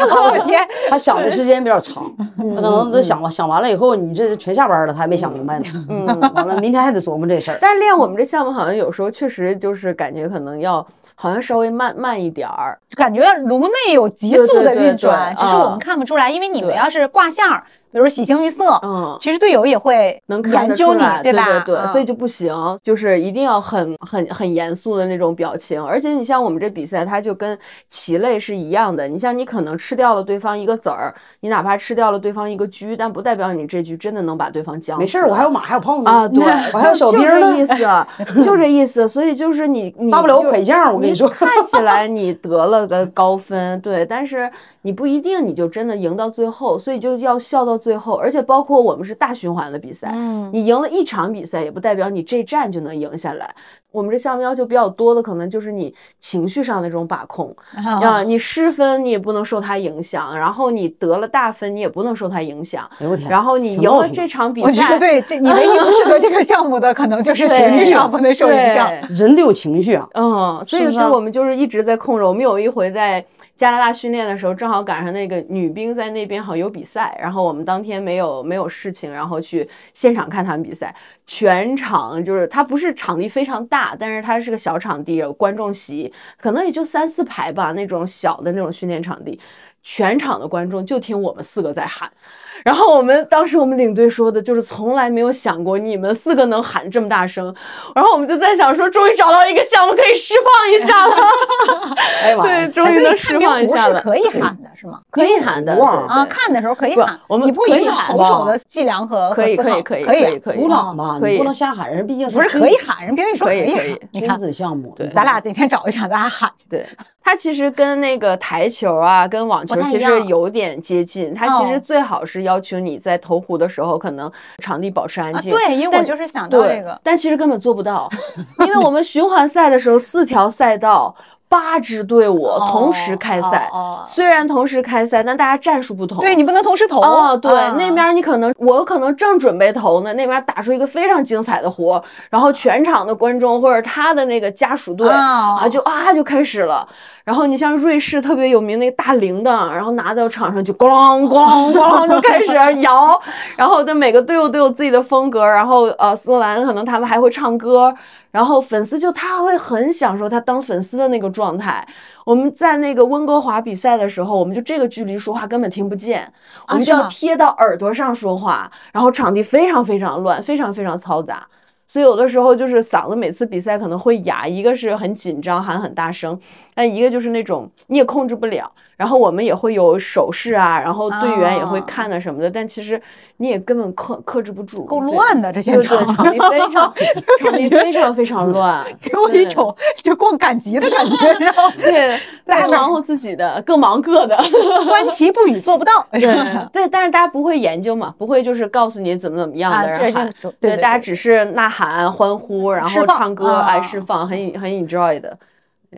Speaker 5: 我天，
Speaker 4: 他想的时间比较 长，
Speaker 6: 嗯
Speaker 4: 他可能都想完想完了以后，你这是全下班了，他还没想明白呢。嗯，完了，明天还得琢磨这 事儿。
Speaker 6: 但是练我们这项目好像有时候确实就是感觉可能要好像稍微慢慢一点儿，
Speaker 5: 就感觉颅内有急
Speaker 6: 对
Speaker 5: 速
Speaker 6: 对
Speaker 5: 的
Speaker 6: 对
Speaker 5: 运
Speaker 6: 对
Speaker 5: 转，只是
Speaker 6: 啊
Speaker 5: 我们看不出来，因为你们
Speaker 6: 对
Speaker 5: 要是卦象，比如喜形于色，
Speaker 6: 嗯。
Speaker 5: 其实队友也会
Speaker 6: 能看
Speaker 5: 研
Speaker 6: 得
Speaker 5: 究
Speaker 6: 出
Speaker 5: 你
Speaker 6: 来，，对
Speaker 5: 吧？
Speaker 6: 对
Speaker 5: 嗯
Speaker 6: 所以就不行，就是一定要很很很严肃的那种表情。而且你像我们这比赛，它就跟棋类是一样的。你像你可能吃掉了对方一个子儿，你哪怕吃掉了对方一个车，但不代表你这局真的能把对方将死。
Speaker 4: 没事儿，我还有马，还有炮呢。
Speaker 6: 啊，对，
Speaker 4: 我还有
Speaker 6: 就
Speaker 4: 小兵
Speaker 6: 就这
Speaker 4: 呢
Speaker 6: 意。思，就这意思。所以就 是你，你
Speaker 4: 大不了
Speaker 6: 就
Speaker 4: 魁将我跟你说
Speaker 6: 看起来你得了个高分，对，但是你不一定你就真的赢到最后，所以就要笑到最后。而且包括我们是大循环的比赛，
Speaker 5: 嗯，
Speaker 6: 你赢了一场比赛，也不代表你这站就能赢下来。我们这项目要求比较多的，可能就是你情绪上的这种把控
Speaker 5: 哦嗯
Speaker 6: 啊，你失分你也不能受它影响，然后你得了大分你也不能受它影响，
Speaker 4: 哎呦我天，
Speaker 6: 然后你
Speaker 4: 挺
Speaker 6: 赢
Speaker 4: 闹
Speaker 6: 了
Speaker 4: 挺
Speaker 6: 这场比
Speaker 5: 我觉
Speaker 6: 赛
Speaker 5: 得，对，这你唯一不适合这个项目的，可能就是
Speaker 6: 对
Speaker 5: 情绪上不能受影响。
Speaker 6: 对
Speaker 4: 人得有情绪啊。
Speaker 6: 嗯，所
Speaker 4: 是
Speaker 6: 以
Speaker 4: 不是
Speaker 6: 就
Speaker 4: 啊
Speaker 6: 我们就是一直在控制。我们有一回在加拿大训练的时候，正好赶上那个女兵在那边好像有比赛，然后我们当天没有没有事情，然后去现场看他们比赛。全场就是它不是场地非常大，但是它是个小场地，有观众席，可能也就三四排吧，那种小的那种训练场地。全场的观众就听我们四个在喊，然后我们当时我们领队说的就是从来没有想过你们四个能喊这么大声，然后我们就在想说，终于找到一个项目可以释放一下了，
Speaker 4: 哎呀妈呀
Speaker 6: 对，，终于
Speaker 5: 所以
Speaker 6: 能
Speaker 5: 看
Speaker 6: 释
Speaker 5: 冰
Speaker 6: 放一
Speaker 5: 壶
Speaker 6: 下
Speaker 5: 是
Speaker 6: 了，
Speaker 5: 可以喊的是吗？
Speaker 6: 可以喊的
Speaker 4: 不忘
Speaker 5: 啊，
Speaker 6: 对
Speaker 5: 看的时候可以
Speaker 6: 不
Speaker 5: 喊，
Speaker 6: 我们
Speaker 5: 你不
Speaker 6: 可以
Speaker 5: 影响
Speaker 6: 喊
Speaker 5: 投手
Speaker 6: 吧
Speaker 5: 的计量和
Speaker 6: 可以
Speaker 5: 和思
Speaker 6: 可以
Speaker 5: 考
Speaker 6: 可以
Speaker 5: 可
Speaker 6: 可以可以
Speaker 5: 鼓
Speaker 6: 啊
Speaker 5: 掌
Speaker 4: 懂吧？
Speaker 6: 可以
Speaker 4: 你不能瞎喊人，毕竟
Speaker 5: 不是
Speaker 4: 君
Speaker 5: 可以喊，人别人说哎
Speaker 6: 可以
Speaker 5: 以
Speaker 6: 可
Speaker 5: 喊
Speaker 6: 以，
Speaker 5: 你
Speaker 4: 君
Speaker 5: 看。
Speaker 4: 子项目。
Speaker 6: 对
Speaker 5: 咱俩今天找一场，咱俩喊去。
Speaker 6: 对，它其实跟那个台球啊，跟网球
Speaker 5: 不太
Speaker 6: 其
Speaker 5: 一样
Speaker 6: 实有点接近。它其实
Speaker 5: 哦
Speaker 6: 最好是要求你在投壶的时候，可能场地保持安
Speaker 5: 啊，
Speaker 6: 静。
Speaker 5: 对，因为我
Speaker 6: 但
Speaker 5: 就是想到
Speaker 6: 对，
Speaker 5: 这个，
Speaker 6: 但其实根本做不到，因为我们循环赛的时候，四条赛道，八支队伍同时
Speaker 5: 哦
Speaker 6: 开赛，
Speaker 5: 哦哦
Speaker 6: 虽然同时开赛，但大家战术不同。
Speaker 5: 对你不能同时投
Speaker 6: 哦，对，
Speaker 5: 啊
Speaker 6: 那边你可能我可能正准备投呢，那边打出一个非常精彩的活，然后全场的观众或者他的那个家属队、
Speaker 5: 哦
Speaker 6: 啊，就啊就开始了。然后你像瑞士特别有名那个大铃铛，然后拿到场上就咣啷咣啷咣啷就开始摇，然后的每个队伍都有自己的风格，然后呃苏格兰可能他们还会唱歌，然后粉丝就他会很享受他当粉丝的那个状态。我们在那个温哥华比赛的时候，我们就这个距离说话根本听不见，我们
Speaker 5: 啊是
Speaker 6: 就要
Speaker 5: 吗
Speaker 6: 贴到耳朵上说话，然后场地非常非常乱，非常非常嘈杂。所以有的时候就是嗓子每次比赛可能会哑，一个是很紧张喊很大声，但一个就是那种你也控制不了。然后我们也会有手势啊，然后队员也会
Speaker 5: 哦
Speaker 6: 看啊什么的，但其实你也根本克克制不住。
Speaker 5: 够
Speaker 6: 对
Speaker 5: 乱的这现
Speaker 6: 对对，
Speaker 5: 场，嗯
Speaker 6: 场地非 常场地非常非常乱，
Speaker 5: 给我一种就逛赶集的感觉，然后
Speaker 6: 对，大
Speaker 5: 大
Speaker 6: 家
Speaker 5: 家
Speaker 6: 忙活自己的，各忙各的。
Speaker 5: 观其不语做不到。
Speaker 6: 对对，但是大家不会研究嘛，不会就是告诉你怎么怎么样
Speaker 5: 啊
Speaker 6: 的，
Speaker 5: 这
Speaker 6: 然后喊
Speaker 5: 这种对
Speaker 6: 对，
Speaker 5: 对
Speaker 6: 大家
Speaker 5: 对
Speaker 6: 只是呐喊、欢呼，然
Speaker 5: 释
Speaker 6: 后
Speaker 5: 放
Speaker 6: 唱歌，哎，
Speaker 5: 啊
Speaker 6: 释放，很很 enjoy 的。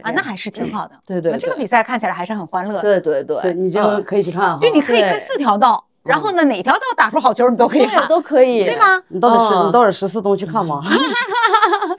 Speaker 5: 啊，那还是挺好的。
Speaker 6: 对对
Speaker 5: 这个
Speaker 6: 对
Speaker 5: 比赛看起来还是很欢乐的。
Speaker 6: 对对对
Speaker 4: 对，你这个
Speaker 6: 嗯
Speaker 4: 可以去看哈。
Speaker 5: 对，你可以看
Speaker 6: 对嗯
Speaker 5: 四条道，然后呢，哪条道打出好球，你都可以
Speaker 6: 对
Speaker 5: 喊，
Speaker 6: 都可以，
Speaker 5: 对？吗？
Speaker 4: 你到底是、
Speaker 6: 嗯
Speaker 4: 你到底十四东去看吗？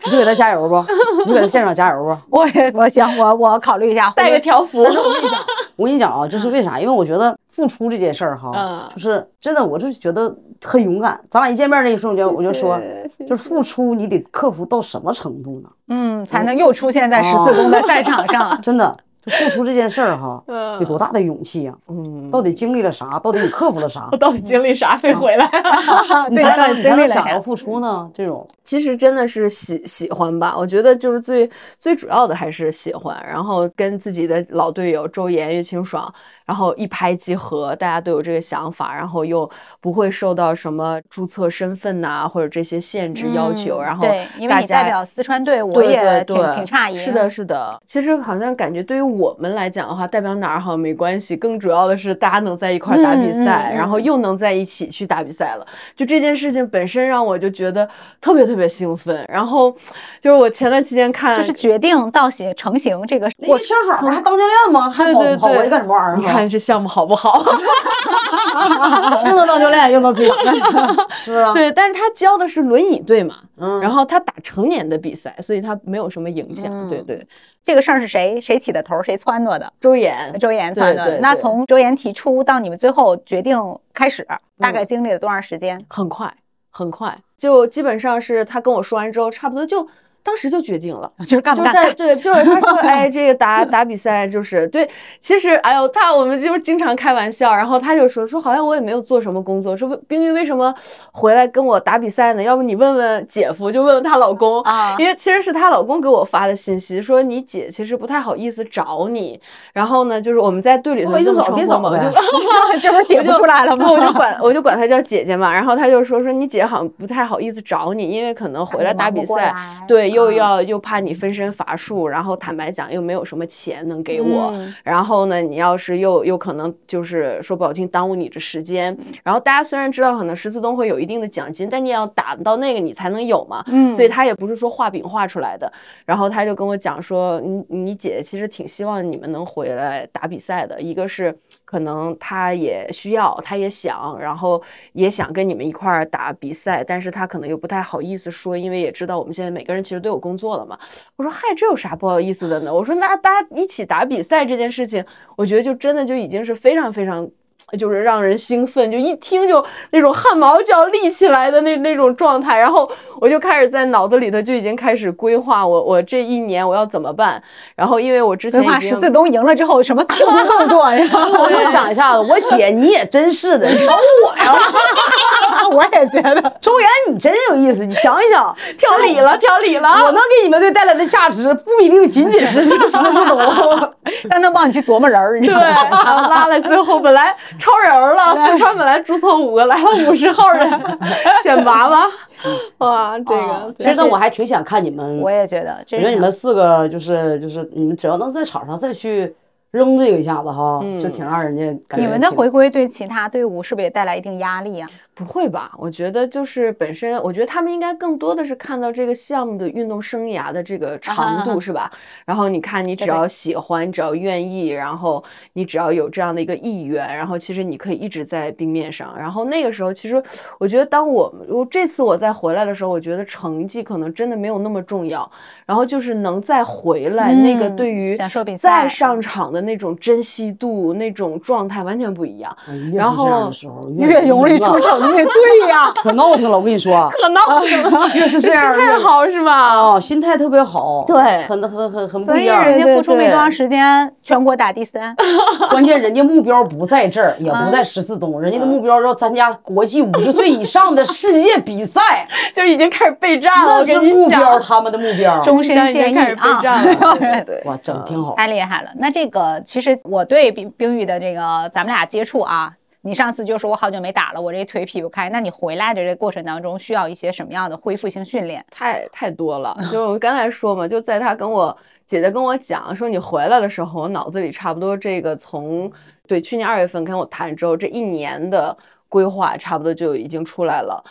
Speaker 4: 你就给他加油不？你就给他现场加油不？
Speaker 5: 我也我行，我我考虑一下，
Speaker 6: 带个条幅，
Speaker 4: 我跟你讲啊，就是为啥？因为我觉得付出这件事儿哈，
Speaker 6: 嗯
Speaker 4: 就是真的，我就是觉得很勇敢。咱俩一见面那一瞬间，我就说，就是付出你得克服到什么程度呢？
Speaker 6: 哦
Speaker 5: 嗯，才能又出现在十四宫的赛场上。
Speaker 4: 真的，就付出这件事儿哈，
Speaker 7: 嗯
Speaker 4: 得多大的勇气呀、
Speaker 6: 嗯，
Speaker 4: 到底经历了啥？到底你克服了啥
Speaker 7: 我？到底经历
Speaker 5: 嗯
Speaker 7: 啥飞回 来啊？
Speaker 4: 你
Speaker 5: 对
Speaker 4: 才
Speaker 5: 到
Speaker 4: 能
Speaker 5: 底
Speaker 4: 你
Speaker 5: 经
Speaker 4: 才
Speaker 5: 历
Speaker 4: 能
Speaker 5: 了
Speaker 4: 想
Speaker 5: 啥
Speaker 4: 要付出呢？这种
Speaker 6: 其实真的是喜喜欢吧，我觉得就是最最主要的还是喜欢，然后跟自己的老队友周岩、岳清爽，然后一拍即合，大家都有这个想法，然后又不会受到什么注册身份呐、或者这些限制要求，
Speaker 5: 嗯
Speaker 6: 然后
Speaker 5: 对因为
Speaker 6: 大
Speaker 5: 你代
Speaker 6: 家
Speaker 5: 表四川队我
Speaker 6: 对
Speaker 5: 也
Speaker 6: 对
Speaker 5: 挺
Speaker 6: 对
Speaker 5: 挺诧异
Speaker 6: 是的，是的。其实好像感觉对于我们来讲的话，代表哪儿好像没关系，更主要的是大家能在一块儿打比赛，
Speaker 5: 嗯嗯嗯
Speaker 6: 然后又能在一起去打比赛了。就这件事情本身让我就觉得特别特别兴奋。然后就是我前段期间看，
Speaker 5: 嗯就是决定到写成型这个
Speaker 4: 我清爽不是还当教练吗？还跑
Speaker 6: 对对
Speaker 4: 跑过去
Speaker 6: 对
Speaker 4: 干什么玩
Speaker 6: 你
Speaker 4: 意儿
Speaker 6: 看这项目好不 好？
Speaker 4: 啊？ 又能当教练，又能自己打，是啊，
Speaker 6: 对，但是他教的是轮椅队嘛，
Speaker 4: 嗯，
Speaker 6: 然后他打成年的比赛，所以他没有什么影响。
Speaker 5: 嗯
Speaker 6: 对对，
Speaker 5: 这个事儿是谁谁起的头，谁撺掇的？
Speaker 6: 周岩，
Speaker 5: 周岩撺掇
Speaker 6: 对
Speaker 5: 的。
Speaker 6: 对
Speaker 5: 那
Speaker 6: 对
Speaker 5: 从周岩提出到你们最后决定开始，大
Speaker 6: 嗯
Speaker 5: 概经历了多长时间？
Speaker 6: 很快，很快，就基本上是他跟我说完之后，差不多就当时就决定了。
Speaker 5: 就是干
Speaker 6: 就
Speaker 5: 不
Speaker 6: 是
Speaker 5: 干？
Speaker 6: 在对， 就是他说，哎，这个打打比赛就是对。其实，哎呦，他我们就是经常开玩笑，然后他就说说，好像我也没有做什么工作，说冰玉为什么回来跟我打比赛呢？要不你问问姐夫，就问问她老公
Speaker 5: 啊
Speaker 6: 因为其实是她老公给我发的信息，说你姐其实不太好意思找你，然后呢，就是我们在队里头
Speaker 4: 不好意思
Speaker 6: 这么
Speaker 4: 找
Speaker 6: 称
Speaker 4: 别
Speaker 6: 呼
Speaker 4: 找
Speaker 6: 嘛我
Speaker 4: 呗
Speaker 6: 就
Speaker 5: 这不是解不出来了吗？
Speaker 6: 我就 管我就管她叫姐姐嘛，然后她就说说你姐好像不太好意思找你，因为可能回来打比赛，对，
Speaker 5: 嗯
Speaker 6: 又要又怕你分身乏术，然后坦白讲又没有什么钱能给我，
Speaker 5: 嗯
Speaker 6: 然后呢，你要是又又可能就是说不好听耽误你的时间，
Speaker 5: 嗯
Speaker 6: 然后大家虽然知道可能十四冬会有一定的奖金，但你也要打到那个你才能有嘛，
Speaker 5: 嗯
Speaker 6: 所以他也不是说画饼画出来的。然后他就跟我讲说，你你姐其实挺希望你们能回来打比赛的，一个是可能她也需要，她也想，然后也想跟你们一块儿打比赛，但是她可能又不太好意思说，因为也知道我们现在每个人其实都有工作了嘛。我说嗨，这有啥不好意思的呢？我说那大家一起打比赛这件事情，我觉得就真的就已经是非常非常。就是让人兴奋，就一听就那种汗毛就要立起来的那那种状态，然后我就开始在脑子里头就已经开始规划我我这一年我要怎么办，然后因为我之前
Speaker 5: 规
Speaker 6: 已
Speaker 5: 划
Speaker 6: 经
Speaker 5: 十四冬赢了之后什么庆功动作呀？
Speaker 4: 我就想一下子，我姐你也真是的，你找我呀？
Speaker 5: 我也觉得，
Speaker 4: 周岩，你真有意思，你想一想，
Speaker 6: 调理了调理了，
Speaker 5: 啊
Speaker 4: 我能给你们队带来的价值，不比你仅仅是十四 楼。
Speaker 5: 但能帮你去琢磨人儿，你知
Speaker 6: 对，
Speaker 5: 道吗？
Speaker 6: 然后拉了最后本来超人儿 了，四川本来注册五个，来了五十号人 选拔吗？哇，这个
Speaker 5: 哦
Speaker 4: 其实，
Speaker 5: 但
Speaker 4: 但
Speaker 5: 是
Speaker 4: 我还挺想看你们，
Speaker 5: 我
Speaker 4: 我
Speaker 5: 也觉得，这
Speaker 4: 觉
Speaker 5: 是
Speaker 4: 得你们四个就是就是你们只要能在场上再去扔这个一下子哈，就挺让人家感觉
Speaker 5: 嗯你们的
Speaker 4: 挺
Speaker 5: 回归对其他队伍是不是也带来一定压力啊？
Speaker 6: 不会吧？我觉得就是本身，我觉得他们应该更多的是看到这个项目的运动生涯的这个长
Speaker 5: 啊哈啊
Speaker 6: 度，
Speaker 5: 哈
Speaker 6: 是吧？然后你看，你只
Speaker 5: 对对
Speaker 6: 要喜欢，你只要愿意，然后你只要有这样的一个意愿，然后其实你可以一直在冰面上。然后那个时候，其实我觉得，当我我这次我再回来的时候，我觉得成绩可能真的没有那么重要，然后就是能再回来，那个
Speaker 5: 嗯
Speaker 6: 对于
Speaker 5: 享受比赛嗯
Speaker 6: 再上场的那种珍惜度、那种状态完全不一样。
Speaker 4: 哎越是
Speaker 6: 然后
Speaker 4: 这样的时候
Speaker 5: 越容易出
Speaker 4: 了，
Speaker 5: 成绩，对 呀，
Speaker 4: 可闹腾了。我跟你 说，
Speaker 6: 可 闹腾了，
Speaker 4: 越是这
Speaker 6: 心
Speaker 5: 啊
Speaker 4: 样
Speaker 6: 态
Speaker 4: 越
Speaker 6: 好是吧？
Speaker 4: 啊，心态特别好，
Speaker 6: 对
Speaker 4: 很很很很不
Speaker 5: 所
Speaker 4: 一
Speaker 5: 以
Speaker 4: 样。
Speaker 5: 人家付出
Speaker 6: 对对
Speaker 5: 没多长时间，全国打第三，
Speaker 4: 关键人家目标不在这儿，也不
Speaker 6: 嗯
Speaker 4: 在十四冬，人家的目标要参加国际五十岁以上的世界比 赛，
Speaker 6: 就已经开始备战了。
Speaker 4: 那
Speaker 6: 我
Speaker 4: 是
Speaker 6: 跟你
Speaker 4: 目标，
Speaker 6: 讲，
Speaker 4: 他们的目标。
Speaker 5: 终身
Speaker 6: 这样已
Speaker 5: 现
Speaker 6: 经
Speaker 5: 役
Speaker 6: 开始备
Speaker 5: 啊！
Speaker 6: 战了。对对 对，
Speaker 4: 哇，整挺好。
Speaker 5: 太厉害了。那这个其实我对冰冰玉的这个咱们俩接触啊，你上次就说我好久没打了，我这腿劈不开。那你回来的这个过程当中，需要一些什么样的恢复性 训练？
Speaker 6: 太太多了。就我刚才说嘛，就在他跟我姐姐跟我讲说你回来的时候，我脑子里差不多这个从对去年二月份跟我谈之后，这一年的规划差不多就已经出来了。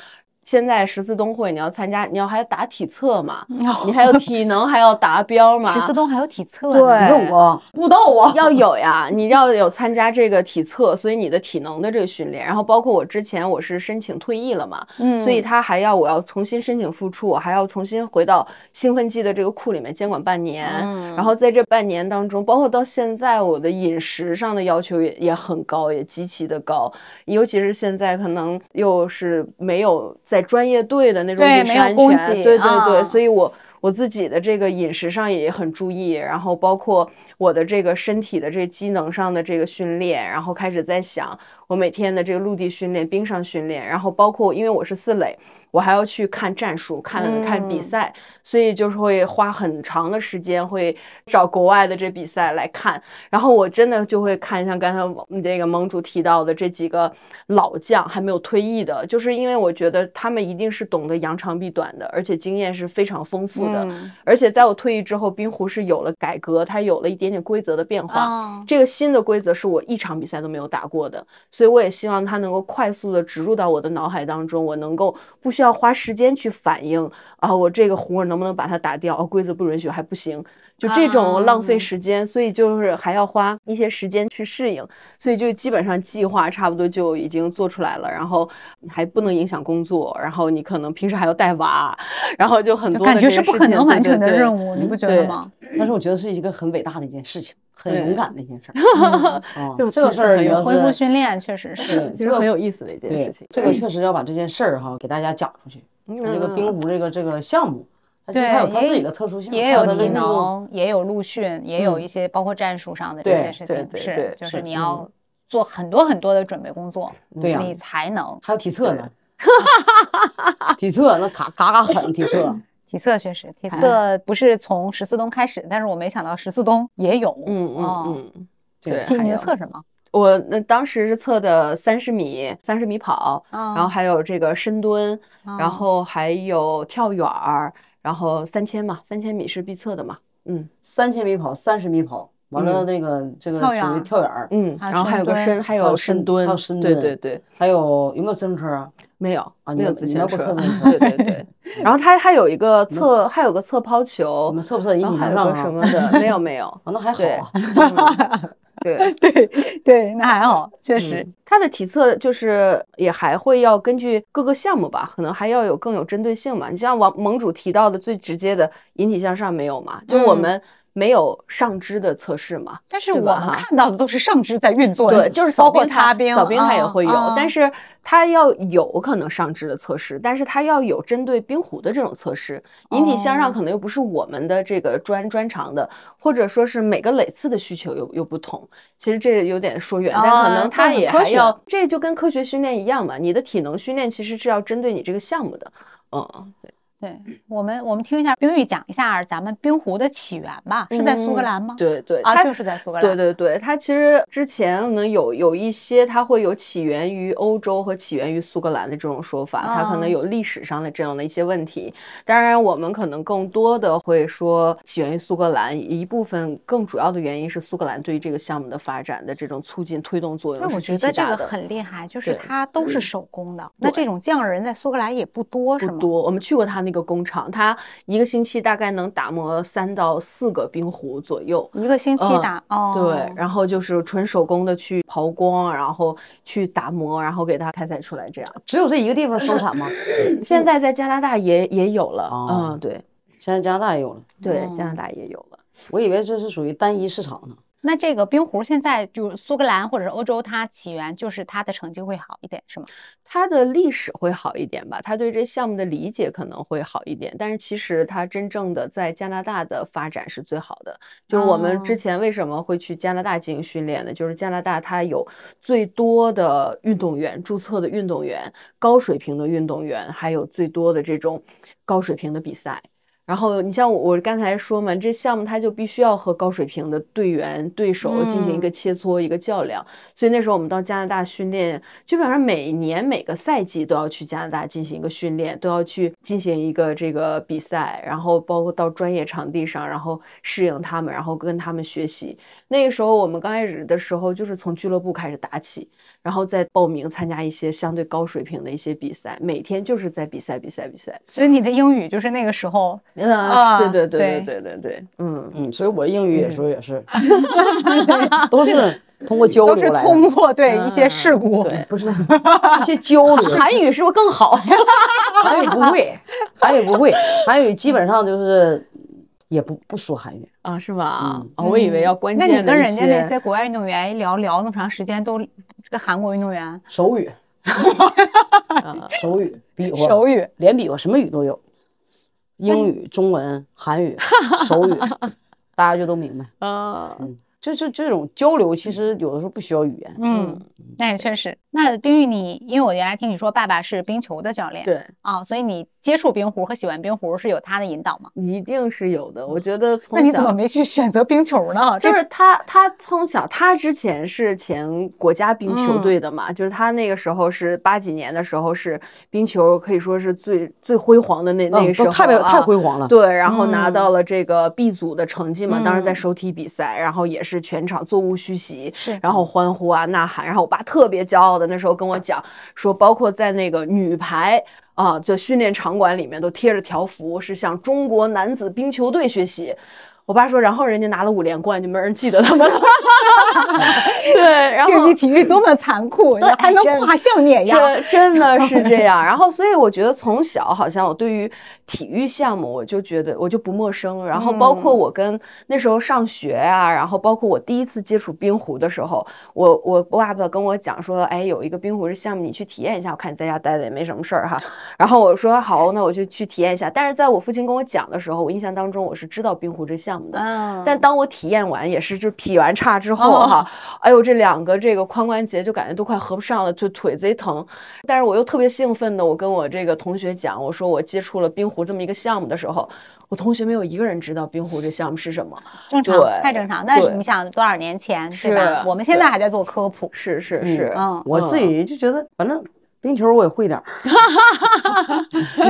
Speaker 6: 现在十四冬会，你要参加，你要还打体测嘛，你还有体能，还要达标嘛。
Speaker 5: 十四冬还有体测呢，
Speaker 6: 对
Speaker 4: 你问我不知道啊，
Speaker 6: 要有呀，你要有参加这个体测，所以你的体能的这个训练，然后包括我之前我是申请退役了嘛，
Speaker 5: 嗯
Speaker 6: 所以他还要我要重新申请复出，我还要重新回到兴奋剂的这个库里面监管半年，
Speaker 5: 嗯
Speaker 6: 然后在这半年当中，包括到现在我的饮食上的要求也也很高，也极其的高，尤其是现在可能又是没有在专业队的那种
Speaker 5: 对
Speaker 6: 饮食
Speaker 5: 没有
Speaker 6: 安
Speaker 5: 供
Speaker 6: 全，
Speaker 5: 给
Speaker 6: 对对对，
Speaker 5: 啊
Speaker 6: 所以我我自己的这个饮食上也很注意，然后包括我的这个身体的这机能上的这个训练，然后开始在想我每天的这个陆地训练、冰上训练，然后包括因为我是四垒，我还要去看战术、看看比
Speaker 7: 嗯
Speaker 6: 赛，所以就是会花很长的时间，会找国外的这比赛来看。然后我真的就会看，像刚才我们这个盟主提到的这几个老将还没有退役的，就是因为我觉得他们一定是懂得扬长避短的，而且经验是非常丰富
Speaker 7: 嗯
Speaker 6: 的。而且在我退役之后，冰壶是有了改革，它有了一点点规则的变化。
Speaker 5: 啊，
Speaker 6: 这个新的规则是我一场比赛都没有打过的，所以我也希望它能够快速的植入到我的脑海当中，我能够不需要花时间去反应啊，我这个弧儿能不能把它打掉？哦，规则不允许还不行，就这种浪费时间，所以就是还要花一些时间去适应，所以就基本上计划差不多就已经做出来了，然后还不能影响工作，然后你可能平时还要带娃，然后就很
Speaker 5: 就
Speaker 6: 多
Speaker 5: 感
Speaker 6: 的
Speaker 5: 觉
Speaker 6: 这
Speaker 5: 是
Speaker 6: 个
Speaker 5: 不
Speaker 6: 事
Speaker 5: 可
Speaker 6: 情
Speaker 5: 能
Speaker 6: 对
Speaker 5: 完
Speaker 6: 对
Speaker 5: 成的
Speaker 6: 对
Speaker 5: 任务，你不觉得
Speaker 6: 对
Speaker 5: 吗？
Speaker 4: 但是我觉得是一个很伟大的一件事情，很
Speaker 6: 哎对
Speaker 4: 勇敢的一 件事儿。
Speaker 6: 嗯
Speaker 4: 啊
Speaker 6: 就
Speaker 4: 这个
Speaker 6: 其
Speaker 4: 事
Speaker 6: 实
Speaker 4: 儿
Speaker 6: 很
Speaker 4: 觉
Speaker 6: 有
Speaker 4: 得
Speaker 5: 恢复训练确实是，
Speaker 4: 对
Speaker 6: 其实很有意思的一件
Speaker 4: 对
Speaker 6: 事情。嗯
Speaker 4: 这个确实要把这件事儿哈给大家讲出去。这个冰壶这个这个项目，它其实
Speaker 5: 对
Speaker 4: 它有它
Speaker 5: 也
Speaker 4: 自己的特殊性，
Speaker 5: 也
Speaker 4: 它
Speaker 5: 有
Speaker 4: 它的
Speaker 5: 体
Speaker 4: 那个
Speaker 5: 能，也有陆训，也有一些包括战术上的这
Speaker 4: 对
Speaker 5: 些事
Speaker 6: 嗯对
Speaker 5: 情，
Speaker 6: 对
Speaker 5: 是
Speaker 6: 对嗯
Speaker 5: 就是
Speaker 4: 是
Speaker 5: 你要做很多很多的准备工作，
Speaker 4: 对呀
Speaker 5: 你才能
Speaker 4: 还有体 测呢，体测那嘎嘎嘎狠，体 测
Speaker 5: 体测确实，体
Speaker 6: 哎
Speaker 5: 测不是从十四冬开始，但是我没想到十四冬也有，
Speaker 6: 嗯
Speaker 5: 哦
Speaker 6: 嗯嗯，对
Speaker 4: 对
Speaker 5: 体
Speaker 6: 还
Speaker 5: 你
Speaker 6: 有
Speaker 5: 测什么？
Speaker 6: 我那当时是测的三十米、三十米跑，
Speaker 5: 然
Speaker 6: 然后还有这个深蹲，然
Speaker 5: 哦
Speaker 6: 后还有跳远儿，然后三千嘛，三千米是必测的嘛。嗯
Speaker 4: 三千米跑、三十米跑，完了那个这个
Speaker 5: 跳
Speaker 4: 属
Speaker 5: 远儿
Speaker 4: 于跳远儿，
Speaker 6: 嗯，
Speaker 5: 还有
Speaker 6: 然后还有个
Speaker 5: 深
Speaker 6: 深，还
Speaker 4: 还有
Speaker 6: 深
Speaker 4: 深还有深
Speaker 6: 对
Speaker 4: 蹲
Speaker 6: 对对，
Speaker 4: 还有有没有自行车啊？
Speaker 6: 没有
Speaker 4: 啊
Speaker 6: 没
Speaker 4: 你
Speaker 6: 有
Speaker 4: 们
Speaker 6: 自
Speaker 4: 你
Speaker 6: 行
Speaker 4: 们不
Speaker 6: 车，
Speaker 4: 测自行
Speaker 6: 对 对对。然后它还有一个测，还有个测抛
Speaker 4: 我
Speaker 6: 球
Speaker 4: 们，测不测引
Speaker 6: 哦然后
Speaker 4: 体
Speaker 6: 还
Speaker 4: 向
Speaker 6: 有
Speaker 4: 上
Speaker 6: 个
Speaker 4: 啊
Speaker 6: 什？么的，没有 没有，
Speaker 4: 啊，那还好
Speaker 6: 对
Speaker 4: 啊，
Speaker 6: 嗯对。
Speaker 5: 对对，那还好，确实
Speaker 6: 嗯，它的体测就是也还会要根据各个项目吧，可能还要有更有针对性嘛。你像王盟主提到的最直接的引体向上没有嘛？就我
Speaker 5: 嗯
Speaker 6: 们没有上肢的测试嘛。
Speaker 5: 但是
Speaker 6: 对
Speaker 5: 我
Speaker 6: 吧
Speaker 5: 们
Speaker 6: 哈
Speaker 5: 看到的都是上肢在运作的，
Speaker 6: 对，就是
Speaker 5: 包
Speaker 6: 扫
Speaker 5: 括
Speaker 6: 冰它，
Speaker 5: 擦冰，
Speaker 6: 扫冰它也会有，
Speaker 5: 啊
Speaker 6: 但
Speaker 5: 啊
Speaker 6: 是它要有可能上肢的测试，但是它要有针对冰壶的这种测试。引体向上
Speaker 5: 哦
Speaker 6: 可能又不是我们的这个专专长的，或者说是每个垒次的需求又又不同。其实这个有点说远，但可
Speaker 5: 哦
Speaker 6: 能
Speaker 5: 它
Speaker 6: 它
Speaker 5: 很
Speaker 6: 也
Speaker 5: 科
Speaker 6: 还
Speaker 5: 学
Speaker 6: 要，这就跟科学训练一样嘛。你的体能训练其实是要针对你这个项目的，嗯，
Speaker 5: 对我们我们听一下冰玉讲一下咱们冰壶的起源吧，是在苏格
Speaker 6: 嗯
Speaker 5: 兰吗？
Speaker 6: 对对，
Speaker 5: 啊，
Speaker 6: 它
Speaker 5: 就是在苏格兰，
Speaker 6: 对对对，它其实之前可能有有一些，它会有起源于欧洲和起源于苏格兰的这种说法，它可
Speaker 5: 哦
Speaker 6: 能有历史上的这样的一些问题。当然，我们可能更多的会说起源于苏格兰，一部分更主要的原因是苏格兰对于这个项目的发展的这种促进推动作
Speaker 5: 那
Speaker 6: 用
Speaker 5: 我
Speaker 6: 是
Speaker 5: 觉
Speaker 6: 极
Speaker 5: 得
Speaker 6: 其
Speaker 5: 这
Speaker 6: 大
Speaker 5: 个
Speaker 6: 的。
Speaker 5: 很厉害，就是
Speaker 6: 对嗯
Speaker 5: 它都是手工的。那这
Speaker 6: 对
Speaker 5: 种匠人在苏格兰也不多，是
Speaker 6: 不
Speaker 5: 吗？
Speaker 6: 多，我们去过他那个工厂，他一个星期大概能打磨三到四个冰壶左右。
Speaker 5: 一个星期
Speaker 6: 嗯
Speaker 5: 打、哦，
Speaker 6: 对，然后就是纯手工的去刨光，然后去打磨，然后给它开采出来。这 样，
Speaker 4: 只有这一个地方生产吗？
Speaker 6: 现在在加拿大也也有了，
Speaker 4: 哦
Speaker 6: 嗯，对
Speaker 4: 现在加拿大也有了，
Speaker 6: 对，加拿大也有了。
Speaker 4: 我以为这是属于单一市场呢。
Speaker 5: 那这个冰壶现在就是苏格兰或者是欧洲，它起源就是它的成绩会好一点，是吗？
Speaker 6: 它的历史会好一点吧，他对这项目的理解可能会好一点，但是其实它真正的在加拿大的发展是最好的。就是我们
Speaker 5: 哦
Speaker 6: 之前为什么会去加拿大进行训练呢？就是加拿大它有最多的运动员注册的运动员，高水平的运动员，还有最多的这种高水平的比赛。然后你像我我刚才说嘛，这项目它就必须要和高水平的队员、对手进行一
Speaker 5: 嗯
Speaker 6: 个切磋、一个较量。所以那时候我们到加拿大训练，基本上每年每个赛季都要去加拿大进行一个训练，都要去进行一个这个比赛，然后包括到专业场地上，然后适应他们，然后跟他们学习。那个时候我们刚开始的时候，就是从俱乐部开始打起，然后再报名参加一些相对高水平的一些比赛，每天就是在比赛、比赛、比赛。
Speaker 5: 所以你的英语就是那个时候，
Speaker 6: 啊对对
Speaker 5: 对
Speaker 6: 对对对对对，嗯。
Speaker 4: 嗯，所以我英语有时候也 是，都是通过交
Speaker 5: 都是
Speaker 4: 流来
Speaker 5: 通
Speaker 4: 的，
Speaker 5: 过对一些
Speaker 6: 嗯
Speaker 5: 事故，
Speaker 6: 对
Speaker 4: 不是一些交流。
Speaker 6: 韩语是不是更好？
Speaker 4: 韩语不会，韩语不会，韩语基本上就是也不不说韩语。
Speaker 6: 啊，是吧
Speaker 4: 嗯？
Speaker 6: 啊，我以为要关
Speaker 5: 那
Speaker 6: 键
Speaker 5: 你
Speaker 6: 的
Speaker 5: 跟
Speaker 6: 一
Speaker 5: 人家那
Speaker 6: 些
Speaker 5: 些国外运动员一聊聊那么长时间，都跟韩国运动员
Speaker 4: 手 语，
Speaker 6: 啊
Speaker 4: 手语比划，
Speaker 5: 手语
Speaker 4: 连比划什么语都有。英语、中文、韩 语、手语，大家就都明白。
Speaker 7: 啊，
Speaker 6: 呃
Speaker 4: 这这这种交流，其实有的时候不需要语言。
Speaker 5: 嗯，那也确实。那冰玉你，因为我原来听你说爸爸是冰球的教练，
Speaker 6: 对，
Speaker 5: 啊，所以你接触冰壶和喜欢冰壶是有他的引导吗？
Speaker 6: 一定是有的。我觉得从
Speaker 5: 那你怎
Speaker 6: 小
Speaker 5: 么没去选择冰球呢？
Speaker 6: 就
Speaker 5: 这
Speaker 6: 是他，他从小他之前是前国家冰球队的嘛，就是他那个时候是八几年的时候是冰球可以说是最最辉煌的那那个
Speaker 4: 嗯，
Speaker 6: 时候、
Speaker 4: 都
Speaker 6: 啊
Speaker 4: 太被太辉煌了。
Speaker 6: 对，然后拿
Speaker 5: 嗯
Speaker 6: 到了这个 B 组的成绩嘛，当时在
Speaker 5: 嗯
Speaker 6: 手体比赛，然后也是全场座无虚席，
Speaker 5: 是
Speaker 6: 然后欢呼啊呐喊，然后我爸特别骄傲的那时候跟我讲说，包括在那个女排。啊，就训练场馆里面都贴着条幅，是向中国男子冰球队学习。我爸说，然后人家拿了五连冠，就没人记得他们 了。 对，然后
Speaker 5: 竞技体育多么残酷，你还能
Speaker 6: 真
Speaker 5: 跨项碾压，
Speaker 6: 这真的是这样。然后，所以我觉得从小好像我对于体育项目，我就觉得我就不陌生。然后，包括我跟那时候上学啊，然后包括我第一次接触冰壶的时候，我我爸爸跟我讲说，哎，有一个冰壶这项目，你去体验一下。我看你在家待着也没什么事儿哈。然后我说好，那我就去体验一下。但是在我父亲跟我讲的时候，我印象当中我是知道冰壶这项目的，
Speaker 5: 嗯，
Speaker 6: 但当我体验完，也是就是劈完叉之后
Speaker 5: 哦
Speaker 6: 哈、哎呦，这两个这个髋关节就感觉都快合不上了，就腿贼疼。但是我又特别兴奋的，我跟我这个同学讲，我说我接触了冰壶这么一个项目的时候，我同学没有一个人知道冰壶这项目是什么。
Speaker 5: 正常
Speaker 6: 对，
Speaker 5: 太正常。但是
Speaker 6: 对
Speaker 5: 你想多少年前，对
Speaker 6: 是
Speaker 5: 吧？我们现在
Speaker 6: 对
Speaker 5: 还在做科普，
Speaker 6: 是是
Speaker 4: 嗯
Speaker 6: 是，
Speaker 5: 嗯，
Speaker 4: 我自己就觉得，反正冰球我也会点 儿，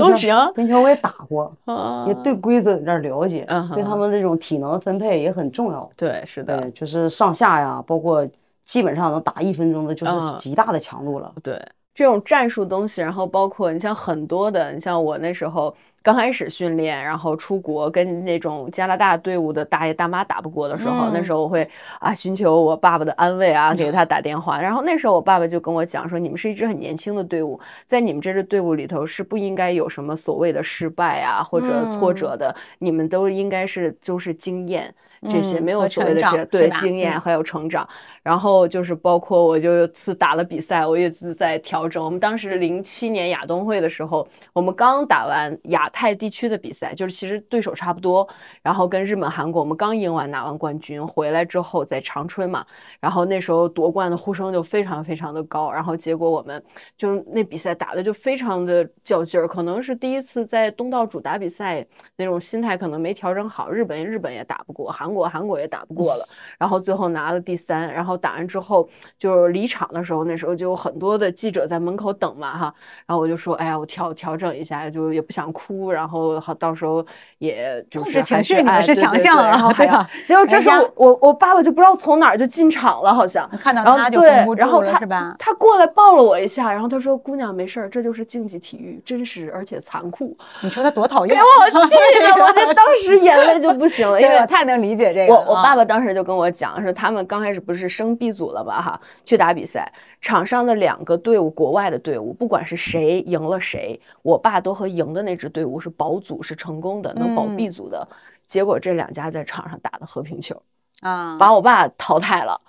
Speaker 6: 都行。
Speaker 4: 冰球我也打过，也
Speaker 6: 嗯，
Speaker 4: 对规则有点了解
Speaker 6: 嗯，
Speaker 4: 对
Speaker 6: 哼
Speaker 4: 他们这种体能分配也很重要。
Speaker 6: 对，是的
Speaker 4: 对，，就是上下呀，包括基本上能打一分钟的，就是
Speaker 6: 嗯
Speaker 4: 极大的强度了。
Speaker 6: 对这种战术东西，然后包括你像很多的，你像我那时候刚开始训练，然后出国跟那种加拿大队伍的大爷大妈打不过的时候，那
Speaker 5: 嗯
Speaker 6: 时候我会啊寻求我爸爸的安慰啊，给他打电话。然后那时候我爸爸就跟我讲说，你们是一支很年轻的队伍，在你们这支队伍里头是不应该有什么所谓的失败啊或者挫
Speaker 5: 嗯
Speaker 6: 折的，你们都应该是就是经验。这些
Speaker 5: 嗯
Speaker 6: 没有
Speaker 5: 和
Speaker 6: 所谓
Speaker 5: 成
Speaker 6: 的
Speaker 5: 长
Speaker 6: 这
Speaker 5: 是
Speaker 6: 对
Speaker 5: 吧
Speaker 6: 经验
Speaker 5: 嗯
Speaker 6: 还有成长，然后就是包括我就有次打了比赛，我也是在调整。我们当时零七年亚冬会的时候，我们刚打完亚太地区的比赛，就是其实对手差不多，然后跟日本、韩国我们刚赢完拿完冠军回来之后，在长春嘛，然后那时候夺冠的呼声就非常非常的高，然后结果我们就那比赛打的就非常的较劲儿，可能是第一次在东道主打比赛那种心态可能没调整好，日本日本也打不过，韩国韩国也打不过 了，然后最后拿了第三，然后打完之后就是离场的时候，那时候就有很多的记者在门口等嘛哈，然后我就说，哎呀，我调调整一下，就也不想哭，然后好到时候也就
Speaker 5: 控
Speaker 6: 是
Speaker 5: 制情
Speaker 6: 还
Speaker 5: 绪你们
Speaker 6: 哎
Speaker 5: 是
Speaker 6: 对
Speaker 5: 强
Speaker 6: 对
Speaker 5: 项
Speaker 6: 对
Speaker 5: 啊
Speaker 6: 然后还
Speaker 5: 对
Speaker 6: 要
Speaker 5: 吧，
Speaker 6: 结果这
Speaker 5: 人
Speaker 6: 时候
Speaker 5: 家
Speaker 6: 我我爸爸就不知道从哪儿就进场了，好像。
Speaker 5: 看到
Speaker 6: 然后
Speaker 5: 他就
Speaker 6: 对
Speaker 5: 绷不
Speaker 6: 然
Speaker 5: 住
Speaker 6: 后
Speaker 5: 了，
Speaker 6: 他
Speaker 5: 是吧？
Speaker 6: 他过来抱了我一下，然后他说：“姑娘，没事儿，这就是竞技体育，真实而且残酷。
Speaker 5: 你说他多讨厌啊
Speaker 6: 给，我气的，我这当时眼泪就不行了，因
Speaker 5: 哎 对
Speaker 6: 为
Speaker 5: 我太能理解这个
Speaker 6: 我
Speaker 5: 了。
Speaker 6: 我
Speaker 5: 啊
Speaker 6: 爸爸当时就跟我讲，说他们刚开始不是升 B 组了吧哈，去打比赛，场上的两个队伍，国外的队伍，不管是谁赢了谁，我爸都和赢的那支队伍是保组，是成功的，能保
Speaker 5: 嗯
Speaker 6: B 组的。结果这两家在场上打的和平球，
Speaker 5: 啊，
Speaker 6: 把我爸淘汰了。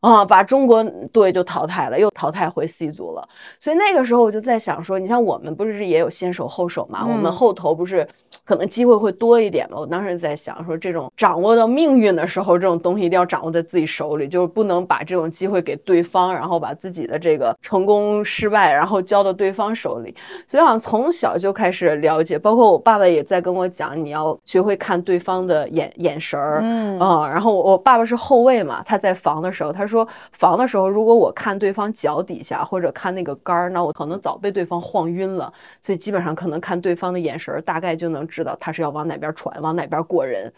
Speaker 6: 啊、把中国队就淘汰了，又淘汰回 C 组了。所以那个时候我就在想说，你像我们不是也有先手后手嘛？我
Speaker 5: 嗯
Speaker 6: 们后头不是可能机会会多一点嘛？我当时在想说，这种掌握到命运的时候，这种东西一定要掌握在自己手里，就是不能把这种机会给对方，然后把自己的这个成功、失败，然后交到对方手里。所以好像从小就开始了解，包括我爸爸也在跟我讲，你要学会看对方的眼眼神儿，
Speaker 5: 嗯
Speaker 6: 嗯，然后我我爸爸是后卫嘛，他在防的时候，他说防的时候，如果我看对方脚底下或者看那个杆儿，那我可能早被对方晃晕了，所以基本上可能看对方的眼神儿，大概就能知道他是要往哪边传，往哪边过人。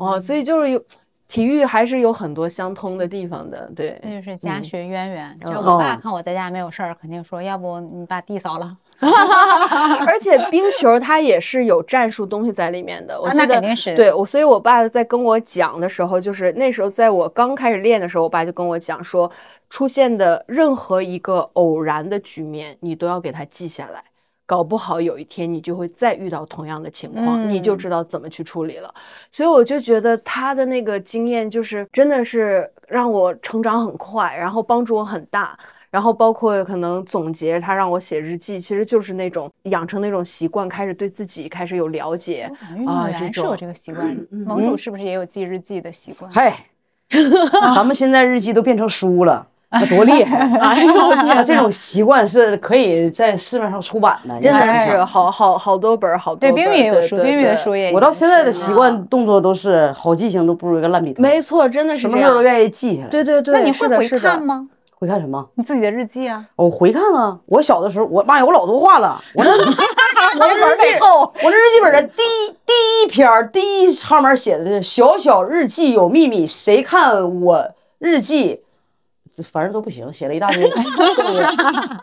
Speaker 6: 哦，所以就是有体育还是有很多相通的地方的，对。
Speaker 5: 那就是家
Speaker 6: 嗯
Speaker 5: 学渊源。就
Speaker 4: 嗯
Speaker 5: 我爸
Speaker 4: 哦
Speaker 5: 看我在家没有事儿，肯定说，要不你把地扫了。
Speaker 6: 而且冰球它也是有战术东西在里面的，我
Speaker 5: 啊
Speaker 6: 记
Speaker 5: 那
Speaker 6: 得、
Speaker 5: 肯定是
Speaker 6: 对我，所以我爸在跟我讲的时候，就是那时候在我刚开始练的时候，我爸就跟我讲说，出现的任何一个偶然的局面，你都要给它记下来。搞不好有一天你就会再遇到同样的情况，你就
Speaker 5: 嗯
Speaker 6: 知道怎么去处理了。所以我就觉得他的那个经验就是真的是让我成长很快，然后帮助我很大。然后包括可能总结，他让我写日记，其实就是那种养成那种习惯，开始对自己开始有了解
Speaker 5: 我感觉运
Speaker 6: 啊
Speaker 5: 动员是
Speaker 6: 这
Speaker 5: 有
Speaker 6: 种嗯
Speaker 5: 这个习惯的，盟主是不是也有记日记的习惯？
Speaker 4: 嘿，咱们现在日记都变成书了，那多厉害！ 哎呦，这种习惯是可以在市面上出版的，
Speaker 6: 真
Speaker 4: 你
Speaker 6: 的
Speaker 4: 想
Speaker 6: 是
Speaker 4: 想
Speaker 6: 好好好多本儿，好多
Speaker 5: 对，
Speaker 6: 本儿。
Speaker 5: 冰玉也有书，
Speaker 6: 对
Speaker 5: 冰玉的。
Speaker 6: 对
Speaker 5: 书也有。啊
Speaker 4: 我到现在的习惯动作都是好记性都不如一个烂笔头，
Speaker 6: 嗯没错，真的是
Speaker 4: 什么
Speaker 6: 这
Speaker 4: 事儿
Speaker 6: 样
Speaker 4: 都。愿意记下来。
Speaker 6: 对对对，
Speaker 5: 那你
Speaker 6: 是
Speaker 5: 会
Speaker 6: 的
Speaker 5: 回
Speaker 6: 是的
Speaker 5: 看吗？
Speaker 4: 回看什么？
Speaker 5: 你自己的日记啊？
Speaker 4: 我回看啊！我小的时候，我妈呀，我老多话了。我这我这日记，我这日记本的第一第一篇儿第一上面写的是“小小日记有秘密，谁看我日记”，反正都不行，写了一大堆，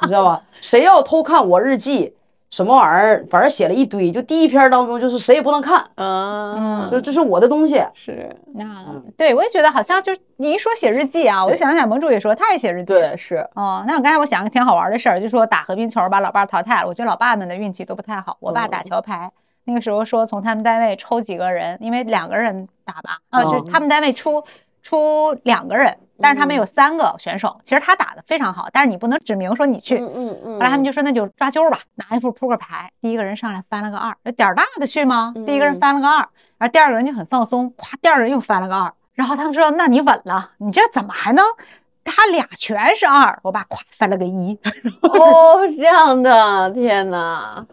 Speaker 4: 你知道吧？谁要偷看我日记，什么玩意儿，反正写了一堆。就第一篇当中，就是谁也不能看，
Speaker 6: 啊，
Speaker 4: 就这是我的东西。
Speaker 6: 是，
Speaker 5: 嗯那
Speaker 6: 嗯
Speaker 5: 对我也觉得好像就是你一说写日记啊，我就想起来盟主也说他也写日记。
Speaker 6: 对是，
Speaker 5: 哦，那我刚才我想个挺好玩的事儿，就说打和平球把老伴儿淘汰了。我觉得老爸们的运气都不太好。我爸打桥牌，那个时候说从他们单位抽几个人，因为两个人打吧，啊，就是
Speaker 4: 哦
Speaker 5: 他们单位出出两个人，但是他们有三个选手。其实他打的非常好，但是你不能指明说你去。
Speaker 6: 嗯嗯嗯。
Speaker 5: 后来他们就说那就抓阄吧，拿一副扑克牌，第一个人上来翻了个二，那点儿大的去吗？第一个人
Speaker 6: 嗯
Speaker 5: 翻了个二，然后第二个人就很放松，咵，第二个人又翻了个二，然后他们说那你稳了，你这怎么还能？他俩全是二，我爸咵翻了个一，
Speaker 6: 哦，是这样的，天哪，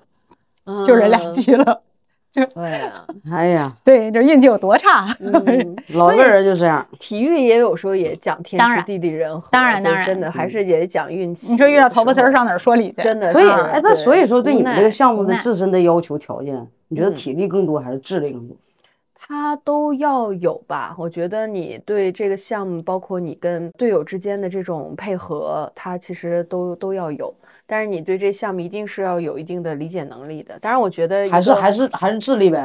Speaker 5: 就人俩
Speaker 6: 嗯。
Speaker 5: 去了。
Speaker 6: 对呀，
Speaker 4: 哎呀，
Speaker 5: 对，这运气有多差？啊
Speaker 6: 嗯，
Speaker 4: 老一辈人就这样。
Speaker 6: 体育也有时候也讲天
Speaker 5: 当
Speaker 6: 时
Speaker 5: 然
Speaker 6: 地利人和，
Speaker 5: 当然
Speaker 6: 就
Speaker 5: 当然嗯
Speaker 6: 真的还是也讲运气。
Speaker 5: 你说遇到头发丝儿上哪儿说理去？
Speaker 6: 真的是，
Speaker 4: 所以，
Speaker 5: 啊
Speaker 4: 哎，那所以说，对
Speaker 6: 无
Speaker 4: 你们
Speaker 6: 奈
Speaker 4: 这个项目
Speaker 5: 无
Speaker 4: 的
Speaker 5: 奈
Speaker 4: 自身的要求条件，你觉得
Speaker 6: 嗯
Speaker 4: 体力更多还是智力更多？
Speaker 6: 它都要有吧？我觉得你对这个项目，包括你跟队友之间的这种配合，它其实都都要有。但是你对这项目一定是要有一定的理解能力的。当然，我觉得一
Speaker 4: 还是
Speaker 6: 个
Speaker 4: 还是还是智力呗？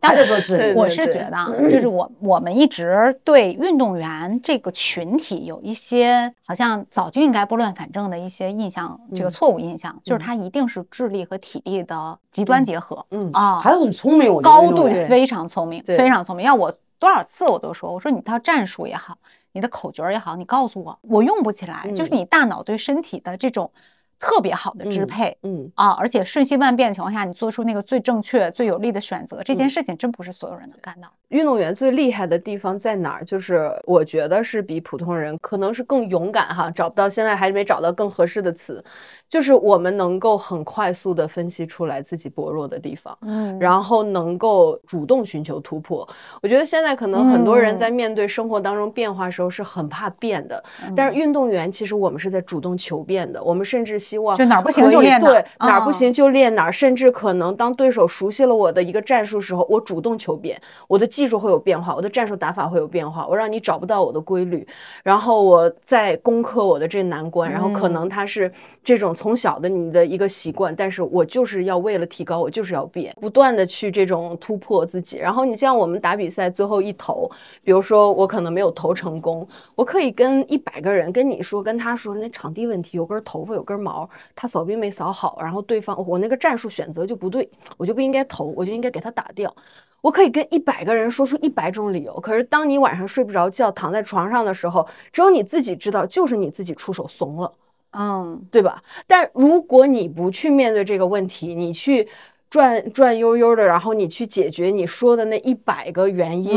Speaker 4: 还得说智
Speaker 6: 对嗯
Speaker 4: 力。
Speaker 5: 我是觉得啊，就是我我们一直对运动员这个群体有一些好像早就应该拨乱反正的一些印象，这个
Speaker 6: 嗯
Speaker 5: 错误印象，就是他一定是智力和体力的极端结合。
Speaker 6: 嗯
Speaker 5: 啊，
Speaker 4: 还是很聪明，我觉得
Speaker 5: 高
Speaker 4: 运动
Speaker 5: 度
Speaker 4: 员
Speaker 5: 非常聪明，
Speaker 6: 对
Speaker 5: 非常聪明。要我多少次我都说，我说你到战术也好，你的口诀儿也好，你告诉我，我用不起来，就是
Speaker 6: 嗯
Speaker 5: 你大脑对身体的这种特别好的支
Speaker 6: 嗯
Speaker 5: 配。
Speaker 6: 嗯，
Speaker 5: 啊，而且瞬息万变的情况下，你做出那个最正确、最有利的选择，这
Speaker 6: 嗯
Speaker 5: 件事情真不是所有人能干到的。
Speaker 6: 运动员最厉害的地方在哪儿？就是我觉得是比普通人可能是更勇敢哈，找不到现在还没找到更合适的词，就是我们能够很快速的分析出来自己薄弱的地方。
Speaker 5: 嗯后
Speaker 6: 然后能够主动寻求突破。我觉得现在可能很多人
Speaker 5: 嗯
Speaker 6: 在面对生活当中变化的时候是很怕变的，
Speaker 4: 嗯
Speaker 6: 但是
Speaker 5: 嗯
Speaker 6: 运动员其实我们是在主动求变的，我们甚至希望
Speaker 5: 就哪儿不行
Speaker 6: 可以
Speaker 5: 就练哪儿
Speaker 6: 对，哪儿
Speaker 5: 啊
Speaker 6: 不行就练哪儿，甚至可能当对手熟悉了我的一个战术时候，我主动求变，我的技术会有变化，我的战术打法会有变化，我让你找不到我的规律，然后我再攻克我的这难关，然后可
Speaker 5: 嗯
Speaker 6: 能它是这种从小的你的一个习惯，但是我就是要为了提高，我就是要变，不断的去这种突破自己。然后你像我们打比赛最后一投，比如说我可能没有投成功，我可以跟一百个人跟你说，跟他说那场地问题，有根头发有根毛，他扫兵没扫好，然后对方我那个战术选择就不对，我就不应该投，我就应该给他打掉。我可以跟一百个人说出一百种理由，可是当你晚上睡不着觉，躺在床上的时候，只有你自己知道，就是你自己出手怂了。
Speaker 5: 嗯，
Speaker 6: 对吧？但如果你不去面对这个问题，你去转转悠悠的，然后你去解决你说的那一百个原因，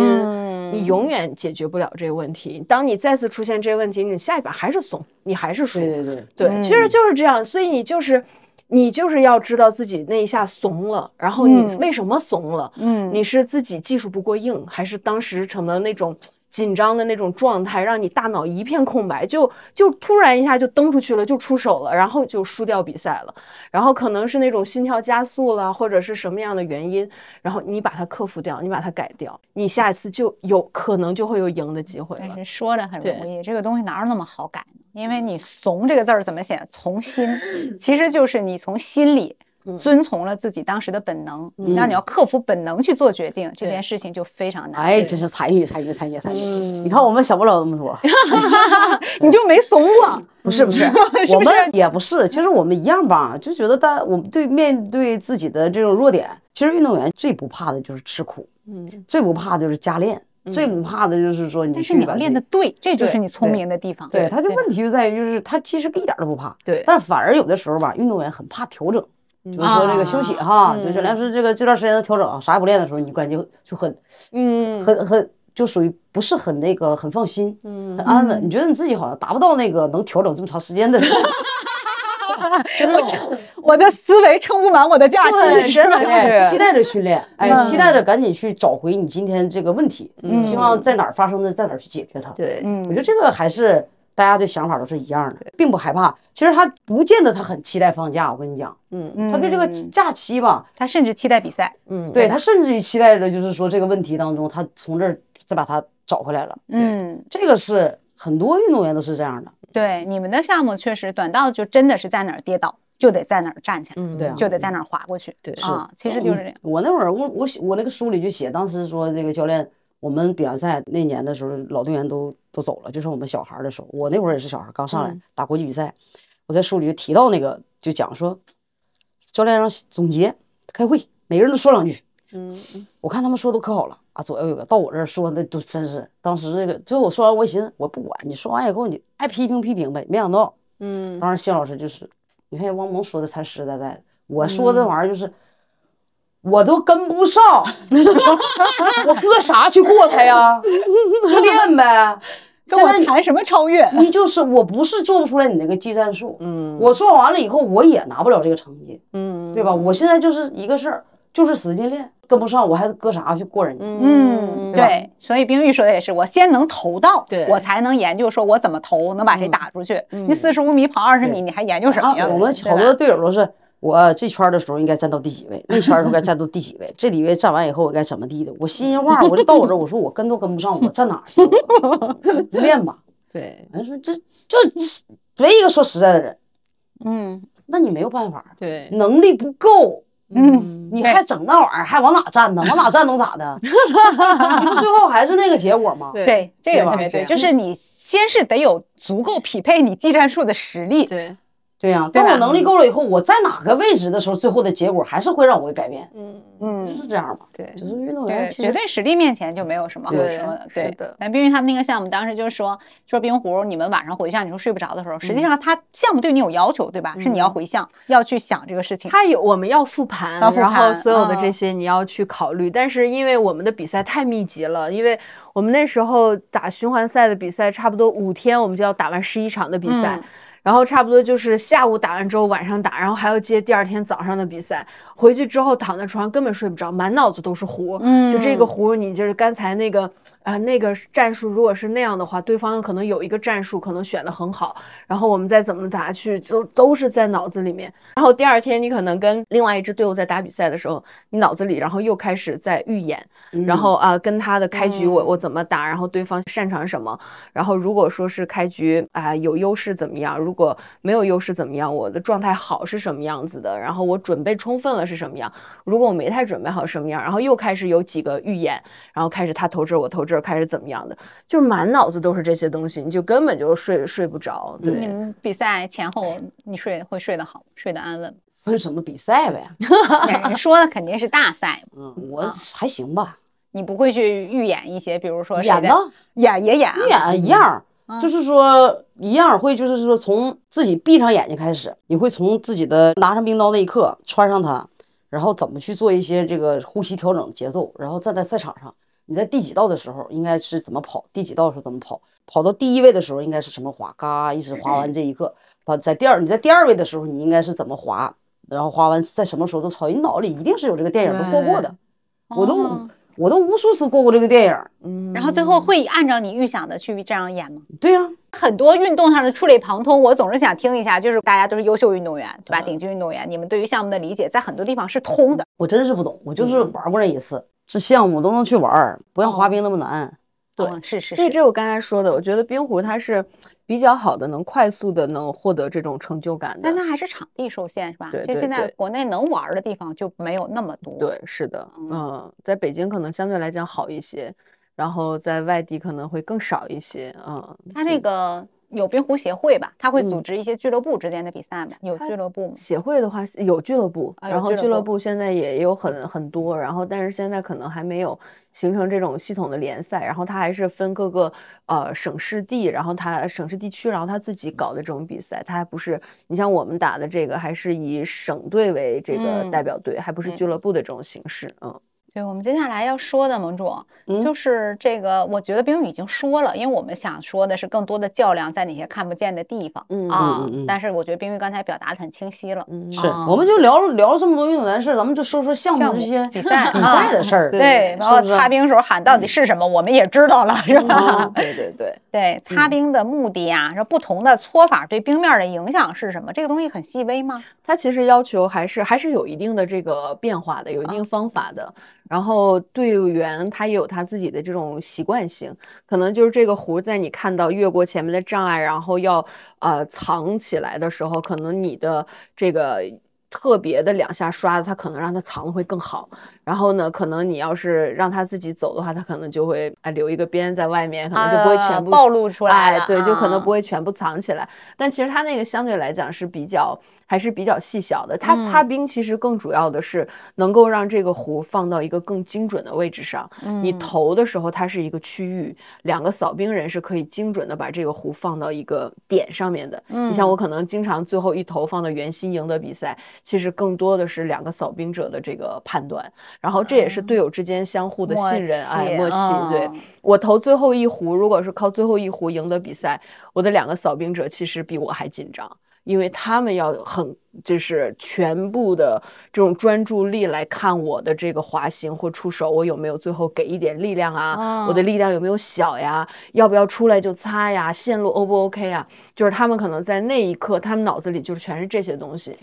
Speaker 6: 你永远解决不了这个问题。当你再次出现这个问题，你下一把还是怂，你还是输。
Speaker 4: 对对嗯对，
Speaker 6: 对，嗯其实就是这样，所以你就是。你就是要知道自己那一下怂了，然后你
Speaker 5: 嗯
Speaker 6: 为什么怂了？
Speaker 5: 嗯，
Speaker 6: 你是自己技术不过硬，还是当时成了那种紧张的那种状态，让你大脑一片空白，就就突然一下就蹬出去了，就出手了，然后就输掉比赛了。然后可能是那种心跳加速了，或者是什么样的原因，然后你把它克服掉，你把它改掉，你下一次就有可能就会有赢的机会
Speaker 5: 但
Speaker 6: 了
Speaker 5: 是。说的很
Speaker 6: 对
Speaker 5: 容易，这个东西哪有那么好改呢？
Speaker 4: 嗯
Speaker 5: 因为你“怂”这个字儿怎么写？从心，其实就是你从心里
Speaker 6: 嗯
Speaker 5: 遵从了自己当时的本能，
Speaker 4: 嗯
Speaker 5: 让你要克服本能去做决定，这件事情就非常难。
Speaker 4: 哎，真是参与参与参与参与。
Speaker 6: 嗯
Speaker 4: 你看我们想不了那么多，
Speaker 5: 你就没怂过，
Speaker 4: 不是不是，哎 我们也不是，其实我们一样吧，就觉得但我们对面对自己的这种弱点，其实运动员最不怕的就是吃苦，
Speaker 6: 嗯
Speaker 4: 最不怕的就是加练。最不怕的就是说你
Speaker 5: 但是
Speaker 4: 去
Speaker 5: 你
Speaker 4: 把
Speaker 5: 要
Speaker 4: 自
Speaker 5: 练
Speaker 4: 己
Speaker 5: 的对，这就
Speaker 4: 对
Speaker 5: 是你聪
Speaker 4: 对
Speaker 5: 明的地方。
Speaker 4: 对，他的
Speaker 5: 吧
Speaker 4: 问题就在于，就是他其实一点儿都不怕，
Speaker 6: 对嗯
Speaker 4: 但反而有的时候吧，运动员很怕调整，就是说这个休息
Speaker 5: 啊
Speaker 4: 哈，
Speaker 6: 嗯
Speaker 4: 就是梁师这个这段时间的调整啊，啥也不练的时候，你感觉就很
Speaker 6: 嗯
Speaker 4: 很很就属于不是很那个很放心，
Speaker 6: 嗯
Speaker 4: 很安稳，你觉得你自己好像达不到那个能调整这么长时间的， 就 那种
Speaker 3: 我的思维撑不满我的假期，
Speaker 6: 对真 的
Speaker 4: 哎
Speaker 6: 是嗯
Speaker 4: 期待着训 练，哎，期待着赶紧去找回你今天这个问题，希望在哪儿发生的在哪儿去解决它，
Speaker 6: 对，嗯
Speaker 4: 我觉得这个还是大家的想法都是一样的，并不害怕。其实他不见得他很期待放假，我跟你讲，
Speaker 6: 嗯
Speaker 5: 嗯，
Speaker 4: 他对这个假期吧，
Speaker 5: 他甚至期待比赛。
Speaker 6: 嗯，
Speaker 4: 对他甚至于期待着，就是说这个问题当中，他从这儿再把它找回来了。
Speaker 5: 嗯，
Speaker 4: 这个是很多运动员都是这样的，
Speaker 5: 对，你们的项目确实短道就真的是在哪儿跌倒就得在哪儿站起来，
Speaker 6: 嗯
Speaker 4: 对啊
Speaker 5: 就得在哪儿滑过去。
Speaker 6: 对
Speaker 5: 啊，其
Speaker 4: 嗯
Speaker 5: 实就是这样。
Speaker 4: 我那会儿，我我写我那个书里就写，当时说这个教练，我们比完赛那年的时候，老队员都都走了，就剩我们小孩儿的时候，我那会儿也是小孩儿，刚
Speaker 5: 嗯
Speaker 4: 上来打国际比赛，我在书里就提到那个，就讲说，教练让总结开会，每个人都说两句，
Speaker 6: 嗯
Speaker 4: 我看他们说都可好了啊，左右有个到我这儿说的都真是，当时这个最后我说完我一寻思，我不管你说完以后你爱批评批评呗，没想到
Speaker 6: 嗯
Speaker 4: 当时谢老师就是，你看汪萌说的才实实在在的，我说
Speaker 6: 嗯
Speaker 4: 这玩意儿就是，我都跟不上， 我搁啥去过他呀？就练呗。
Speaker 3: 跟
Speaker 4: 现在嗯
Speaker 3: 我谈什么超越？
Speaker 4: 你就是我不是做不出来你那个技战术，
Speaker 6: 嗯
Speaker 4: 我做完了以后我也拿不了这个成绩，
Speaker 6: 嗯
Speaker 4: 对吧？我现在就是一个事儿，就是使劲练，跟不上我还搁啥去过人家？
Speaker 5: 嗯，
Speaker 6: 吧
Speaker 5: 对，所以冰玉说的也是，我先能投到，
Speaker 6: 对
Speaker 5: 我才能研究说我怎么投，能把谁打出去。
Speaker 6: 嗯
Speaker 5: 你四十五米跑二十米，你还研究什么呀？
Speaker 4: 啊？我们
Speaker 5: 对
Speaker 4: 好
Speaker 5: 吧
Speaker 4: 多队友都是，我这圈儿的时候应该站到第几位，那圈儿的时候该站到第几位，这里位站完以后我该怎么地的？我心里话，我就到我这儿，我说我跟都跟不上，我站哪儿去？我练吧。
Speaker 6: 对
Speaker 4: 人说这这没一个说实在的人，
Speaker 5: 嗯
Speaker 4: 那你没有办法，
Speaker 6: 对，
Speaker 4: 能力不够，
Speaker 5: 嗯，
Speaker 4: 你还整那玩意儿，还往哪站呢？往哪站能咋的？ 你不最后还是那个结果吗？
Speaker 6: 对
Speaker 5: 对，这
Speaker 4: 对
Speaker 5: 个
Speaker 4: 吧
Speaker 5: 特别对，
Speaker 6: 这
Speaker 5: 就
Speaker 6: 样
Speaker 5: 是你先是得有足够匹配你技战术的实力，
Speaker 6: 对，
Speaker 4: 对呀，
Speaker 5: 对
Speaker 4: 当我
Speaker 5: 吧
Speaker 4: 能力够了以后，我在哪个位置的时候，最后的结果还是会让我改变，
Speaker 6: 嗯
Speaker 5: 嗯，
Speaker 4: 是这样吧？
Speaker 6: 对
Speaker 4: 就是运动员
Speaker 5: 对，
Speaker 4: 其
Speaker 5: 绝
Speaker 4: 实
Speaker 5: 对实力面前就没有什么好说
Speaker 6: 对
Speaker 5: 的。
Speaker 6: 是
Speaker 5: 对
Speaker 6: 的
Speaker 5: 但冰玉他们那个项目当时就说说冰壶，你们晚上回项，你说睡不着的时候，
Speaker 4: 嗯
Speaker 5: 实际上他项目对你有要求，对吧？是你要回项，要去想这个事情。
Speaker 6: 它有我们要复盘，
Speaker 5: 要复
Speaker 6: 然后
Speaker 5: 盘
Speaker 6: 所有的这
Speaker 5: 嗯
Speaker 6: 些你要去考虑。但是因为我们的比赛太密集了，因为我们那时候打循环赛的比赛，差不多五天我们就要打完十一场的比赛。
Speaker 5: 嗯
Speaker 6: 然后差不多就是下午打完之后晚上打，然后还要接第二天早上的比赛。回去之后躺在床上根本睡不着，满脑子都是糊。
Speaker 5: 嗯
Speaker 6: 就这个糊，你就是刚才那个啊、呃那个战术，如果是那样的话，对方可能有一个战术可能选的很好，然后我们再怎么打去，都都是在脑子里面。然后第二天你可能跟另外一支队伍在打比赛的时候，你脑子里然后又开始在预演，
Speaker 4: 嗯
Speaker 6: 然后啊、跟他的开局我我怎么打，然后对方擅长什么，然后如果说是开局啊、有优势怎么样，如果没有优势怎么样，我的状态好是什么样子的，然后我准备充分了是什么样，如果我没太准备好什么样，然后又开始有几个预演，然后开始他投这儿我投这儿，开始怎么样的，就是满脑子都是这些东西，你就根本就睡睡不着，对。
Speaker 5: 你们比赛前后你睡会睡得好吗，睡得 安稳吗？
Speaker 4: 分什么比赛 呗。
Speaker 5: 人说的肯定是大赛嘛，
Speaker 4: 嗯，我还行吧，
Speaker 5: 你不会去预演一些，比如说谁
Speaker 4: 演
Speaker 5: 的
Speaker 4: 呢，
Speaker 5: 演也演啊，嗯
Speaker 4: 预演一样儿，就是说一样儿会，就是说从自己闭上眼睛开始，你会从自己的拿上冰刀那一刻穿上它，然后怎么去做一些这个呼吸调整节奏，然后站在赛场上，你在第几道的时候应该是怎么跑，第几道的时候怎么跑，跑到第一位的时候应该是什么滑，嘎一直滑完这一个，把在第二你在第二位的时候你应该是怎么滑，然后滑完在什么时候都超越，你脑子里一定是有这个电影都过过的，我都嗯
Speaker 5: 哦
Speaker 4: 我都无数次过过这个电影儿，
Speaker 5: 然后最后会按照你预想的去这样演吗？
Speaker 4: 对呀、
Speaker 5: 很多运动上的触类旁通，我总是想听一下，就是大家都是优秀运动员，对吧？
Speaker 6: 嗯
Speaker 5: 顶级运动员，你们对于项目的理解在很多地方是通的。
Speaker 4: 我真是不懂，我就是
Speaker 5: 嗯
Speaker 4: 玩过那一次，这项目都能去玩儿，不
Speaker 5: 哦
Speaker 4: 像滑冰那么难。
Speaker 6: 对
Speaker 5: 嗯是是
Speaker 6: 对，
Speaker 5: 是，
Speaker 6: 这我刚才说的，我觉得冰壶它是比较好的，能快速的能获得这种成就感的
Speaker 5: 但。它还是场地受限，是吧？
Speaker 6: 对
Speaker 5: 就
Speaker 6: 对
Speaker 5: 现在
Speaker 6: 对
Speaker 5: 国内能玩的地方就没有那么多。，
Speaker 6: 对，是的，
Speaker 5: 嗯
Speaker 6: 嗯，在北京可能相对来讲好一些，然后在外地可能会更少一些，嗯，
Speaker 5: 它那个有冰壶协会吧，他会
Speaker 6: 嗯
Speaker 5: 组织一些俱乐部之间的比赛嘛，有俱乐部吗？
Speaker 6: 协会的话有俱乐部，
Speaker 5: 啊有
Speaker 6: 然后
Speaker 5: 俱乐
Speaker 6: 俱乐
Speaker 5: 部
Speaker 6: 部现在也有很很多，然后但是现在可能还没有形成这种系统的联赛，然后它还是分各个呃省市地，然后它省市地区，然后它自己搞的这种比赛，它还不是你像我们打的这个，还是以省队为这个
Speaker 5: 嗯
Speaker 6: 代表队，还不是
Speaker 5: 嗯
Speaker 6: 俱乐部的这种形式，嗯，
Speaker 5: 对，我们接下来要说的盟主，
Speaker 4: 嗯
Speaker 5: 就是这个，我觉得冰雨已经说了，因为我们想说的是更多的较量在哪些看不见的地方
Speaker 6: 嗯
Speaker 5: 啊
Speaker 4: 嗯嗯嗯。
Speaker 5: 但是我觉得冰雨刚才表达的很清晰了，
Speaker 6: 嗯
Speaker 4: 是
Speaker 5: 啊，
Speaker 4: 我们就聊聊这么多运动员的事儿，咱们就说说项目
Speaker 5: 项
Speaker 4: 这
Speaker 5: 目
Speaker 4: 些
Speaker 5: 比赛
Speaker 4: 比
Speaker 5: 啊
Speaker 4: 赛的事儿。
Speaker 5: 对，包括
Speaker 4: 是不是
Speaker 5: 擦冰时候喊到底是
Speaker 6: 嗯
Speaker 5: 什么，我们也知道了，是吧？
Speaker 6: 对对对，
Speaker 5: 对，
Speaker 6: 嗯
Speaker 5: 擦冰的目的呀，然后不同的搓法对冰面儿的影响是什么？这个东西很细微吗？
Speaker 6: 它其实要求还是还是有一定的这个变化的，有
Speaker 5: 嗯
Speaker 6: 一定方法的。然后队员他也有他自己的这种习惯性，可能就是这个弧在你看到越过前面的障碍，然后要呃藏起来的时候，可能你的这个。特别的两下刷的，他可能让他藏的会更好。然后呢，可能你要是让他自己走的话，他可能就会啊留一个边在外面，可能就不会
Speaker 5: 啊
Speaker 6: 全部
Speaker 5: 暴露出来了
Speaker 6: 哎，对，就可能
Speaker 5: 啊
Speaker 6: 不会全部藏起来。但其实它那个相对来讲是比较还是比较细小的。它
Speaker 5: 嗯
Speaker 6: 擦冰其实更主要的是能够让这个壶放到一个更精准的位置上。你
Speaker 5: 嗯
Speaker 6: 投的时候它是一个区域，两个扫冰人是可以精准的把这个壶放到一个点上面的。你
Speaker 5: 嗯
Speaker 6: 像我可能经常最后一投放到圆心赢得比赛，其实更多的是两个扫冰者的这个判断，然后这也是队友之间相互的
Speaker 5: 嗯默
Speaker 6: 信任，哎，
Speaker 5: 契
Speaker 6: 默契，对
Speaker 5: 嗯。
Speaker 6: 我投最后一壶，如果是靠最后一壶赢得比赛，我的两个扫冰者其实比我还紧张，因为他们要很就是全部的这种专注力来看我的这个滑行或出手，我有没有最后给一点力量
Speaker 5: 哦
Speaker 6: 啊？我的力量有没有小呀？要不要出来就擦呀？线路 O 不 OK 啊？就是他们可能在那一刻，他们脑子里就是全是这些东西。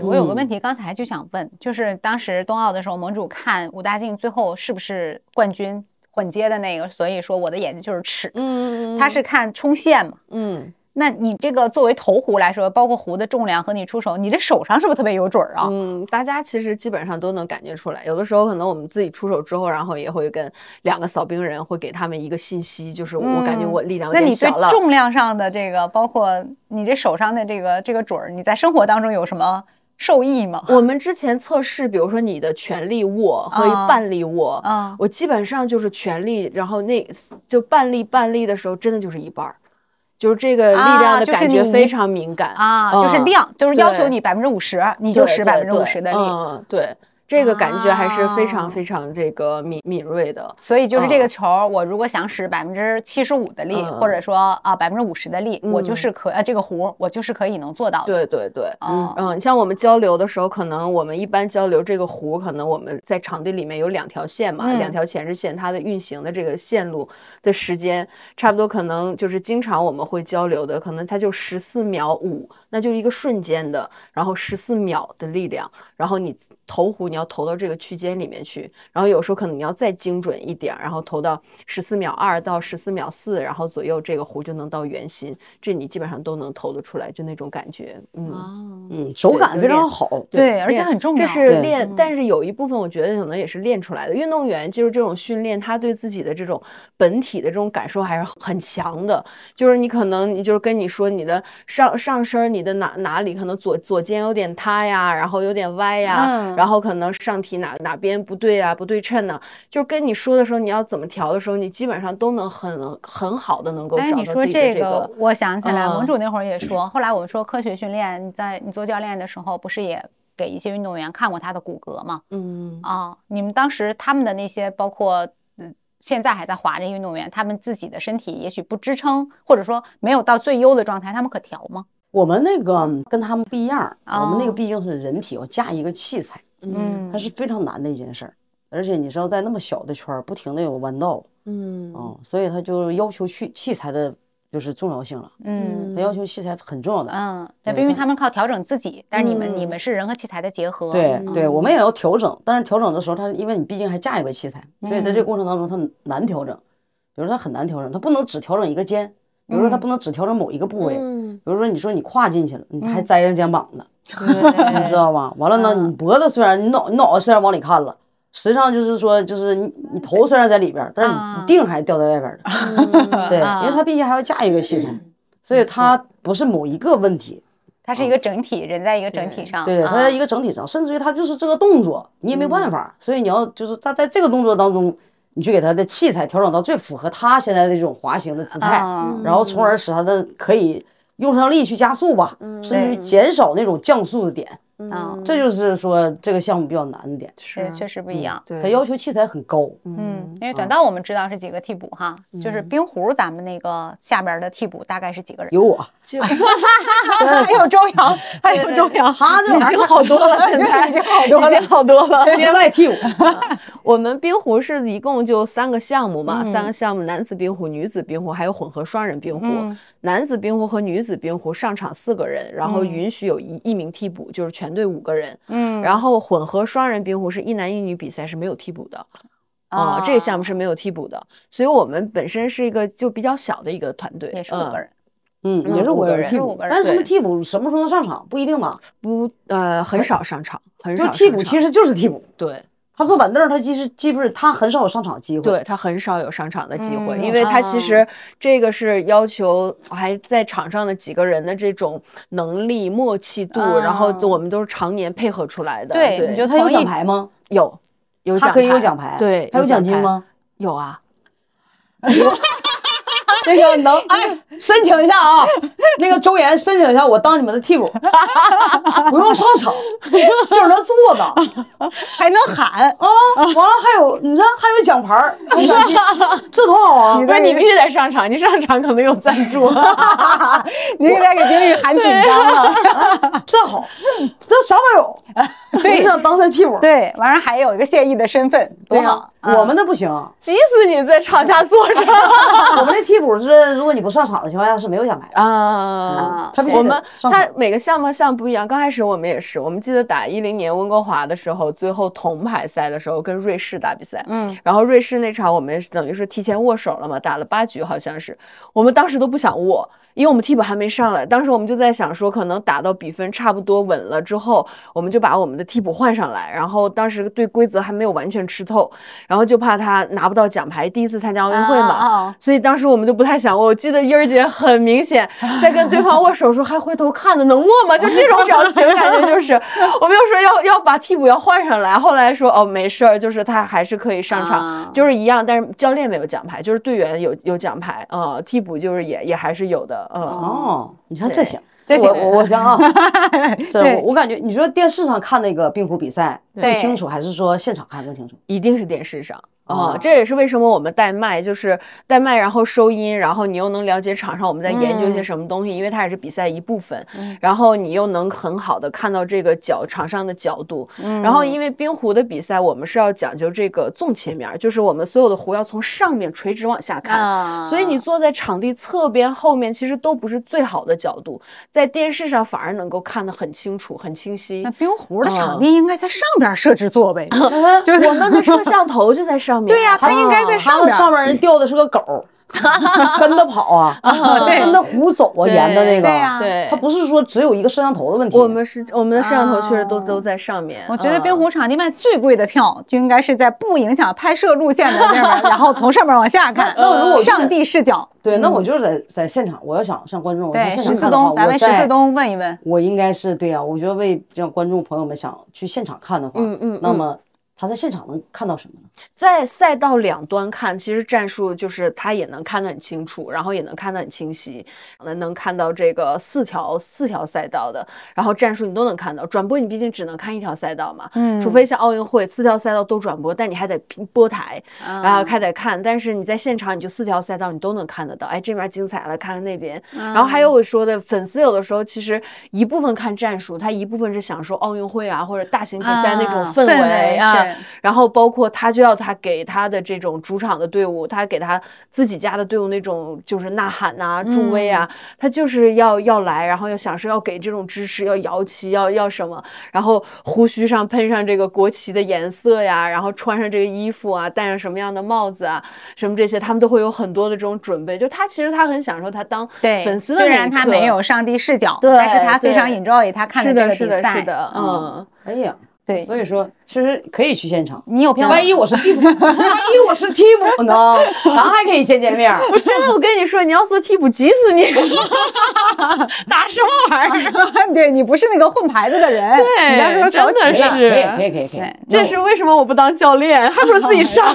Speaker 6: 嗯，
Speaker 5: 我有个
Speaker 4: 嗯
Speaker 5: 问题，刚才就想问，就是当时冬奥的时候，盟主看武大靖最后是不是冠军混接的那个，所以说我的眼睛就是尺，
Speaker 6: 嗯
Speaker 5: 他是看冲线嘛？
Speaker 6: 嗯，
Speaker 5: 那你这个作为投壶来说，包括壶的重量和你出手，你这手上是不是特别有准儿啊？
Speaker 6: 嗯，大家其实基本上都能感觉出来，有的时候可能我们自己出手之后，然后也会跟两个扫冰人会给他们一个信息，就是我感觉
Speaker 5: 嗯
Speaker 6: 我力量有
Speaker 5: 那
Speaker 6: 点
Speaker 5: 你对
Speaker 6: 小了。
Speaker 5: 重量上的这个，包括你这手上的这个这个准儿，你在生活当中有什么受益吗？
Speaker 6: 我们之前测试，比如说你的全力握和
Speaker 5: 啊
Speaker 6: 半力握，
Speaker 5: 啊，
Speaker 6: 我基本上就是全力，然后那就半力半力的时候，真的就是一半儿，就是这个力量
Speaker 5: 啊
Speaker 6: 的
Speaker 5: 就是
Speaker 6: 感觉
Speaker 5: 你
Speaker 6: 非常敏感
Speaker 5: 啊，就是
Speaker 6: 嗯
Speaker 5: 量，就是要求
Speaker 6: 对
Speaker 5: 你百分之五十，你就
Speaker 6: 对
Speaker 5: 使
Speaker 6: 对
Speaker 5: 百分之五十
Speaker 6: 对
Speaker 5: 的力。
Speaker 6: 嗯，对，这个感觉还是非
Speaker 5: 啊
Speaker 6: 常非常这个敏敏锐的。
Speaker 5: 所以就是这个
Speaker 6: 嗯
Speaker 5: 球儿，我如果想使百分之七十五的力，
Speaker 6: 嗯
Speaker 5: 或者说啊百分之五十的力，我就
Speaker 6: 嗯
Speaker 5: 是可呃这个弧儿我就是可以能做到的。
Speaker 6: 对对对，
Speaker 5: 哦
Speaker 6: 嗯，像我们交流的时候，可能我们一般交流这个弧，可能我们在场地里面有两条线嘛，
Speaker 5: 嗯
Speaker 6: 两条前置线，它的运行的这个线路的时间，差不多可能就是经常我们会交流的，可能它就十四秒五，那就是一个瞬间的，然后十四秒的力量，然后你投弧你要投到这个区间里面去，然后有时候可能你要再精准一点儿，然后投到十四秒二到十四秒四，然后左右这个弧就能到圆心，这你基本上都能投得出来，就那种感觉，嗯。
Speaker 5: 哦
Speaker 4: 嗯，手感非常好。
Speaker 5: 对，嗯而且
Speaker 6: 练
Speaker 5: 很重要。
Speaker 6: 这是
Speaker 4: 对
Speaker 6: 练，但是有一部分我觉得可能也是练出来的。运动员就是这种训练，他对自己的这种本体的这种感受还是很强的。就是你可能你就是跟你说你的上上身儿，你的哪哪里可能左左肩有点塌呀，然后有点歪呀，
Speaker 5: 嗯
Speaker 6: 然后可能上体哪哪边不对啊，不对称呢、就是跟你说的时候，你要怎么调的时候，你基本上都能很很好的能够
Speaker 5: 哎，
Speaker 6: 找
Speaker 5: 你
Speaker 6: 到
Speaker 5: 说
Speaker 6: 自己的
Speaker 5: 这
Speaker 6: 这个
Speaker 5: 个，。我想起来，盟
Speaker 6: 嗯
Speaker 5: 主那会儿也说，后来我们说科学训练，你在你做教练的时候，不是也给一些运动员看过他的骨骼吗？
Speaker 6: 嗯，
Speaker 5: 啊，你们当时他们的那些，包括嗯，现在还在滑这些运动员，他们自己的身体也许不支撑，或者说没有到最优的状态，他们可调吗？
Speaker 4: 我们那个跟他们不一样儿，
Speaker 5: 哦
Speaker 4: 我们那个毕竟是人体，要架一个器材，
Speaker 5: 嗯
Speaker 4: 它是非常难的一件事儿。而且你知道，在那么小的圈儿，不停的有弯道，
Speaker 6: 嗯
Speaker 4: 嗯，所以它就要求去器材的，就是重要性了。
Speaker 5: 嗯
Speaker 4: 它要求器材很重要的。
Speaker 5: 嗯，对，
Speaker 4: 对
Speaker 5: 因为
Speaker 4: 但
Speaker 5: 他们靠调整自己，但是你们你
Speaker 6: 嗯
Speaker 5: 们是人和器材的结合。
Speaker 4: 对
Speaker 5: 嗯
Speaker 4: 对，我们也要调整，但是调整的时候，它因为你毕竟还架一个器材，所以在这个
Speaker 5: 嗯
Speaker 4: 过程当中，它难调整。比如说它很难调整，它不能只调整一个肩，比如说它
Speaker 5: 嗯
Speaker 4: 不能只调整某一个部位。
Speaker 6: 嗯，
Speaker 4: 比如说，你说你跨进去了，你还
Speaker 5: 嗯
Speaker 4: 栽着肩膀呢，
Speaker 5: 对嗯
Speaker 4: 你知道吧？完了呢，你脖子虽然你脑你脑袋虽然往里看了，实际上就是说，就是你你头虽然在里边儿，但是你
Speaker 5: 啊
Speaker 6: 嗯
Speaker 5: 嗯
Speaker 4: 你腚还掉在外边儿了，对，因为它毕竟还要架一个器材，所以它不是某一个问题，
Speaker 5: 它是一个整体，人在一个整体上。
Speaker 4: 嗯对，它
Speaker 5: 啊
Speaker 4: 在一个整体上，甚至于它就是这个动作，你
Speaker 6: 嗯
Speaker 4: 也没办法。所以你要就是在在这个动作当中，你去给它的器材调整到最符合它现在的这种滑行的姿态，
Speaker 5: 嗯
Speaker 4: 然后从而使它的可以用上力去加速吧，
Speaker 6: 嗯
Speaker 4: 甚至于
Speaker 5: 对
Speaker 4: 减少那种降速的点。
Speaker 5: 嗯，
Speaker 4: 这就是说这个项目比较难的点，
Speaker 5: 对，确实不
Speaker 4: 嗯
Speaker 5: 一样。
Speaker 4: 它要求器材很高。
Speaker 5: 嗯，因为
Speaker 6: 啊
Speaker 5: 短道我们知道是几个替补哈，就是
Speaker 6: 嗯
Speaker 5: 冰壶咱们那个下边的替补大概是几个人？
Speaker 4: 有 我，
Speaker 5: 还有
Speaker 6: 嗯
Speaker 5: 周洋，还有周洋，
Speaker 4: 他这玩意儿
Speaker 6: 已经好多了，现在已经 好多了，已经好多了。
Speaker 4: 编外 替补，
Speaker 6: 我们冰壶是一共就三个项目嘛，三个项目：男子冰壶、女子冰壶，还有混合双人冰壶。
Speaker 5: 嗯
Speaker 6: 男子冰壶和女子冰壶上场四个人，然后
Speaker 5: 嗯
Speaker 6: 允许有一、一名替补，就是全队五个人。
Speaker 5: 嗯，
Speaker 6: 然后混合双人冰壶是一男一女比赛是没有替补的啊、这个项目是没有替补的，所以我们本身是一个就比较小的一个团队，呃
Speaker 5: 也是五个人，
Speaker 4: 嗯，也是
Speaker 6: 五
Speaker 4: 五
Speaker 6: 个
Speaker 4: 个
Speaker 6: 人
Speaker 4: 人替
Speaker 5: 是五
Speaker 4: 补
Speaker 5: 个，人
Speaker 4: 但是他们
Speaker 6: 对
Speaker 4: 替补什么时候能上场不一定嘛，
Speaker 6: 嗯，不呃很少上场，很
Speaker 4: 就
Speaker 6: 少
Speaker 4: 是
Speaker 6: 上
Speaker 4: 替补
Speaker 6: 场
Speaker 4: 其实就是替补，
Speaker 6: 对
Speaker 4: 他坐板凳，他其实基本上他很少有上场机会。
Speaker 6: 对他很少有上场的机会，
Speaker 5: 嗯
Speaker 6: 因为他其
Speaker 5: 啊
Speaker 6: 实这个是要求还在场上的几个人的这种能力、默契度，然后
Speaker 5: 啊
Speaker 6: 我们都是常年配合出来的。
Speaker 5: 对
Speaker 6: 对，
Speaker 4: 嗯
Speaker 5: 你
Speaker 4: 你觉得他
Speaker 5: 同
Speaker 4: 有奖
Speaker 5: 意
Speaker 4: 牌吗？
Speaker 6: 有有
Speaker 4: 他
Speaker 6: 奖
Speaker 4: 可以有
Speaker 6: 牌
Speaker 4: 奖牌，啊
Speaker 6: 对，
Speaker 4: 他有奖金
Speaker 6: 牌？
Speaker 4: 吗？
Speaker 6: 有啊，
Speaker 4: 那个能哎， 申请一下 啊，那个周岩申请一下，我当你们的替补， 不用上 场，就是能坐 的啊。
Speaker 5: 还能 喊，
Speaker 4: 完了还有，你看还有奖牌儿，还有奖 金，这多好啊！
Speaker 6: 不是你必须得上场，你上场可能有赞 助。
Speaker 5: 你得给丁宇喊紧张了。
Speaker 4: 哎这好，这啥都 有。我想当他替补，
Speaker 5: 对，完了还有一个现役的身份，
Speaker 4: 对
Speaker 5: 多
Speaker 4: 呀
Speaker 5: 好。，
Speaker 4: 我们的不行，
Speaker 6: 急死你在场下坐 着
Speaker 4: 我们的替补是如果你不上场的情况下是没有奖牌的。
Speaker 6: 啊！
Speaker 4: 他必须得
Speaker 6: 我们
Speaker 4: 上
Speaker 6: 他
Speaker 4: 场
Speaker 6: 每个项目项目不一样，刚开始我们也是，我们记得打一零年温哥华的时候，最后铜牌赛的时候跟瑞士打比赛，
Speaker 5: 嗯，
Speaker 6: 然后瑞士那场我们是等于是提前握手了嘛，打了八局好像是，我们当时都不想握，因为我们替补还没上来，当时我们就在想说，可能打到比分差不多稳了之后，我们就把我们的替补换上来，然后当时对规则还没有完全吃透，然后就怕他拿不到奖牌，第一次参加奥运会嘛，
Speaker 5: 啊啊啊
Speaker 6: 所以当时我们就不太想握。我记得英儿姐很明 显在跟对方握手的时候还回头看呢，能握吗？就这种表情，感觉就是我们又说要要把替补要换上来，后来说哦没事儿，就是他还是可以上场，
Speaker 5: 啊
Speaker 6: 就是一样，但是教练没有奖牌，就是队员有有奖牌啊、呃替补就是也也还是有的，嗯、
Speaker 4: 哦，你看这行，
Speaker 5: 这
Speaker 4: 我
Speaker 5: 行
Speaker 4: 我我想 啊，这
Speaker 5: 对
Speaker 4: 我我感觉，你说电视上看那个冰壶比赛更
Speaker 5: 对
Speaker 4: 清楚，还是说现场看更清楚？
Speaker 6: 一定是电视上。啊、
Speaker 4: 哦
Speaker 6: 这也是为什么我们带麦，就是带麦，然后收音，然后你又能了解场上我们在研究一些
Speaker 5: 嗯
Speaker 6: 什么东西，因为它也是比赛一部分。然后你又能很好的看到这个角场上的角度。
Speaker 5: 嗯
Speaker 6: 然后因为冰壶的比赛，我们是要讲究这个纵切面儿，就是我们所有的壶要从上面垂直往下看。
Speaker 5: 啊
Speaker 6: 所以你坐在场地侧边后面，其实都不是最好的角度，在电视上反而能够看得很清楚、很清晰。
Speaker 5: 那冰壶的
Speaker 6: 嗯
Speaker 5: 场地应该在上边设置座位，
Speaker 6: 我们的摄像头就在上面。啊
Speaker 5: 对呀，它应该
Speaker 4: 他
Speaker 5: 在上
Speaker 4: 们
Speaker 5: 边。
Speaker 4: 上面人吊的是个狗儿， 跟着跑 啊，跟着胡走啊，沿着那
Speaker 5: 哦对呀
Speaker 4: 个。
Speaker 6: 对，
Speaker 4: 他不是说只有一个摄像头的问题，
Speaker 6: 我们是我们的摄像头确实都、
Speaker 5: 啊
Speaker 6: 都在上面。
Speaker 5: 我觉得
Speaker 6: 嗯
Speaker 5: 冰壶场地卖最贵的票就应该是在不影响拍摄路线的那边， 然后从上面往下看，
Speaker 4: 那如果
Speaker 5: 上帝视角。
Speaker 4: 对，那我就是在在现场，我要想上观众，我在
Speaker 5: 嗯对，
Speaker 4: 现场看
Speaker 5: 十四
Speaker 4: 的话，
Speaker 5: 东，咱
Speaker 4: 我
Speaker 5: 们十
Speaker 4: 在
Speaker 5: 四东问一问。
Speaker 4: 我应该是对呀、我觉得为让观众朋友们想去现场看的话，
Speaker 6: 嗯嗯
Speaker 4: 那
Speaker 6: 嗯
Speaker 4: 么他在现场能看到什么呢？
Speaker 6: 在赛道两端看，其实战术就是他也能看得很清楚，然后也能看得很清晰，能能看到这个四条四条赛道的，然后战术你都能看到。转播你毕竟只能看一条赛道嘛，
Speaker 5: 嗯
Speaker 6: 除非像奥运会四条赛道都转播，但你还得拼播台，然后
Speaker 5: 啊，
Speaker 6: 还得看。但是你在现场，你就四条赛道你都能看得到，哎，这边精彩了，看看那边。
Speaker 5: 嗯
Speaker 6: 然后还有我说的，粉丝有的时候其实一部分看战术，他一部分是享受奥运会啊或者大型比赛那种
Speaker 5: 啊
Speaker 6: 氛
Speaker 5: 氛
Speaker 6: 围
Speaker 5: 围
Speaker 6: 啊。
Speaker 5: 是
Speaker 6: 然后包括他就要他给他的这种主场的队伍，他给他自己家的队伍那种就是呐喊呐、助威啊，
Speaker 5: 嗯
Speaker 6: 他就是要要来，然后要享受，要给这种支持，要摇旗，要要什么，然后胡须上喷上这个国旗的颜色呀，然后穿上这个衣服啊，戴上什么样的帽子啊，什么这些，他们都会有很多的这种准备。就他其实他很享受他当
Speaker 5: 对，
Speaker 6: 粉丝的
Speaker 5: 虽
Speaker 6: 那
Speaker 5: 然
Speaker 6: 一
Speaker 5: 他
Speaker 6: 刻
Speaker 5: 没有上帝视角，
Speaker 6: 对
Speaker 5: 但是他非常
Speaker 6: 对
Speaker 5: enjoy 他看
Speaker 6: 是
Speaker 5: 这
Speaker 6: 的，
Speaker 5: 个
Speaker 6: 是
Speaker 5: 比
Speaker 6: 的，
Speaker 5: 赛。
Speaker 6: 是的，嗯。
Speaker 4: 哎呀，
Speaker 5: 对
Speaker 4: 所以说其实可以去现场。
Speaker 5: 你有票吗？
Speaker 4: 万一我是替补，万一我是替补呢？咱还可以见见面儿。
Speaker 6: 真的，我跟你说，你要做替补，急死你！ 打什么玩 意儿？
Speaker 3: 对你不是那个混牌子的人，你到时候
Speaker 6: 对，
Speaker 3: 着
Speaker 6: 真
Speaker 3: 急
Speaker 6: 的
Speaker 3: 了。
Speaker 4: 可以，可
Speaker 6: 是。哎
Speaker 4: 以，可以，可以。
Speaker 6: 这是为什么我不当教练，还不如自己上。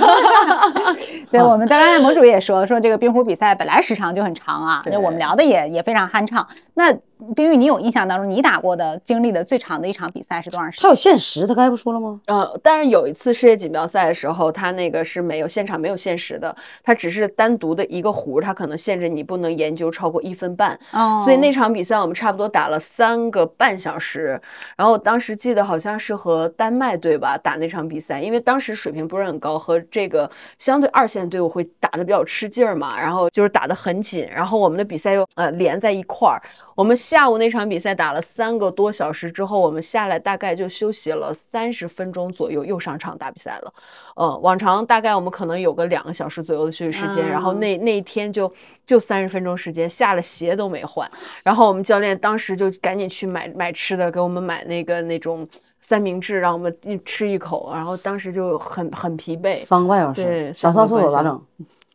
Speaker 5: 对，我们刚才盟主也说，说这个冰壶比赛本来时长就很长啊，那我们聊的也也非常酣畅。那冰玉，你有印象当中你打过的经历的最长的一场比赛是多长时
Speaker 4: 他
Speaker 5: 间？
Speaker 4: 有限时，他刚才不说了吗？
Speaker 6: 呃，但是有一次世界锦标赛的时候，他那个是没有现场没有限时的，他只是单独的一个壶，他可能限制你不能研究超过一分半。
Speaker 5: 哦
Speaker 6: 所以那场比赛我们差不多打了三个半小时，然后我当时记得好像是和丹麦队吧打那场比赛，因为当时水平不是很高，和这个相对二线队伍会打得比较吃劲儿嘛，然后就是打得很紧，然后我们的比赛又呃连在一块儿。我们下午那场比赛打了三个多小时之后，我们下来大概就休息了三十分钟左右，又上场打比赛了。嗯，往常大概我们可能有个两个小时左右的休息时间，然
Speaker 3: 嗯
Speaker 6: 后那那一天就就三十分钟时间，下了鞋都没换。然后我们教练当时就赶紧去买买吃的，给我们买那个那种三明治，让我们一吃一口。然后当时就很很疲惫，
Speaker 4: 三个半小时，
Speaker 6: 对
Speaker 4: 想
Speaker 6: 三
Speaker 4: 上
Speaker 6: 个
Speaker 4: 厕所咋整？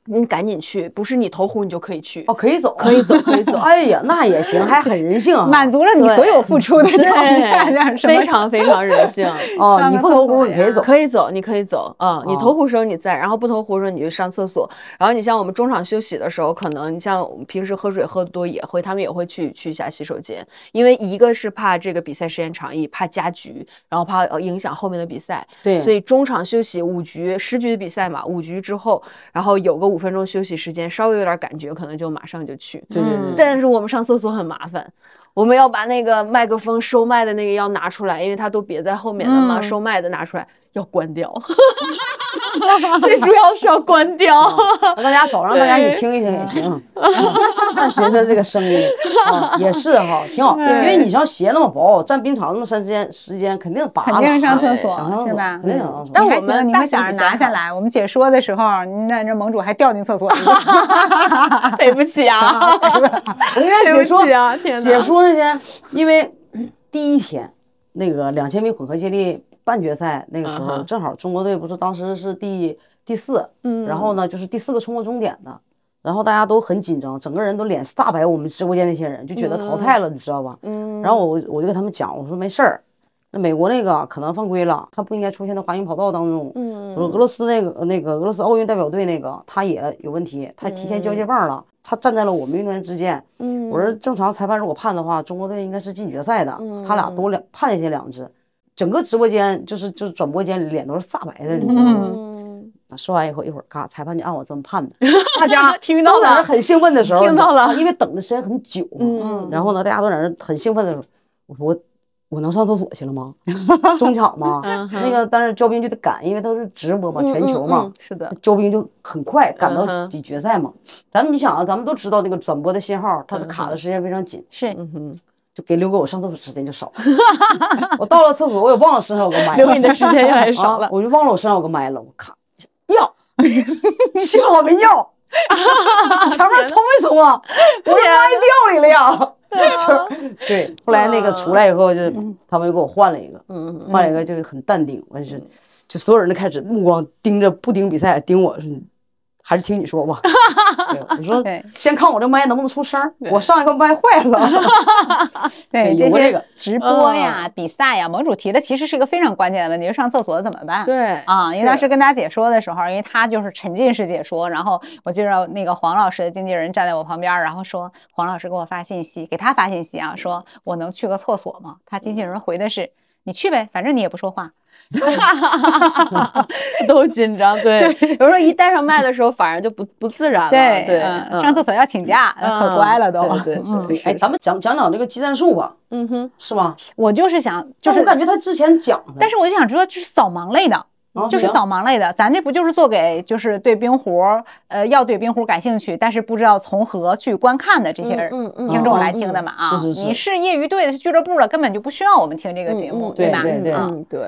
Speaker 6: 你赶紧去，不是你投壶你就可以去。
Speaker 4: 哦，可以走，
Speaker 6: 可以走可以走
Speaker 4: 哎呀，那也行，还很人性
Speaker 5: 哦
Speaker 4: 啊。
Speaker 3: 满足了你所有付出的条件，让什么
Speaker 6: 非常非常人性。
Speaker 4: 哦，你不投壶你可以走。哦
Speaker 6: 可以走，你可以走啊、你投壶时候你在，然后不投壶时候你就上厕所。然后你像我们中场休息的时候，可能你像我们平时喝水喝的多也会，他们也会去去一下洗手间，因为一个是怕这个比赛时间长，也怕加局，然后怕呃影响后面的比赛。
Speaker 4: 对
Speaker 6: 所以中场休息五局十局的比赛嘛，五局之后，然后有个五分钟休息时间，稍微有点感觉，可能就马上就去。
Speaker 4: 对对对，
Speaker 6: 但是我们上厕所很麻烦，我们要把那个麦克风收麦的那个要拿出来，因为它都别在后面了
Speaker 4: 嗯
Speaker 6: 嘛，收麦的拿出来要关 掉， 最主要是要关掉。
Speaker 4: 让 大家走，让大家一起听一听也行，嗯 看学生这个声音啊，也是哈，挺好。因为你像鞋那么薄，站冰场那么长时间，时间肯定拔了啊，
Speaker 5: 肯定上厕所
Speaker 4: 想上厕
Speaker 5: 是
Speaker 4: 所
Speaker 5: 吧嗯
Speaker 4: 肯定想上厕所。
Speaker 6: 但
Speaker 5: 你还
Speaker 6: 我们
Speaker 5: 行你
Speaker 6: 大
Speaker 5: 会
Speaker 6: 小
Speaker 5: 想
Speaker 6: 比
Speaker 5: 着
Speaker 6: 赛
Speaker 5: 拿下
Speaker 6: 好
Speaker 5: 来。我们解说的时候，那那盟主还掉进厕所里了。
Speaker 6: 对不起 啊，
Speaker 4: 人家解 说
Speaker 6: 对不起啊天哪
Speaker 4: 解说那天，因为第一天那个两千米混合接力半决赛那个时
Speaker 5: 嗯
Speaker 4: 候，正好中国队不是当时是第第四，
Speaker 6: 嗯
Speaker 5: 嗯
Speaker 4: 然后呢就是第四个冲过终点的，然后大家都很紧张，整个人都脸煞白。我们直播间那些人就觉
Speaker 5: 嗯
Speaker 4: 得淘汰了，你知道吧？
Speaker 6: 嗯
Speaker 4: 然后我我就跟他们讲，我说没事儿。那美国那个可能犯规了，他不应该出现在滑行跑道当中。
Speaker 6: 嗯
Speaker 4: 我说俄罗斯那个那个俄罗斯奥运代表队那个他也有问题，他提前交
Speaker 6: 嗯
Speaker 4: 接棒了，他站在了我们运动员之间。我说正常裁判如果判的话，中国队应该是进决赛的，
Speaker 6: 嗯
Speaker 4: 他俩都两判下去两支，整个直播间就是就是转播间脸都是煞白的，你知道
Speaker 6: 嗯
Speaker 4: 吗？说完以后，一会儿嘎，裁判就按我这么判的， 大家
Speaker 6: 听到
Speaker 4: 都在那
Speaker 6: 了
Speaker 4: 很兴奋的时候，
Speaker 6: 听
Speaker 4: 你知道
Speaker 6: 到了嗯
Speaker 4: 因为等的时间很久嘛，然后呢，大家都在那很兴奋的时候，我说我我能上厕所去了吗？中场吗？
Speaker 6: 嗯
Speaker 4: 那个，但是交兵就得赶，因为都是直播嘛，全球嘛，
Speaker 6: 是的，
Speaker 4: 交兵就很快赶
Speaker 6: 嗯
Speaker 4: 到
Speaker 6: 哼
Speaker 4: 底决赛嘛。咱们你想啊，咱们都知道那个转播的信号，它的
Speaker 6: 嗯
Speaker 4: 卡的时间非常紧，
Speaker 5: 是，
Speaker 4: 就给留给我上厕所时间就少。我到了 厕所，我也忘了身上有 个麦，
Speaker 6: 留给你的时间越来越少
Speaker 4: 啊
Speaker 6: 了。
Speaker 4: 我就忘了我身上有个麦了，我咔要， 幸好没 要，前面冲没冲啊？我这麦掉里了呀！
Speaker 6: 啊
Speaker 4: 就是对，后来
Speaker 6: 嗯
Speaker 4: 那个出来以后就，他们又给我换了一个，换了一个就是很淡定，我就是
Speaker 6: 嗯
Speaker 4: 就所有人都开始目光盯着不盯比赛，盯我是。还是听你说 吧，对我说
Speaker 5: 对
Speaker 4: 先看我这麦能不能出声儿，我上一个麦坏 了，
Speaker 5: 对
Speaker 4: 有
Speaker 5: 这
Speaker 4: 过这
Speaker 5: 些
Speaker 4: 个
Speaker 5: 直播呀、比赛呀，盟主提的其实是一个非常关键的问题，就上厕所怎么办？
Speaker 6: 对
Speaker 5: 啊，因为当
Speaker 6: 是
Speaker 5: 时跟大家解说的时候，因为他就是沉浸式解说，然后我记着那个黄老师的经纪人站在我旁边，然后说黄老师给我发信息，给他发信息啊，说我能去个厕所吗？他经纪人回的是。你去呗，反正你也不说话。
Speaker 6: 都紧张，对， 有时候一戴上麦的时候，反而就不不自然了，
Speaker 5: 对，
Speaker 6: 对，
Speaker 5: 嗯
Speaker 6: 嗯
Speaker 5: 上厕所要请假，可乖了都。
Speaker 6: 对 对
Speaker 5: 嗯
Speaker 6: 对，是
Speaker 4: 哎，咱们讲讲讲这个技战术吧，
Speaker 6: 嗯哼，
Speaker 4: 是吧？
Speaker 5: 我就是想，就
Speaker 4: 但
Speaker 5: 是
Speaker 4: 我感觉他之前讲的，
Speaker 5: 但是我就想知道，就是扫盲类的，
Speaker 4: 啊
Speaker 5: 就是
Speaker 4: 行
Speaker 5: 扫盲类的，咱这不就是做给就是对冰壶，呃，要对冰壶感兴趣，但是不知道从何去观看的这些人
Speaker 6: 嗯嗯
Speaker 5: 听众来听的嘛啊？
Speaker 4: 嗯是是是
Speaker 5: 你是业余队的，是俱乐部的，根本就不需要我们听这个节
Speaker 6: 嗯
Speaker 5: 目，
Speaker 6: 嗯
Speaker 5: 吧？
Speaker 4: 对对对
Speaker 5: 嗯
Speaker 6: 嗯，对。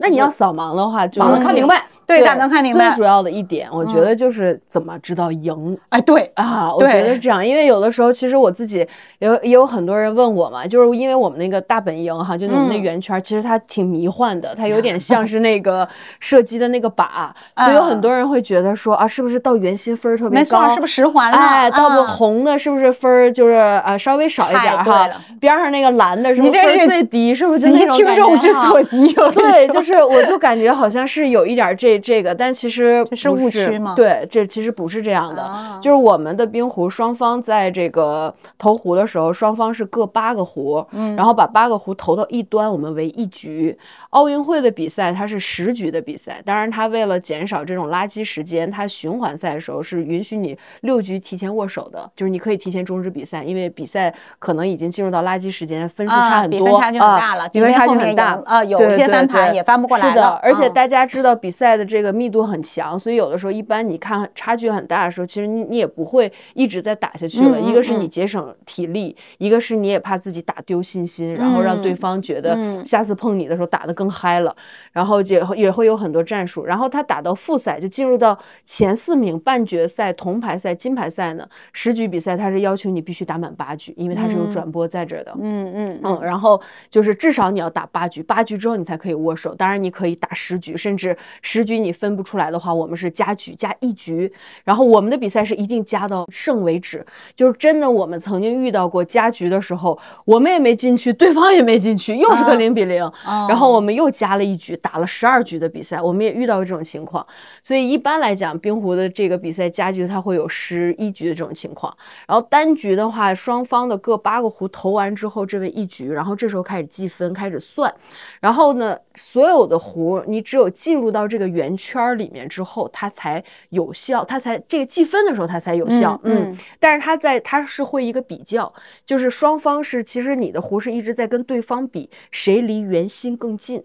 Speaker 6: 那你要扫盲的话，就
Speaker 4: 咋能看明白？
Speaker 5: 对，咋能看明白嗯
Speaker 6: 最主？要的一点，我觉得就是怎么知道赢。
Speaker 5: 哎，对，
Speaker 6: 啊，我觉得
Speaker 5: 对
Speaker 6: 是这样，因为有的时候其实我自己有也有很多人问我嘛，就是因为我们那个大本营哈，就我们那
Speaker 5: 嗯
Speaker 6: 圆圈儿，其实它挺迷幻的，它有点 像是那个射击的那个靶，所以有很多人会觉得说啊，是不是到圆心分儿特别
Speaker 5: 嗯没错
Speaker 6: 高？，
Speaker 5: 是不是十环了？
Speaker 6: 哎，到
Speaker 5: 啊
Speaker 6: 个红的，是不是分儿就是啊稍微少一
Speaker 5: 太
Speaker 6: 点儿
Speaker 5: 对
Speaker 6: 哈
Speaker 5: 了？
Speaker 6: 边上那个蓝的是不
Speaker 5: 你
Speaker 6: 是
Speaker 5: 这
Speaker 6: 分儿
Speaker 5: 是
Speaker 6: 最低？是不是就那种
Speaker 5: 急
Speaker 6: 感
Speaker 5: 听众
Speaker 6: 觉
Speaker 5: 之
Speaker 6: 哈
Speaker 5: 所及，我跟你
Speaker 6: 对，
Speaker 5: 说
Speaker 6: 就是我就感觉好像是有一点儿这这个，但其实
Speaker 5: 这是
Speaker 6: 不
Speaker 5: 误区吗
Speaker 6: 对，这其实不是这样的，
Speaker 5: 啊
Speaker 6: 就是我们的冰壶双方在这个投壶的时候，双方是各八个壶，
Speaker 5: 嗯
Speaker 6: 然后把八个壶投到一端，我们为一局。奥运会的比赛它是十局的比赛，当然它为了减少这种垃圾时间，它循环赛的时候是允许你六局提前握手的，就是你可以提前终止比赛，因为比赛可能已经进入到垃圾时间，分数差
Speaker 5: 啊，
Speaker 6: 很
Speaker 5: 比
Speaker 6: 多，
Speaker 5: 分差距很大了，
Speaker 6: 比
Speaker 5: 即
Speaker 6: 分
Speaker 5: 便
Speaker 6: 差距
Speaker 5: 后面
Speaker 6: 很大
Speaker 5: 赢啊，有
Speaker 6: 对
Speaker 5: 些
Speaker 6: 对
Speaker 5: 翻盘
Speaker 6: 对
Speaker 5: 也翻不过来
Speaker 6: 是的
Speaker 5: 了，
Speaker 6: 而且
Speaker 5: 嗯
Speaker 6: 大家知道比赛的这个密度很强，所以有的时候一般你看差距很大的时候，其实你你也不会一直在打下去了。
Speaker 5: 嗯
Speaker 6: 一个是
Speaker 5: 嗯
Speaker 6: 你节省体力，一个是你也怕自己打丢信心，然后让对
Speaker 5: 嗯
Speaker 6: 方觉得
Speaker 5: 嗯
Speaker 6: 下次碰你的时候打得更嗨了，然后也会也会有很多战术。然后他打到复赛就进入到前四名半决赛、铜牌赛、金牌赛呢，十局比赛他是要求你必须打满八局，因为他是有
Speaker 5: 嗯
Speaker 6: 转播在这儿的。
Speaker 5: 嗯嗯
Speaker 6: 嗯，然后就是至少你要打八局，八局之后你才可以握手。当然，你可以打十局，甚至十局你分不出来的话，我们是加局加一局。然后我们的比赛是一定加到胜为止。就是真的，我们曾经遇到过加局的时候，我们也没进去，对方也没进去，又是个
Speaker 5: 啊
Speaker 6: 零比零、
Speaker 5: 哦
Speaker 6: 然后我们又加了一局，打了十二局的比赛，我们也遇到这种情况。所以一般来讲，冰壶的这个比赛加局它会有十一局的这种情况。然后单局的话，双方的各八个壶投完之后，这为一局，然后这时候开始计分，开始算。然后呢，所有的壶你只有进入到这个圆圈儿里面之后，它才有效，它才这个计分的时候它才有效。
Speaker 5: 嗯嗯
Speaker 6: 但是它在它是会一个比较，就是双方是其实你的壶是一直在跟对方比谁离圆心更近。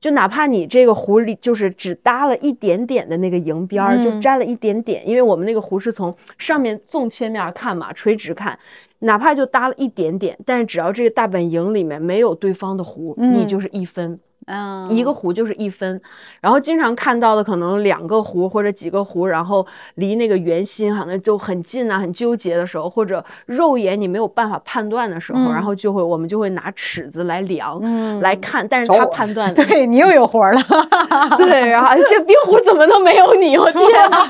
Speaker 6: 就哪怕你这个壶里就是只搭了一点点的那个楹边儿，就
Speaker 5: 嗯
Speaker 6: 沾了一点点，因为我们那个壶是从上面纵切面儿看嘛，垂直看，哪怕就搭了一点点，但是只要这个大本营里面没有对方的壶，你
Speaker 5: 嗯
Speaker 6: 就是一分。
Speaker 5: 嗯，
Speaker 6: 一个壶就是一分，然后经常看到的可能两个壶或者几个壶，然后离那个圆心好像就很近啊，很纠结的时候，或者肉眼你没有办法判断的时候，
Speaker 5: 嗯
Speaker 6: 然后就会我们就会拿尺子来量、
Speaker 5: 嗯
Speaker 6: 来看，但是
Speaker 4: 找
Speaker 6: 他
Speaker 4: 我
Speaker 6: 判断
Speaker 5: 对你又有活 儿了，
Speaker 6: 对，然后哎这冰壶怎么能没有你？ 我天哪！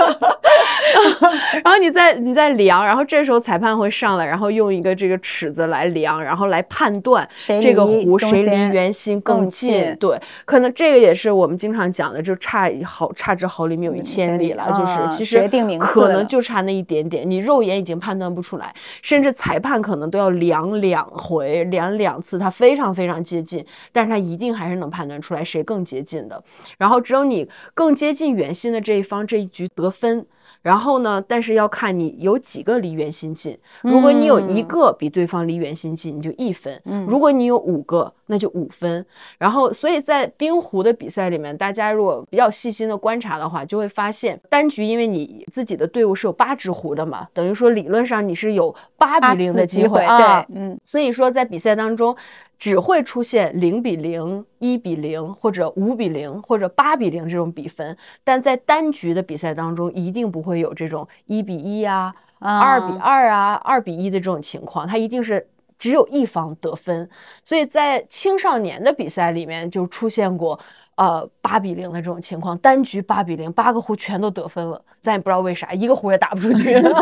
Speaker 6: 然后你再你再量，然后这时候裁判会上来，然后用一个这个尺子来量，然后来判断
Speaker 5: 谁
Speaker 6: 这个
Speaker 5: 离
Speaker 6: 壶
Speaker 5: 中
Speaker 6: 谁离
Speaker 5: 间
Speaker 6: 圆心更
Speaker 5: 更
Speaker 6: 近。
Speaker 5: 近
Speaker 6: 对，可能这个也是我们经常讲的，就差一毫差之毫厘米有一千
Speaker 5: 嗯千
Speaker 6: 里
Speaker 5: 里
Speaker 6: 了，就是
Speaker 5: 啊
Speaker 6: 其实
Speaker 5: 决定名
Speaker 6: 可
Speaker 5: 次
Speaker 6: 能
Speaker 5: 了
Speaker 6: 就差那一点点，你肉眼已经判断不出来，甚至裁判可能都要量两回、量两次，它非常非常接近，但是它一定还是能判断出来谁更接近的。然后只有你更接近圆心的这一方这一局得分。然后呢？但是要看你有几个离圆心近。如果你有一
Speaker 5: 嗯
Speaker 6: 个比对方离圆心近，你就一分；如果你有五个，那就五分。然后，所以在冰壶的比赛里面，大家如果比较细心的观察的话，就会发现单局，因为你自己的队伍是有八只壶的嘛，等于说理论上你是有八
Speaker 5: 八
Speaker 6: 比零
Speaker 5: 次
Speaker 6: 的
Speaker 5: 机
Speaker 6: 会
Speaker 5: 会，
Speaker 6: 啊。
Speaker 5: 对，嗯，
Speaker 6: 所以说，在比赛当中，只会出现零比零、一比零或者五比零或者八比零这种比分，但在单局的比赛当中，一定不会有这种一比一啊、二比
Speaker 5: 啊
Speaker 6: 二啊、二比一的这种情况，它一定是只有一方得分。所以在青少年的比赛里面就出现过，呃，八比零的这种情况，单局八比零，八个壶全都得分了，咱也不知道为啥，一个壶也打不出去。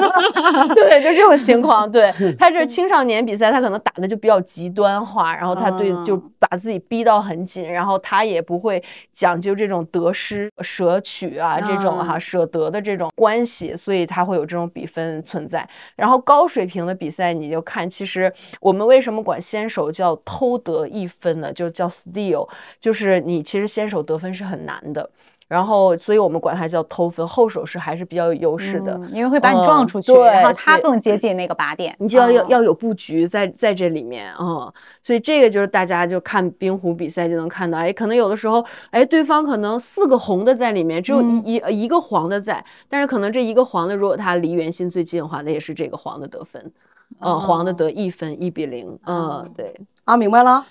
Speaker 6: 对，就这种情况。 对，他这青少年比赛，他可能打的就比较极端化，然后他对就
Speaker 5: 嗯
Speaker 6: 把自己逼到很紧，然后他也不会讲究这种得失舍取啊这种哈、
Speaker 5: 嗯
Speaker 6: 舍得的这种关系，所以他会有这种比分存在。然后高水平的比赛，你就看，其实我们为什么管先手叫偷得一分呢？就叫 steal，就是你其实先手得分是很难的。然后，所以我们管它叫偷分，后手是还是比较有优势的。
Speaker 5: 嗯因为会把你
Speaker 6: 嗯
Speaker 5: 撞出去，
Speaker 6: 对
Speaker 5: 然后
Speaker 6: 所
Speaker 5: 他
Speaker 6: 以
Speaker 5: 更接近那个靶 点，
Speaker 6: 你就要要
Speaker 5: 啊
Speaker 6: 要有布局在在这里面，嗯，所以这个就是大家就看冰壶比赛就能看到，哎，可能有的时候，哎，对方可能四个红的在里面，只有
Speaker 5: 嗯
Speaker 6: 一一、一个黄的在，但是可能这一个黄的如果它离圆心最近的话，那也是这个黄的得分，嗯，黄的
Speaker 5: 哦
Speaker 6: 得一分一比零，嗯，对，
Speaker 4: 啊，明白了
Speaker 5: 啊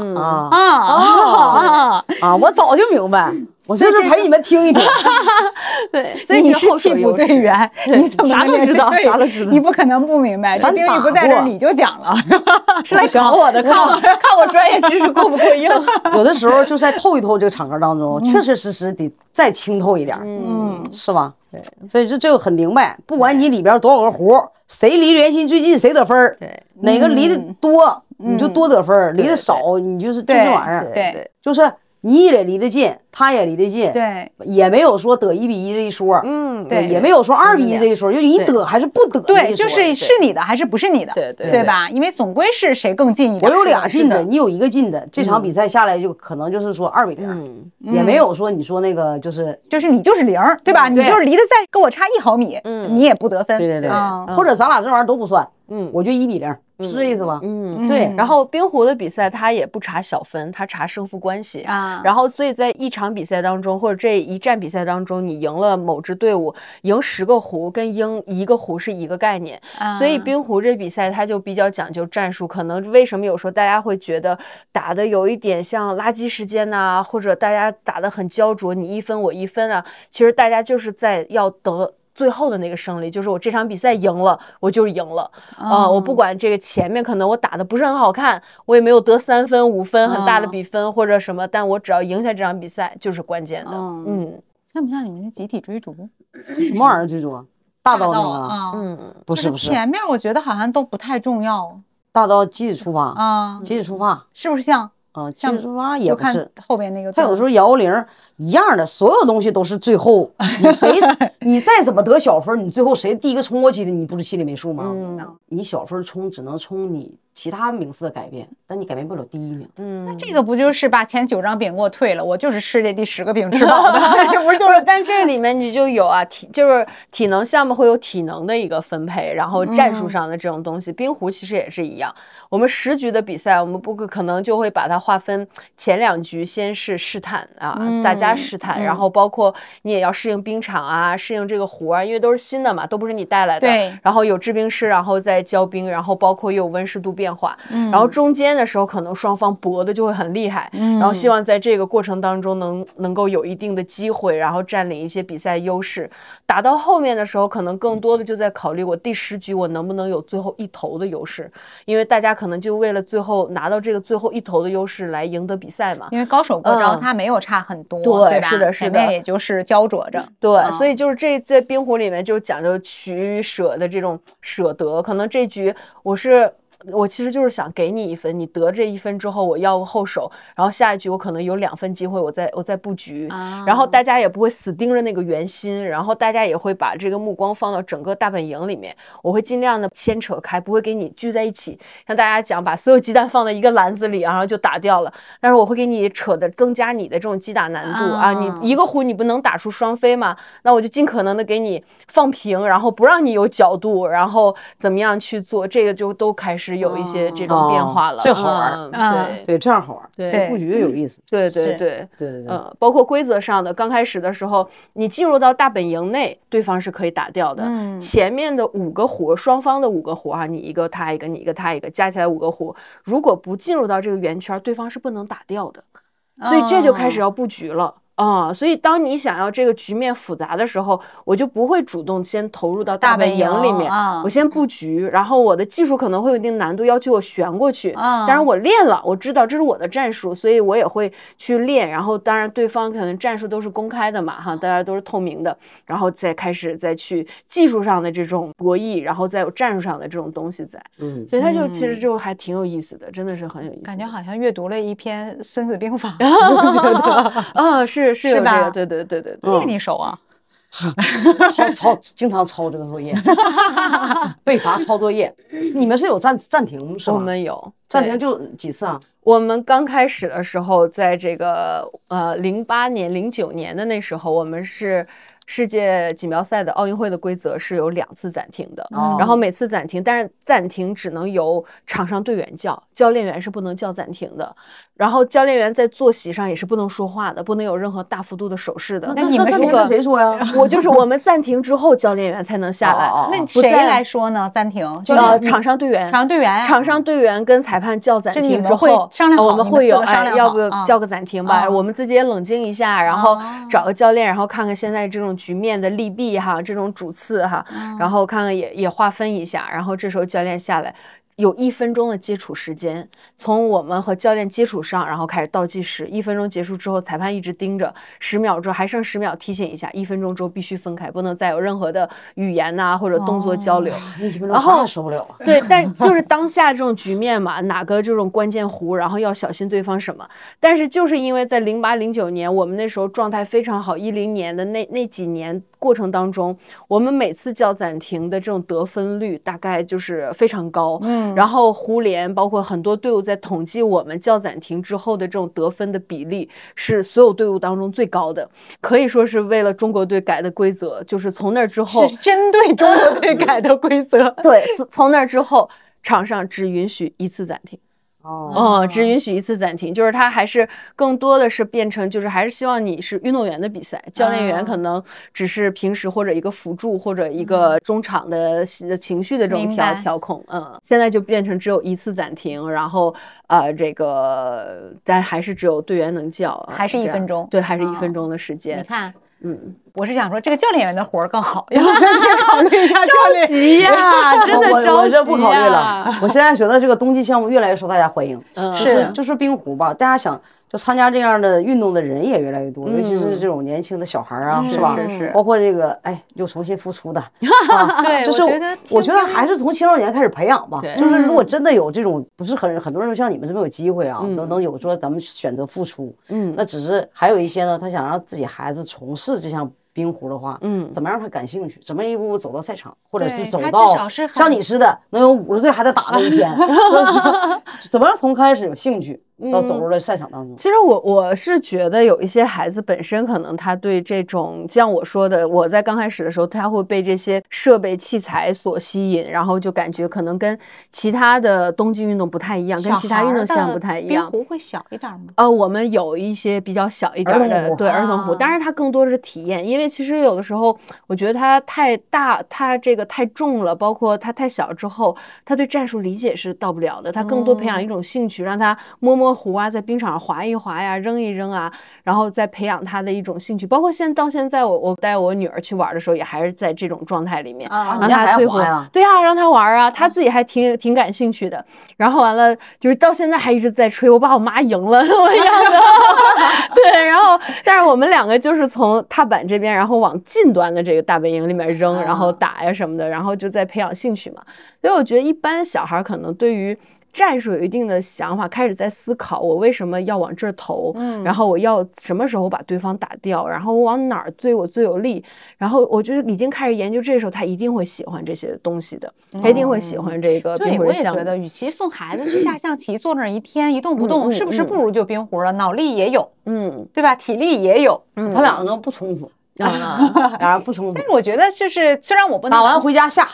Speaker 6: 嗯
Speaker 4: 啊
Speaker 5: 啊
Speaker 4: 哦
Speaker 5: 啊！
Speaker 4: 啊！我早就明白，我就是陪你们听一听。
Speaker 7: 对，
Speaker 5: 所
Speaker 7: 所以
Speaker 5: 哦以你
Speaker 7: 是
Speaker 5: 是
Speaker 7: 后手
Speaker 5: 替补
Speaker 7: 优
Speaker 5: 队
Speaker 7: 势。
Speaker 5: 员，
Speaker 7: 对
Speaker 5: 你怎么
Speaker 7: 啥
Speaker 5: 能
Speaker 7: 都
Speaker 5: 连
Speaker 7: 知
Speaker 5: 这
Speaker 7: 道
Speaker 5: 队
Speaker 7: 啥都知道
Speaker 5: 你不可能不明 白。
Speaker 4: 咱
Speaker 5: 冰
Speaker 4: 打
Speaker 5: 雨不在这儿，
Speaker 4: 过
Speaker 5: 你就讲 了，嗯
Speaker 7: 是来
Speaker 4: 行
Speaker 7: 考我的，看我看我专业知识过不过 硬。
Speaker 4: 有的时候就在透一透这个场合当中，确确实实得再清透一点儿，
Speaker 6: 嗯，
Speaker 4: 是吧？对，所以就这个很明白，不管你里边多少个弧，谁离圆心最近谁得分儿，
Speaker 6: 对
Speaker 4: 哪个离得多你就多得分儿，离得
Speaker 6: 对
Speaker 4: 少你就是就这玩意儿，
Speaker 5: 对
Speaker 6: 对，
Speaker 4: 就是你也离得近，他也离得近，
Speaker 5: 对
Speaker 4: 也没有说得一比一这一说，
Speaker 6: 嗯，
Speaker 5: 对
Speaker 4: 也没有说二比一这一说，就你
Speaker 6: 对
Speaker 4: 得还是不得这
Speaker 5: 对，
Speaker 4: 一说
Speaker 5: 就是是你的还是不是你的，
Speaker 6: 对对
Speaker 5: 对吧？因为总归是谁更近一点。
Speaker 4: 我有俩
Speaker 5: 是
Speaker 4: 进的，
Speaker 5: 的，
Speaker 4: 你有一个进的，这场比赛下来就可能就是说二比零，
Speaker 6: 嗯
Speaker 4: 也没有说你说那个就是
Speaker 5: 就是你就是零儿，嗯对吧？你
Speaker 4: 对
Speaker 5: 就是离得再跟我差一毫米，
Speaker 6: 嗯
Speaker 5: 你也不得分。
Speaker 4: 对对对
Speaker 5: 啊，
Speaker 4: 嗯或者咱俩这玩意儿都不算，
Speaker 6: 嗯
Speaker 4: 我就一比零，是这意思吧？
Speaker 6: 嗯。
Speaker 4: 对
Speaker 5: 嗯
Speaker 6: 然后冰壶的比赛，他也不查小分，他查胜负关系。
Speaker 5: 啊，
Speaker 6: 然后，所以在一场比赛当中，或者这一站比赛当中，你赢了某支队伍，赢十个壶跟赢一个壶是一个概念。所以
Speaker 5: 啊
Speaker 6: 冰壶这比赛它就比较讲究战术，可能为什么有时候大家会觉得打的有一点像垃圾时间呐、或者大家打的很焦灼，你一分我一分啊，其实大家就是在要得。最后的那个胜利，就是我这场比赛赢了，我就是赢了
Speaker 5: 哦
Speaker 6: 啊、我
Speaker 5: 嗯
Speaker 6: 不管这个前面可能我打的不是很好看，我也没有得三分、五分很大的
Speaker 5: 嗯
Speaker 6: 比分或者什么，但我只要赢下这场比赛就是关键的。
Speaker 5: 嗯
Speaker 6: 嗯
Speaker 5: 像不像你们的集体追逐？
Speaker 4: 什么玩意儿追逐？啊大刀那个啊？
Speaker 5: 啊，
Speaker 6: 嗯，
Speaker 4: 不
Speaker 5: 就是
Speaker 4: 不是，
Speaker 5: 前面我觉得好像都不太重要
Speaker 4: 大刀集体出
Speaker 6: 嗯
Speaker 4: 发，
Speaker 5: 啊，
Speaker 4: 集体出发
Speaker 5: 是不是像？
Speaker 4: 啊，集
Speaker 5: 像
Speaker 4: 体出发也
Speaker 5: 就
Speaker 4: 不
Speaker 5: 看
Speaker 4: 是。
Speaker 5: 后边那个
Speaker 4: 他
Speaker 5: 段
Speaker 4: 有
Speaker 5: 落，
Speaker 4: 的时候摇铃一样的，所有东西都是最 后，你谁你再怎么得小分，你最后谁第一个冲过去的，你不是心里没数吗？
Speaker 6: 嗯
Speaker 4: 你小分冲只能冲你其他名次的改变，但你改变不了第一名。
Speaker 6: 嗯，那
Speaker 5: 这个不就是把前九张饼给我退了？我就是吃这第十个饼吃 饱 的，这不是就
Speaker 6: 不是，
Speaker 5: 是
Speaker 6: 但这里面你就有啊，体就是体能项目会有体能的一个分配，然后战
Speaker 5: 嗯
Speaker 6: 术上的这种东西，冰壶其实也是一样。我们十局的比赛，我们不可可能就会把它划分前两局先是试探啊，大家试
Speaker 5: 嗯
Speaker 6: 探，然后包括你也要适应冰场啊，适应这个壶啊，因为都是新的嘛，都不是你带来的。
Speaker 5: 对
Speaker 6: 然后有制冰师，然后再教冰，然后包括又有温湿度变化，
Speaker 5: 嗯
Speaker 6: 然后中间的时候可能双方搏的就会很厉害，
Speaker 5: 嗯
Speaker 6: 嗯然后希望在这个过程当中能能够有一定的机会，然后占领一些比赛优势。打到后面的时候，可能更多的就在考虑我第十局我能不能有最后一投的优势，因为大家可能就为了最后拿到这个最后一投的优势来赢得比赛嘛。
Speaker 5: 因为高手过招，
Speaker 6: 嗯
Speaker 5: 他没有差很多，
Speaker 6: 对
Speaker 5: 吧？
Speaker 6: 是的是
Speaker 5: 前
Speaker 6: 的
Speaker 5: 面也就是焦灼着，
Speaker 6: 对，
Speaker 5: 啊
Speaker 6: 所以就是这在冰壶里面就是讲究取舍的这种舍得。可能这局我是我其实就是想给你一分，你得这一分之后我要个后手，然后下一局我可能有两分机会，我再我再布局。
Speaker 5: 啊
Speaker 6: 然后
Speaker 4: 嗯
Speaker 6: 大家也不会死盯着那个圆心，然后大家也会把这个目光放到整个大本营里面。我会尽量的牵扯开，不会给你聚在一起。像大家讲，把所有鸡蛋放在一个篮子里，然后就打掉了。但是我会给你扯的增加你的这种击打难度啊
Speaker 4: 嗯
Speaker 5: 啊
Speaker 6: 你一个弧你不能打出双飞嘛，那我就尽可能的给你放平，然后不让你有角度，然后怎么样去做，这个就都开始有一些这种变化了。
Speaker 4: 哦这好玩儿
Speaker 6: 嗯
Speaker 4: 对，嗯这样好玩，
Speaker 6: 对
Speaker 5: 对
Speaker 4: 布局就有意思。
Speaker 6: 对对对对。
Speaker 5: 是
Speaker 4: 对
Speaker 5: 嗯
Speaker 4: 对对，
Speaker 6: 呃，包括规则上的，刚开始的时候，你进入到大本营内，对方是可以打掉的。
Speaker 5: 嗯
Speaker 6: 前面的五个壶，双方的五个壶啊，你一个他一个，你一个他一个，加起来五个壶，如果不进入到这个圆圈，对方是不能打掉的。所以这就开始
Speaker 5: 哦
Speaker 6: 要布局了。啊、所以当你想要这个局面复杂的时候，我就不会主动先投入到
Speaker 5: 大
Speaker 6: 本
Speaker 5: 本
Speaker 6: 营里
Speaker 5: 营
Speaker 6: 面，
Speaker 5: 啊
Speaker 6: 我先布局，然后我的技术可能会有一定难度，要求我旋过去。
Speaker 5: 啊
Speaker 6: 当然我练了，我知道这是我的战术，所以我也会去练。然后当然对方可能战术都是公开的嘛，哈，大家都是透明的，然后再开始再去技术上的这种博弈，然后再有战术上的这种东西在，
Speaker 4: 嗯，
Speaker 6: 所以它就其实
Speaker 5: 嗯
Speaker 6: 就还挺有意思的，真的是很有意思的。
Speaker 5: 感觉好像阅读了一篇《孙子兵 法》，
Speaker 6: 嗯
Speaker 4: 嗯
Speaker 6: 啊，是是
Speaker 5: 是
Speaker 6: 有这
Speaker 5: 吧
Speaker 6: 个，对对对对对。
Speaker 5: 这个你熟啊？
Speaker 4: 抄抄经常抄这个 作业，被罚抄作 业。你们是有暂暂停是吧？
Speaker 6: 我们有
Speaker 4: 暂
Speaker 6: 对
Speaker 4: 停就几次啊？
Speaker 6: 我们刚开始的时候，在这个呃零八年、零九年的那时候，我们是世界锦标赛的奥运会的规则是有两次暂停的，
Speaker 4: 哦
Speaker 6: 然后每次暂停，但是暂停只能由场上队员叫，教练员是不能叫暂停的，然后教练员在坐席上也是不能说话的，不能有任何大幅度的手势的。
Speaker 5: 那你们
Speaker 4: 暂
Speaker 5: 如
Speaker 4: 停
Speaker 5: 果
Speaker 4: 跟谁说呀？
Speaker 6: 我就是我们暂停之后，教练员才能下来。
Speaker 4: 哦哦哦
Speaker 5: 那
Speaker 6: 不
Speaker 5: 谁
Speaker 6: 在
Speaker 5: 来说呢？暂停就
Speaker 6: 呃，
Speaker 5: 是
Speaker 6: 场上队员，
Speaker 5: 场上队员啊
Speaker 6: 场上队员跟裁判叫暂
Speaker 5: 这你
Speaker 6: 停
Speaker 5: 们
Speaker 6: 之
Speaker 5: 会
Speaker 6: 后，
Speaker 5: 商量
Speaker 6: 呃
Speaker 5: 好
Speaker 6: 我们
Speaker 5: 你们
Speaker 6: 会
Speaker 5: 四
Speaker 6: 有
Speaker 5: 个商
Speaker 6: 哎，
Speaker 5: 量
Speaker 6: 要
Speaker 5: 好
Speaker 6: 不
Speaker 5: 啊
Speaker 6: 叫个暂停吧？
Speaker 5: 啊
Speaker 6: 我们自己也冷静一下，然后
Speaker 5: 啊
Speaker 6: 找个教练，然后看看现在这种局面的利弊哈，这种主次哈，
Speaker 5: 嗯
Speaker 6: 然后看看也也划分一下，然后这时候教练下来。有一分钟的接触时间，从我们和教练接触上，然后开始倒计时。一分钟结束之后，裁判一直盯着，十秒之后还剩十秒，提醒一下，一分钟之后必须分开，不能再有任何的语言呐、或者动作交流。
Speaker 4: 一分钟
Speaker 6: 然
Speaker 4: 啥
Speaker 6: 后
Speaker 4: 也受不了。
Speaker 6: 对，但就是当下这种局面嘛，哪个这种关键弧，然后要小心对方什么。但是就是因为在零八零九年，我们那时候状态非常好，一零年的那那几年过程当中，我们每次叫暂停的这种得分率大概就是非常高。嗯，然后胡联包括很多队伍在统计我们叫暂停之后的这种得分的比例，是所有队伍当中最高的，可以说是为了中国队改的规则，就是从那之后嗯
Speaker 5: 是针对中国队改的规则。
Speaker 6: 对，是从那之后，场上只允许一次暂停。
Speaker 4: 哦，
Speaker 6: 哦，只允许一次暂停，就是他还是更多的是变成，就是还是希望你是运动员的比赛，教练
Speaker 5: 哦
Speaker 6: 员可能只是平时或者一个辅助或者一个中场的情情绪的这种
Speaker 5: 嗯明
Speaker 6: 调
Speaker 5: 白
Speaker 6: 调控。嗯，现在就变成只有一次暂停，然后呃，这个但还是只有队员能叫啊，
Speaker 5: 还是一
Speaker 6: 这样
Speaker 5: 分钟
Speaker 6: 对，还是一
Speaker 5: 哦
Speaker 6: 分钟的时
Speaker 5: 你
Speaker 6: 间。
Speaker 5: 看，
Speaker 6: 嗯，
Speaker 5: 我是想说，这个教练员的活儿更好，要不要考虑一下教练？
Speaker 6: 急 呀， 真的
Speaker 4: 我
Speaker 6: 着
Speaker 4: 我这不
Speaker 6: 急
Speaker 4: 考虑
Speaker 6: 呀
Speaker 4: 了。 我现在觉得这个冬季项目越来越受大家欢迎，
Speaker 6: 嗯
Speaker 4: 就是就是冰壶吧，大家想就参加这样的运动的人也越来越多，尤其是
Speaker 6: 嗯
Speaker 4: 这种年轻的小孩儿啊，
Speaker 6: 是
Speaker 4: 吧？
Speaker 6: 是是
Speaker 4: 包括这个哎，又重新复 出的，啊
Speaker 5: 对
Speaker 4: 就
Speaker 5: 我
Speaker 4: 是
Speaker 5: 觉得
Speaker 4: 我
Speaker 5: 天
Speaker 4: 觉得还是从青少年开始培养吧
Speaker 6: 对。
Speaker 4: 就是如果
Speaker 5: 嗯
Speaker 4: 真的有这种，不是很很多人像你们这么有机会啊，
Speaker 6: 嗯
Speaker 4: 能能有说咱们选择复出，
Speaker 6: 嗯
Speaker 4: 那只是还有一些呢，他想让自己孩子从事这项冰壶的话，
Speaker 6: 嗯
Speaker 4: 怎么让他感兴趣？怎么一步步走到赛场，或者
Speaker 5: 对
Speaker 4: 是走
Speaker 5: 他至
Speaker 4: 到
Speaker 5: 少是很
Speaker 4: 像你似的，能有五十岁还在打的一天，就是说怎么样从开始有兴趣到走入了赛场当中？
Speaker 6: 其实我我是觉得有一些孩子本身可能他对这种像我说的，我在刚开始的时候，他会被这些设备器材所吸引，然后就感觉可能跟其他的冬季运动不太一样，跟其他运动项目不太一样
Speaker 5: 冰。壶会小一点吗？
Speaker 6: 呃，我们有一些比较小一点
Speaker 4: 儿童
Speaker 6: 儿的，
Speaker 4: 壶
Speaker 6: 对儿童壶，
Speaker 5: 啊
Speaker 6: 但是它更多的是体验，因为其实有的时候我觉得它太大，它这个太重了，包括它太小之后，他对战术理解是到不了的，他更多培养一种兴趣，让他摸摸壶啊，在冰场上滑一滑呀，扔一扔啊，然后再培养他的一种兴趣。包括现在到现在我我带我女儿去玩的时候，也还是在这种状态里面。
Speaker 5: 啊
Speaker 4: 你
Speaker 6: 让
Speaker 4: 家
Speaker 6: 他
Speaker 4: 还
Speaker 6: 退
Speaker 4: 滑
Speaker 6: 回
Speaker 4: 呀，
Speaker 6: 对啊，让他玩啊，他自己还挺挺感兴趣的。然后完了，就是到现在还一直在吹，我把我妈赢了， 我样子。对，然后但是我们两个就是从踏板这边，然后往近端的这个大本营里面扔，然后打呀什么的，然后就在培养兴趣嘛。所以我觉得一般小孩可能对于。战术有一定的想法，开始在思考我为什么要往这儿投，嗯，然后我要什么时候把对方打掉，然后我往哪儿对我最有利，然后我就是已经开始研究，这时候他一定会喜欢这些东西的，他一定会喜欢这个冰
Speaker 5: 哦对，
Speaker 6: 壶
Speaker 5: 我
Speaker 6: 的
Speaker 5: 也
Speaker 6: 项目。
Speaker 5: 觉得，与其送 孩子去下象棋，坐那儿一天一动不动，
Speaker 6: 嗯
Speaker 5: 是不是
Speaker 6: 嗯
Speaker 5: 不如就冰壶了？脑力也有，
Speaker 6: 嗯，
Speaker 5: 对吧？体力也有。
Speaker 4: 他两个不冲突，俩人不冲突
Speaker 5: 但，是我觉得，就是虽然我不能
Speaker 4: 打完回家下，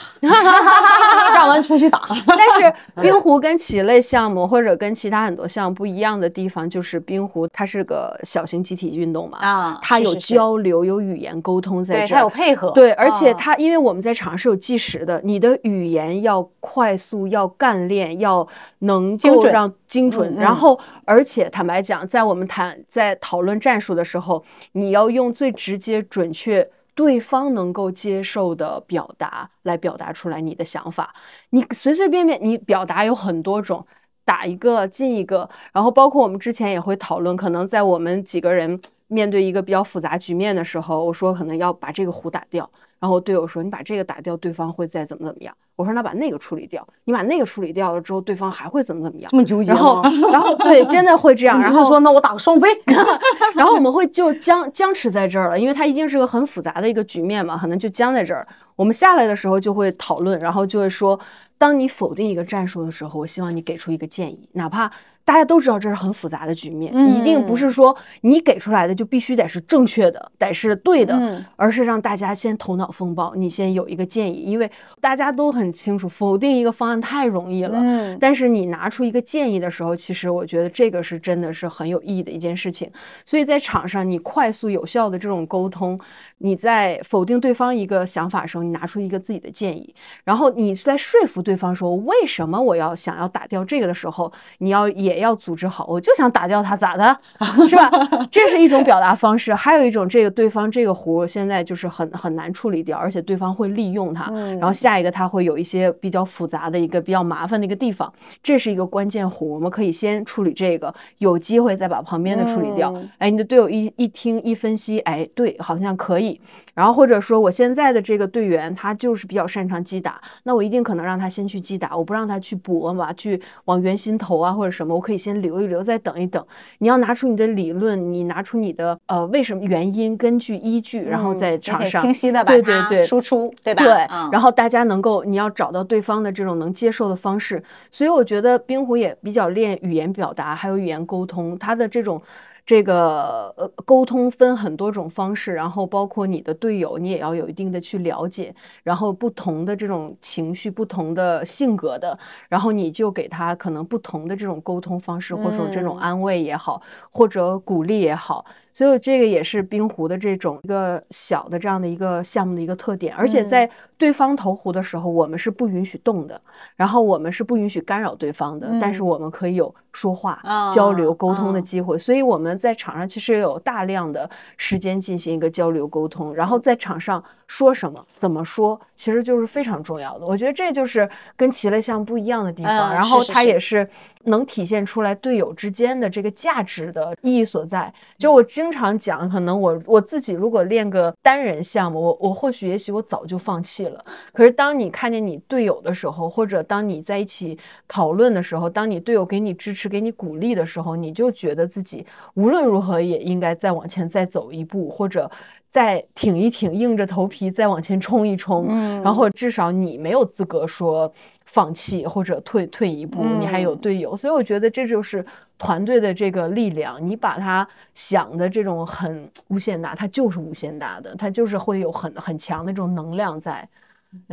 Speaker 4: 下完出去打。
Speaker 6: 但是冰壶跟棋类项目或者跟其他很多项目不一样的地方，就是冰壶它是个小型集体运动嘛，
Speaker 5: 啊，
Speaker 6: 它
Speaker 5: 是
Speaker 6: 有
Speaker 5: 是是
Speaker 6: 交流、有语言沟通在
Speaker 5: 对，
Speaker 6: 这
Speaker 5: 它
Speaker 6: 儿
Speaker 5: 有。配合，
Speaker 6: 对，而且
Speaker 5: 啊
Speaker 6: 它因为我们在场上是有计时的，你的语言要快速、要干练、要能
Speaker 5: 精
Speaker 6: 够
Speaker 5: 准
Speaker 6: 让精准。
Speaker 5: 嗯
Speaker 6: 然
Speaker 5: 嗯
Speaker 6: 后，而且坦白讲，在我们谈在讨论战术的时候，你要用最直接、准确。对方能够接受的表达来表达出来你的想法，你随随便便你表达有很多种，打一个进一个，然后包括我们之前也会讨论，可能在我们几个人面对一个比较复杂局面的时候，我说可能要把这个壶打掉，然后我队友说你把这个打掉，对方会再怎么怎么样，我说那把那个处理掉，你把那个处理掉了之后，对方还会怎么怎么样
Speaker 4: 这，么纠结
Speaker 6: 然后
Speaker 4: 吗？
Speaker 6: 然后对，真的会这样，
Speaker 4: 你
Speaker 6: 然
Speaker 4: 就是
Speaker 6: 后
Speaker 4: 说那我打个双飞，
Speaker 6: 然后我们会就僵僵持在这儿了，因为它一定是个很复杂的一个局面嘛，可能就僵在这儿了。我们下来的时候就会讨论，然后就会说，当你否定一个战术的时候，我希望你给出一个建议，哪怕大家都知道这是很复杂的局面，
Speaker 5: 嗯
Speaker 6: 一定不是说你给出来的就必须得是正确的，得是对的，
Speaker 5: 嗯
Speaker 6: 而是让大家先头脑风暴，你先有一个建议，因为大家都很清楚，否定一个方案太容易了。
Speaker 5: 嗯
Speaker 6: 但是你拿出一个建议的时候，其实我觉得这个是真的是很有意义的一件事情。所以在场上，你快速有效的这种沟通，你在否定对方一个想法的时候，你拿出一个自己的建议，然后你在说服对方说为什么我要想要打掉这个的时候，你要也要组织好，我就想打掉它，咋的， 是吧？这是一种表达方式，还有一种这个对方这个弧现在就是很很难处理掉，而且对方会利用它，
Speaker 5: 嗯
Speaker 6: 然后下一个他会有一些比较复杂的一个比较麻烦的一个地方，这是一个关键弧，我们可以先处理这个，有机会再把旁边的处理掉。
Speaker 5: 嗯
Speaker 6: 哎，你的队友一一听一分析，哎，对，好像可以。然后或者说我现在的这个队员他就是比较擅长击打，那我一定可能让他先去击打，我不让他去搏嘛，去往圆心投啊或者什么，我可以先留一留，再等一等。你要拿出你的理论，你拿出你的呃为什么原因，根据依据，然后
Speaker 5: 嗯
Speaker 6: 在
Speaker 5: 你
Speaker 6: 场
Speaker 5: 得
Speaker 6: 上、
Speaker 5: 清晰的把
Speaker 6: 对对
Speaker 5: 它
Speaker 6: 对
Speaker 5: 输出，对吧？
Speaker 6: 对，
Speaker 5: 嗯
Speaker 6: 然后大家能够，你要找到对方的这种能接受的方式，所以我觉得冰壶也比较练语言表达，还有语言沟通，他的这种这个呃沟通分很多种方式，然后包括你的队友，你也要有一定的去了解，然后不同的这种情绪、不同的性格的，然后你就给他可能不同的这种沟通方式，或者这种
Speaker 5: 嗯
Speaker 6: 安慰也好，或者鼓励也好，所以这个也是冰壶的这种一个小的这样的一个项目的一个特点，而
Speaker 5: 嗯
Speaker 6: 且在对方投壶的时候，我们是不允许动的，然后我们是不允许干扰对方的，但是
Speaker 5: 嗯
Speaker 6: 我们可以有说话、
Speaker 5: 啊
Speaker 6: 交流、沟通的
Speaker 5: 啊
Speaker 6: 机会。所以我们在场上其实有大量的时间进行一个交流沟通，然后在场上说什么、怎么说，其实就是非常重要的。我觉得这就是跟棋类项不一样的地方，
Speaker 5: 嗯
Speaker 6: 然
Speaker 5: 是
Speaker 6: 后
Speaker 5: 是
Speaker 6: 它
Speaker 5: 是
Speaker 6: 也是能体现出来队友之间的这个价值的意义所在。就我经常讲，可能我我自己如果练个单人项目，我我或许也许我早就放弃了。可是当你看见你队友的时候，或者当你在一起讨论的时候，当你队友给你支持、给你鼓励的时候，你就觉得自己无论如何也应该再往前再走一步，或者再挺一挺，硬着头皮再往前冲一冲。
Speaker 5: 嗯
Speaker 6: 然后至少你没有资格说放弃或者退退一步，你还有
Speaker 5: 嗯
Speaker 6: 队友，所以我觉得这就是团队的这个力量。你把它想的这种很无限大，它就是无限大的，它就是会有很很强的这种能量在。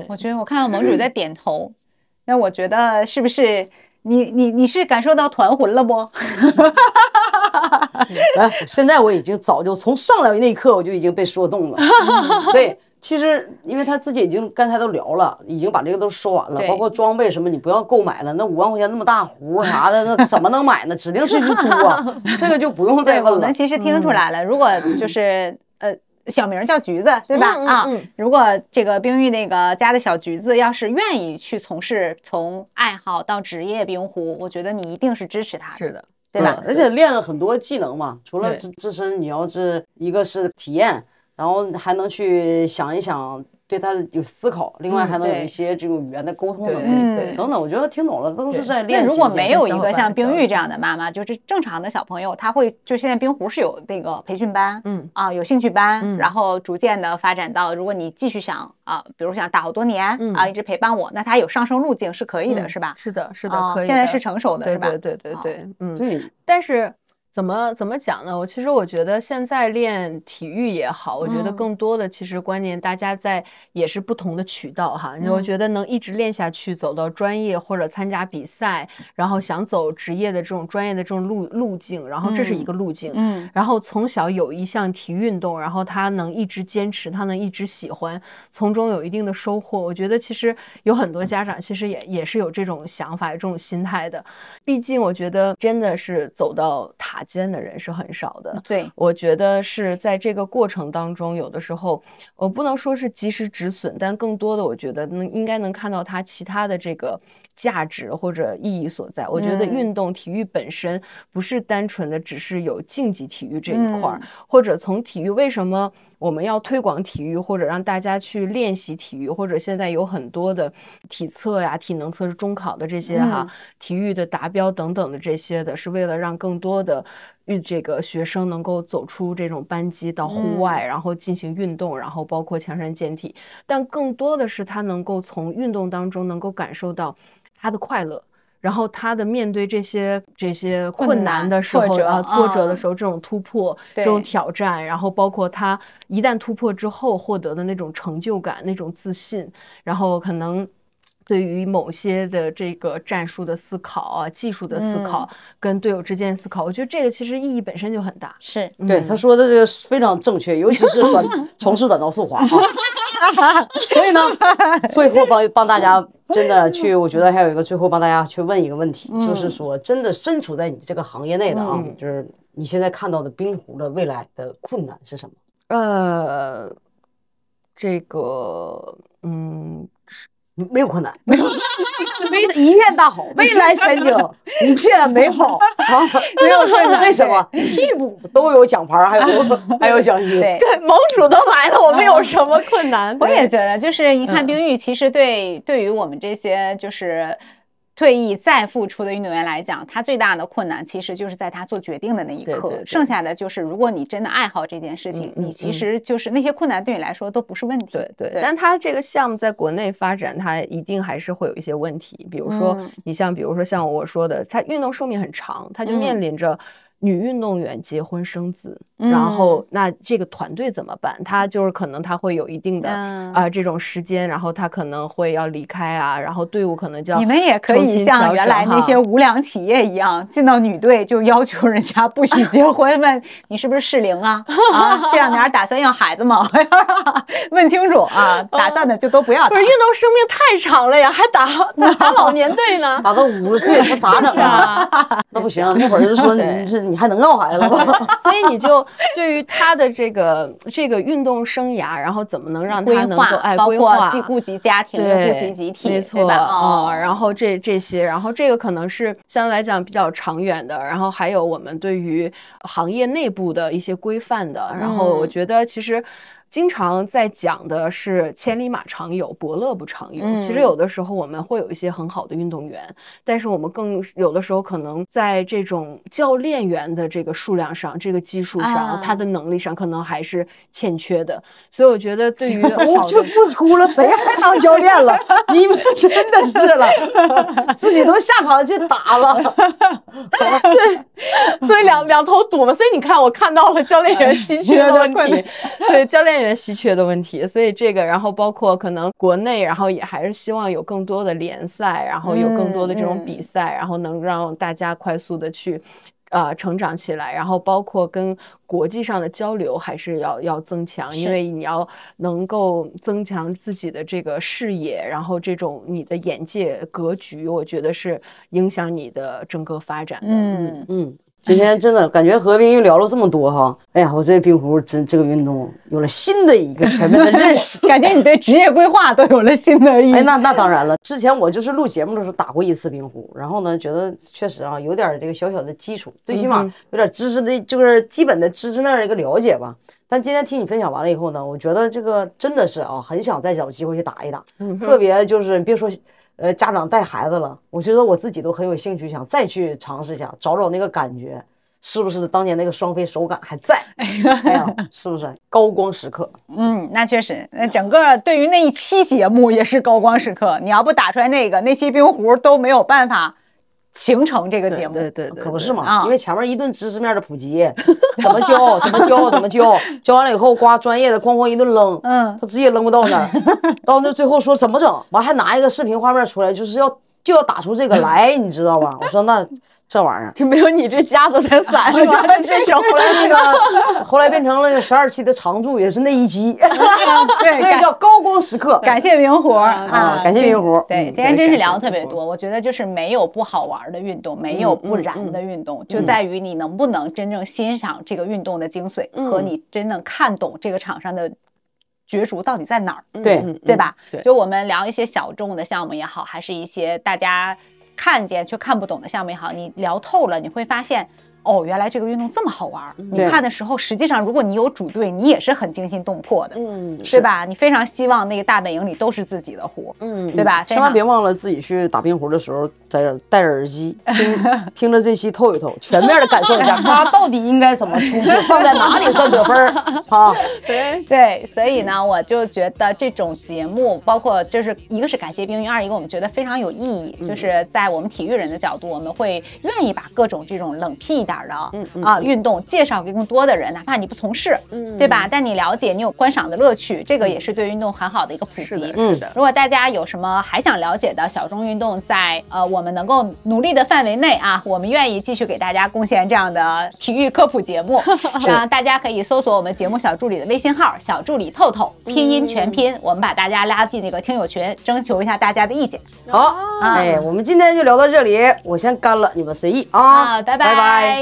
Speaker 5: 我觉得我看到
Speaker 6: 嗯
Speaker 5: 盟主在点头，那我觉得是不是你你你是感受到团魂了不？
Speaker 4: 哎，现在我已经早就从上来那一刻我就已经被说 动了，所以其实因为他自己已经刚才都聊了，已经把这个都说完了，
Speaker 5: 对
Speaker 4: 包括装备什么你不要购买了，那五万块钱那么大壶啥的，那怎么能买呢？指定是一只猪啊， 这个就不用再
Speaker 5: 对，我
Speaker 4: 问了
Speaker 5: 们。其实听出
Speaker 6: 嗯
Speaker 5: 来了，如果就是呃。小名儿叫橘子，对吧？
Speaker 6: 嗯嗯
Speaker 5: 啊
Speaker 6: 嗯，
Speaker 5: 如果这个冰玉那个家的小橘子要是愿意去从事从爱好到职业冰壶，我觉得你一定是支持他的，
Speaker 6: 的，
Speaker 5: 对吧？
Speaker 4: 而且练了很多技能嘛，除了
Speaker 6: 对
Speaker 4: 自自身，你要是一个是体验，然后还能去想一想，对他有思考，另外
Speaker 6: 嗯
Speaker 4: 还能有
Speaker 5: 对
Speaker 4: 一些这种语言的沟通能力
Speaker 5: 嗯
Speaker 6: 对对
Speaker 4: 等等。我觉得听懂了，都
Speaker 6: 对
Speaker 4: 是在练习。
Speaker 5: 那如果没有
Speaker 6: 小
Speaker 5: 一
Speaker 6: 伙伴
Speaker 5: 个像
Speaker 6: 的
Speaker 5: 冰
Speaker 6: 交
Speaker 5: 玉
Speaker 6: 流
Speaker 5: 这样的妈妈，就是正常的小朋友，他会就现在冰壶是有那个培训班，
Speaker 6: 嗯
Speaker 5: 啊，有兴趣班，
Speaker 6: 嗯
Speaker 5: 然后逐渐的发展到，如果你继续想啊，比如想打好多年、
Speaker 6: 嗯
Speaker 5: 啊，一直陪伴我，那他有上升路径是可以的，
Speaker 6: 嗯
Speaker 5: 是吧？
Speaker 6: 是的，是的，
Speaker 5: 啊，
Speaker 6: 可以的。
Speaker 5: 现在是成熟的，
Speaker 6: 对
Speaker 5: 是吧？
Speaker 6: 对对对
Speaker 5: 啊
Speaker 6: 对，嗯，
Speaker 4: 对，
Speaker 6: 但是怎么怎么讲呢？我其实我觉得现在练体育也好，我觉得
Speaker 5: 嗯
Speaker 6: 更多的其实关键大家在也是不同的渠道哈。你我
Speaker 5: 嗯
Speaker 6: 觉得能一直练下去，走到专业或者参加比赛，然后想走职业的这种专业的这种路路径，然后这是一
Speaker 5: 嗯
Speaker 6: 个路径。
Speaker 5: 嗯，
Speaker 6: 然后从小有一项体育运动，然后他能一直坚持，他能一直喜欢，从中有一定的收获。我觉得其实有很多家长其实也也是有这种想法、有这种心态的。毕竟我觉得真的是走到塔尖的人是很少的，
Speaker 5: 对，
Speaker 6: 我觉得是在这个过程当中，有的时候我不能说是及时止损，但更多的我觉得能应该能看到它其他的这个价值或者意义所在。我觉得
Speaker 5: 嗯
Speaker 6: 运动体育本身不是单纯的只是有竞技体育这一块儿，
Speaker 5: 嗯
Speaker 6: 或者从体育为什么我们要推广体育，或者让大家去练习体育，或者现在有很多的体测呀、体能测试、中考的这些哈、
Speaker 5: 嗯
Speaker 6: 体育的达标等等的这些的，是为了让更多的运这个学生能够走出这种班级到户
Speaker 5: 嗯
Speaker 6: 外，然后进行运动，然后包括强身健体。但更多的是他能够从运动当中能够感受到他的快乐。然后他的面对这些这些
Speaker 5: 困
Speaker 6: 困难的
Speaker 5: 难
Speaker 6: 时
Speaker 5: 挫
Speaker 6: 候
Speaker 5: 折
Speaker 6: 啊，挫折的
Speaker 5: 嗯
Speaker 6: 时候，这种突破、这
Speaker 5: 对
Speaker 6: 种挑战，然后包括他一旦突破之后获得的那种成就感、那种自信，然后可能对于某些的这个战术的思考啊、技术的思考，跟队友之间的思考，我觉得这个其实意义本身就很大。嗯
Speaker 5: 是
Speaker 4: 对他说的这个是非常正确，尤其是短 从事短道速滑啊。 所以呢，最后帮帮大家真的去，我觉得还有一个最后帮大家去问一个问题，就是说真的身处在你这个行业内的啊，就是你现在看到的冰壶的未来的困难是什么？
Speaker 6: 呃，这个，嗯，
Speaker 4: 没有困难，没有，没一片大好，未来前景无限美好啊！ 没有困难，为什么替补都有奖牌，还 有还有奖金？？
Speaker 5: 对。
Speaker 6: 对，盟主都来了，我们有什么困难？
Speaker 5: 我
Speaker 6: 对嗯
Speaker 5: 也觉得，就是一看冰玉，其实对、对于我们这些就是退役再复出的运动员来讲，他最大的困难其实就是在他做决定的那一
Speaker 6: 对
Speaker 5: 刻，
Speaker 6: 对对
Speaker 5: 剩下的就是如果你真的爱好这件事情，
Speaker 6: 嗯嗯
Speaker 5: 你
Speaker 6: 嗯
Speaker 5: 其实就是那些困难对你来说都不是问题。
Speaker 6: 对对，
Speaker 5: 对
Speaker 6: 但它这个项目在国内发展，它一定还是会有一些问题。比如说
Speaker 5: 嗯，
Speaker 6: 你像比如说像我说的，它运动寿命很长，它就
Speaker 5: 嗯
Speaker 6: 面临着女运动员结婚生子，然
Speaker 5: 嗯
Speaker 6: 后那这个团队怎么办？它就是可能它会有一定的
Speaker 5: 嗯
Speaker 6: 啊、这种时间，然后它可能会要离开啊，然后队伍可能就要
Speaker 5: 你们也可
Speaker 6: 重
Speaker 5: 以
Speaker 6: 新
Speaker 5: 像
Speaker 6: 调
Speaker 5: 原
Speaker 6: 整
Speaker 5: 来那
Speaker 6: 哈
Speaker 5: 些无良企业一样，进到女队就要求人家不许结婚， 问你是不是适龄啊？啊，这两年打算要孩子吗？ 问清楚 啊，打算的就都不要
Speaker 6: 不是
Speaker 5: 打
Speaker 6: 运动生命太长了呀，还打打打老年队呢
Speaker 4: 打到五十岁，那咋整啊？那不行，那会儿就 说
Speaker 6: 对
Speaker 4: 你是你还能要 孩子吗？哦
Speaker 6: 所以你就对于他的这个这个运动生涯，然后怎么能让
Speaker 5: 规
Speaker 6: 他能
Speaker 5: 划
Speaker 6: 够爱
Speaker 5: 包
Speaker 6: 规
Speaker 5: 括
Speaker 6: 划，
Speaker 5: 既顾及家庭又
Speaker 6: 对，
Speaker 5: 顾及集体，
Speaker 6: 没
Speaker 5: 对
Speaker 6: 错
Speaker 5: 吧？
Speaker 6: 啊、
Speaker 5: 哦，
Speaker 6: 然后这这些，然后这个可能是相对来讲比较长远的，然后还有我们对于行业内部的一些规范的，然后我
Speaker 5: 嗯
Speaker 6: 觉得其实。经常在讲的是千里马常有，伯乐不常有。其实
Speaker 5: 嗯
Speaker 6: 有的时候我们会有一些很好的运动员，但是我们更有的时候可能在这种教练员的这个数量上、这个基数上、他
Speaker 5: 啊
Speaker 6: 的能力上，可能还是欠缺的。所以我觉得 对于哦
Speaker 4: 我
Speaker 6: 好
Speaker 4: 就
Speaker 6: 的
Speaker 4: 不出了，谁还当教练 了？你们真的是了， 自己都下场去打了。
Speaker 6: 所以两两头堵嘛，所以你看，我看到了教练员稀缺的问题， 对教练员稀缺的问题，所以这个，然后包括可能国内，然后也还是希望有更多的联赛，然后有更多的这种
Speaker 5: 嗯
Speaker 6: 比赛，然后能让大家快速的去。呃，成长起来，然后包括跟国际上的交流还是要要增强，因
Speaker 5: 是
Speaker 6: 为你要能够增强自己的这个视野，然后这种你的眼界格局，我觉得是影响你的整个发展的。
Speaker 5: 嗯，。
Speaker 4: 嗯，今天真的感觉和冰玉聊了这么多哈，哎呀，我对冰壶真这个运动有了新的一个全面的认识
Speaker 5: 感觉你对职业规划都有了新的预
Speaker 4: 哎，那那当然了，之前我就是录节目的时候打过一次冰壶，然后呢，觉得确实啊，有点儿这个小小的基础，最起码
Speaker 6: 嗯哼
Speaker 4: 有点知识的，就是基本的知识面儿的一个了解吧。但今天听你分享完了以后呢，我觉得这个真的是啊，很想再找机会去打一打，特别就是别说。呃，家长带孩子了，我觉得我自己都很有兴趣，想再去尝试一下，找找那个感觉，是不是当年那个双飞手感还在？哎呀，是不是高光时刻？
Speaker 5: 嗯，那确实，那整个对于那一期节目也是高光时刻。你要不打出来那个，那期冰壶都没有办法形成这个
Speaker 6: 对
Speaker 5: 节目。
Speaker 6: 对对对，
Speaker 4: 可不是嘛
Speaker 5: 啊，
Speaker 4: 因为前面一顿知识面的普及，怎么教，怎么教，怎么教，教完了以后，呱，专业的哐哐一顿扔，
Speaker 5: 嗯
Speaker 4: 他直接扔不到那儿，到那最后说怎么整，完还拿一个视频画面出来，就是要就要打出这个来，你知道吧？我说那这玩意儿。
Speaker 6: 就没有你这家都在 散是吧？这种
Speaker 4: 后来那个，后来变成了十二期的常驻，也是那一集，
Speaker 5: 对，
Speaker 4: 所以
Speaker 5: 感
Speaker 4: 叫高光时刻。
Speaker 5: 感谢冰壶啊，
Speaker 4: 感谢
Speaker 5: 这
Speaker 4: 冰壶嗯
Speaker 5: 对，今天真是聊的特
Speaker 6: 感
Speaker 5: 别
Speaker 6: 谢冰
Speaker 5: 多。我觉得就是没有不好玩的运动，没有不燃的运动，就在于你能不能真正欣赏这个运动的精髓，和你真正看懂这个场上的角逐到底在哪儿。
Speaker 6: 嗯
Speaker 4: 对
Speaker 5: 对吧？
Speaker 6: 对
Speaker 5: 就我们聊一些小众的项目也好，还是一些大家看见却看不懂的项目也好，你聊透了，你会发现哦，原来这个运动这么好玩儿。你
Speaker 3: 对
Speaker 5: 看的时候，实际上如果你有主队，你也是很惊心动魄的，
Speaker 6: 嗯
Speaker 5: 对吧？你非常希望那个大本营里都是自己的湖，
Speaker 6: 嗯
Speaker 5: 对吧？非
Speaker 4: 千万
Speaker 5: 常
Speaker 4: 别忘了自己去打冰壶的时候，在这儿戴着耳机听 听着这期透一透，全面的感受一下，它到底应该怎么出去，放在哪里算得分儿 啊？
Speaker 6: 对，
Speaker 5: 对，所以呢，我就觉得这种节目，包括就是一个是感谢冰云，二一个我们觉得非常有意义，
Speaker 6: 嗯
Speaker 5: 就是在我们体育人的角度，我们会愿意把各种这种冷僻一点儿的
Speaker 6: 嗯
Speaker 5: 啊、运动介绍给更多的人，哪怕你不从事，
Speaker 6: 嗯
Speaker 5: 对吧？但你了解，你有观赏的乐趣，这个也是对运动很好的一个普及。
Speaker 6: 是的，
Speaker 4: 嗯
Speaker 6: 是的，
Speaker 5: 如果大家有什么还想了解的小众运动在，呃我们能够努力的范围内啊，我们愿意继续给大家贡献这样的体育科普节目。 那大家可以搜索我们节目小助理的微信号“小助理透透”，拼音全拼，我们把大家拉进那个听友群，征求一下大家的意见。
Speaker 4: 好，哎，我们今天就聊到这里，我先干了，你们随意啊，
Speaker 5: 啊，拜
Speaker 4: 拜拜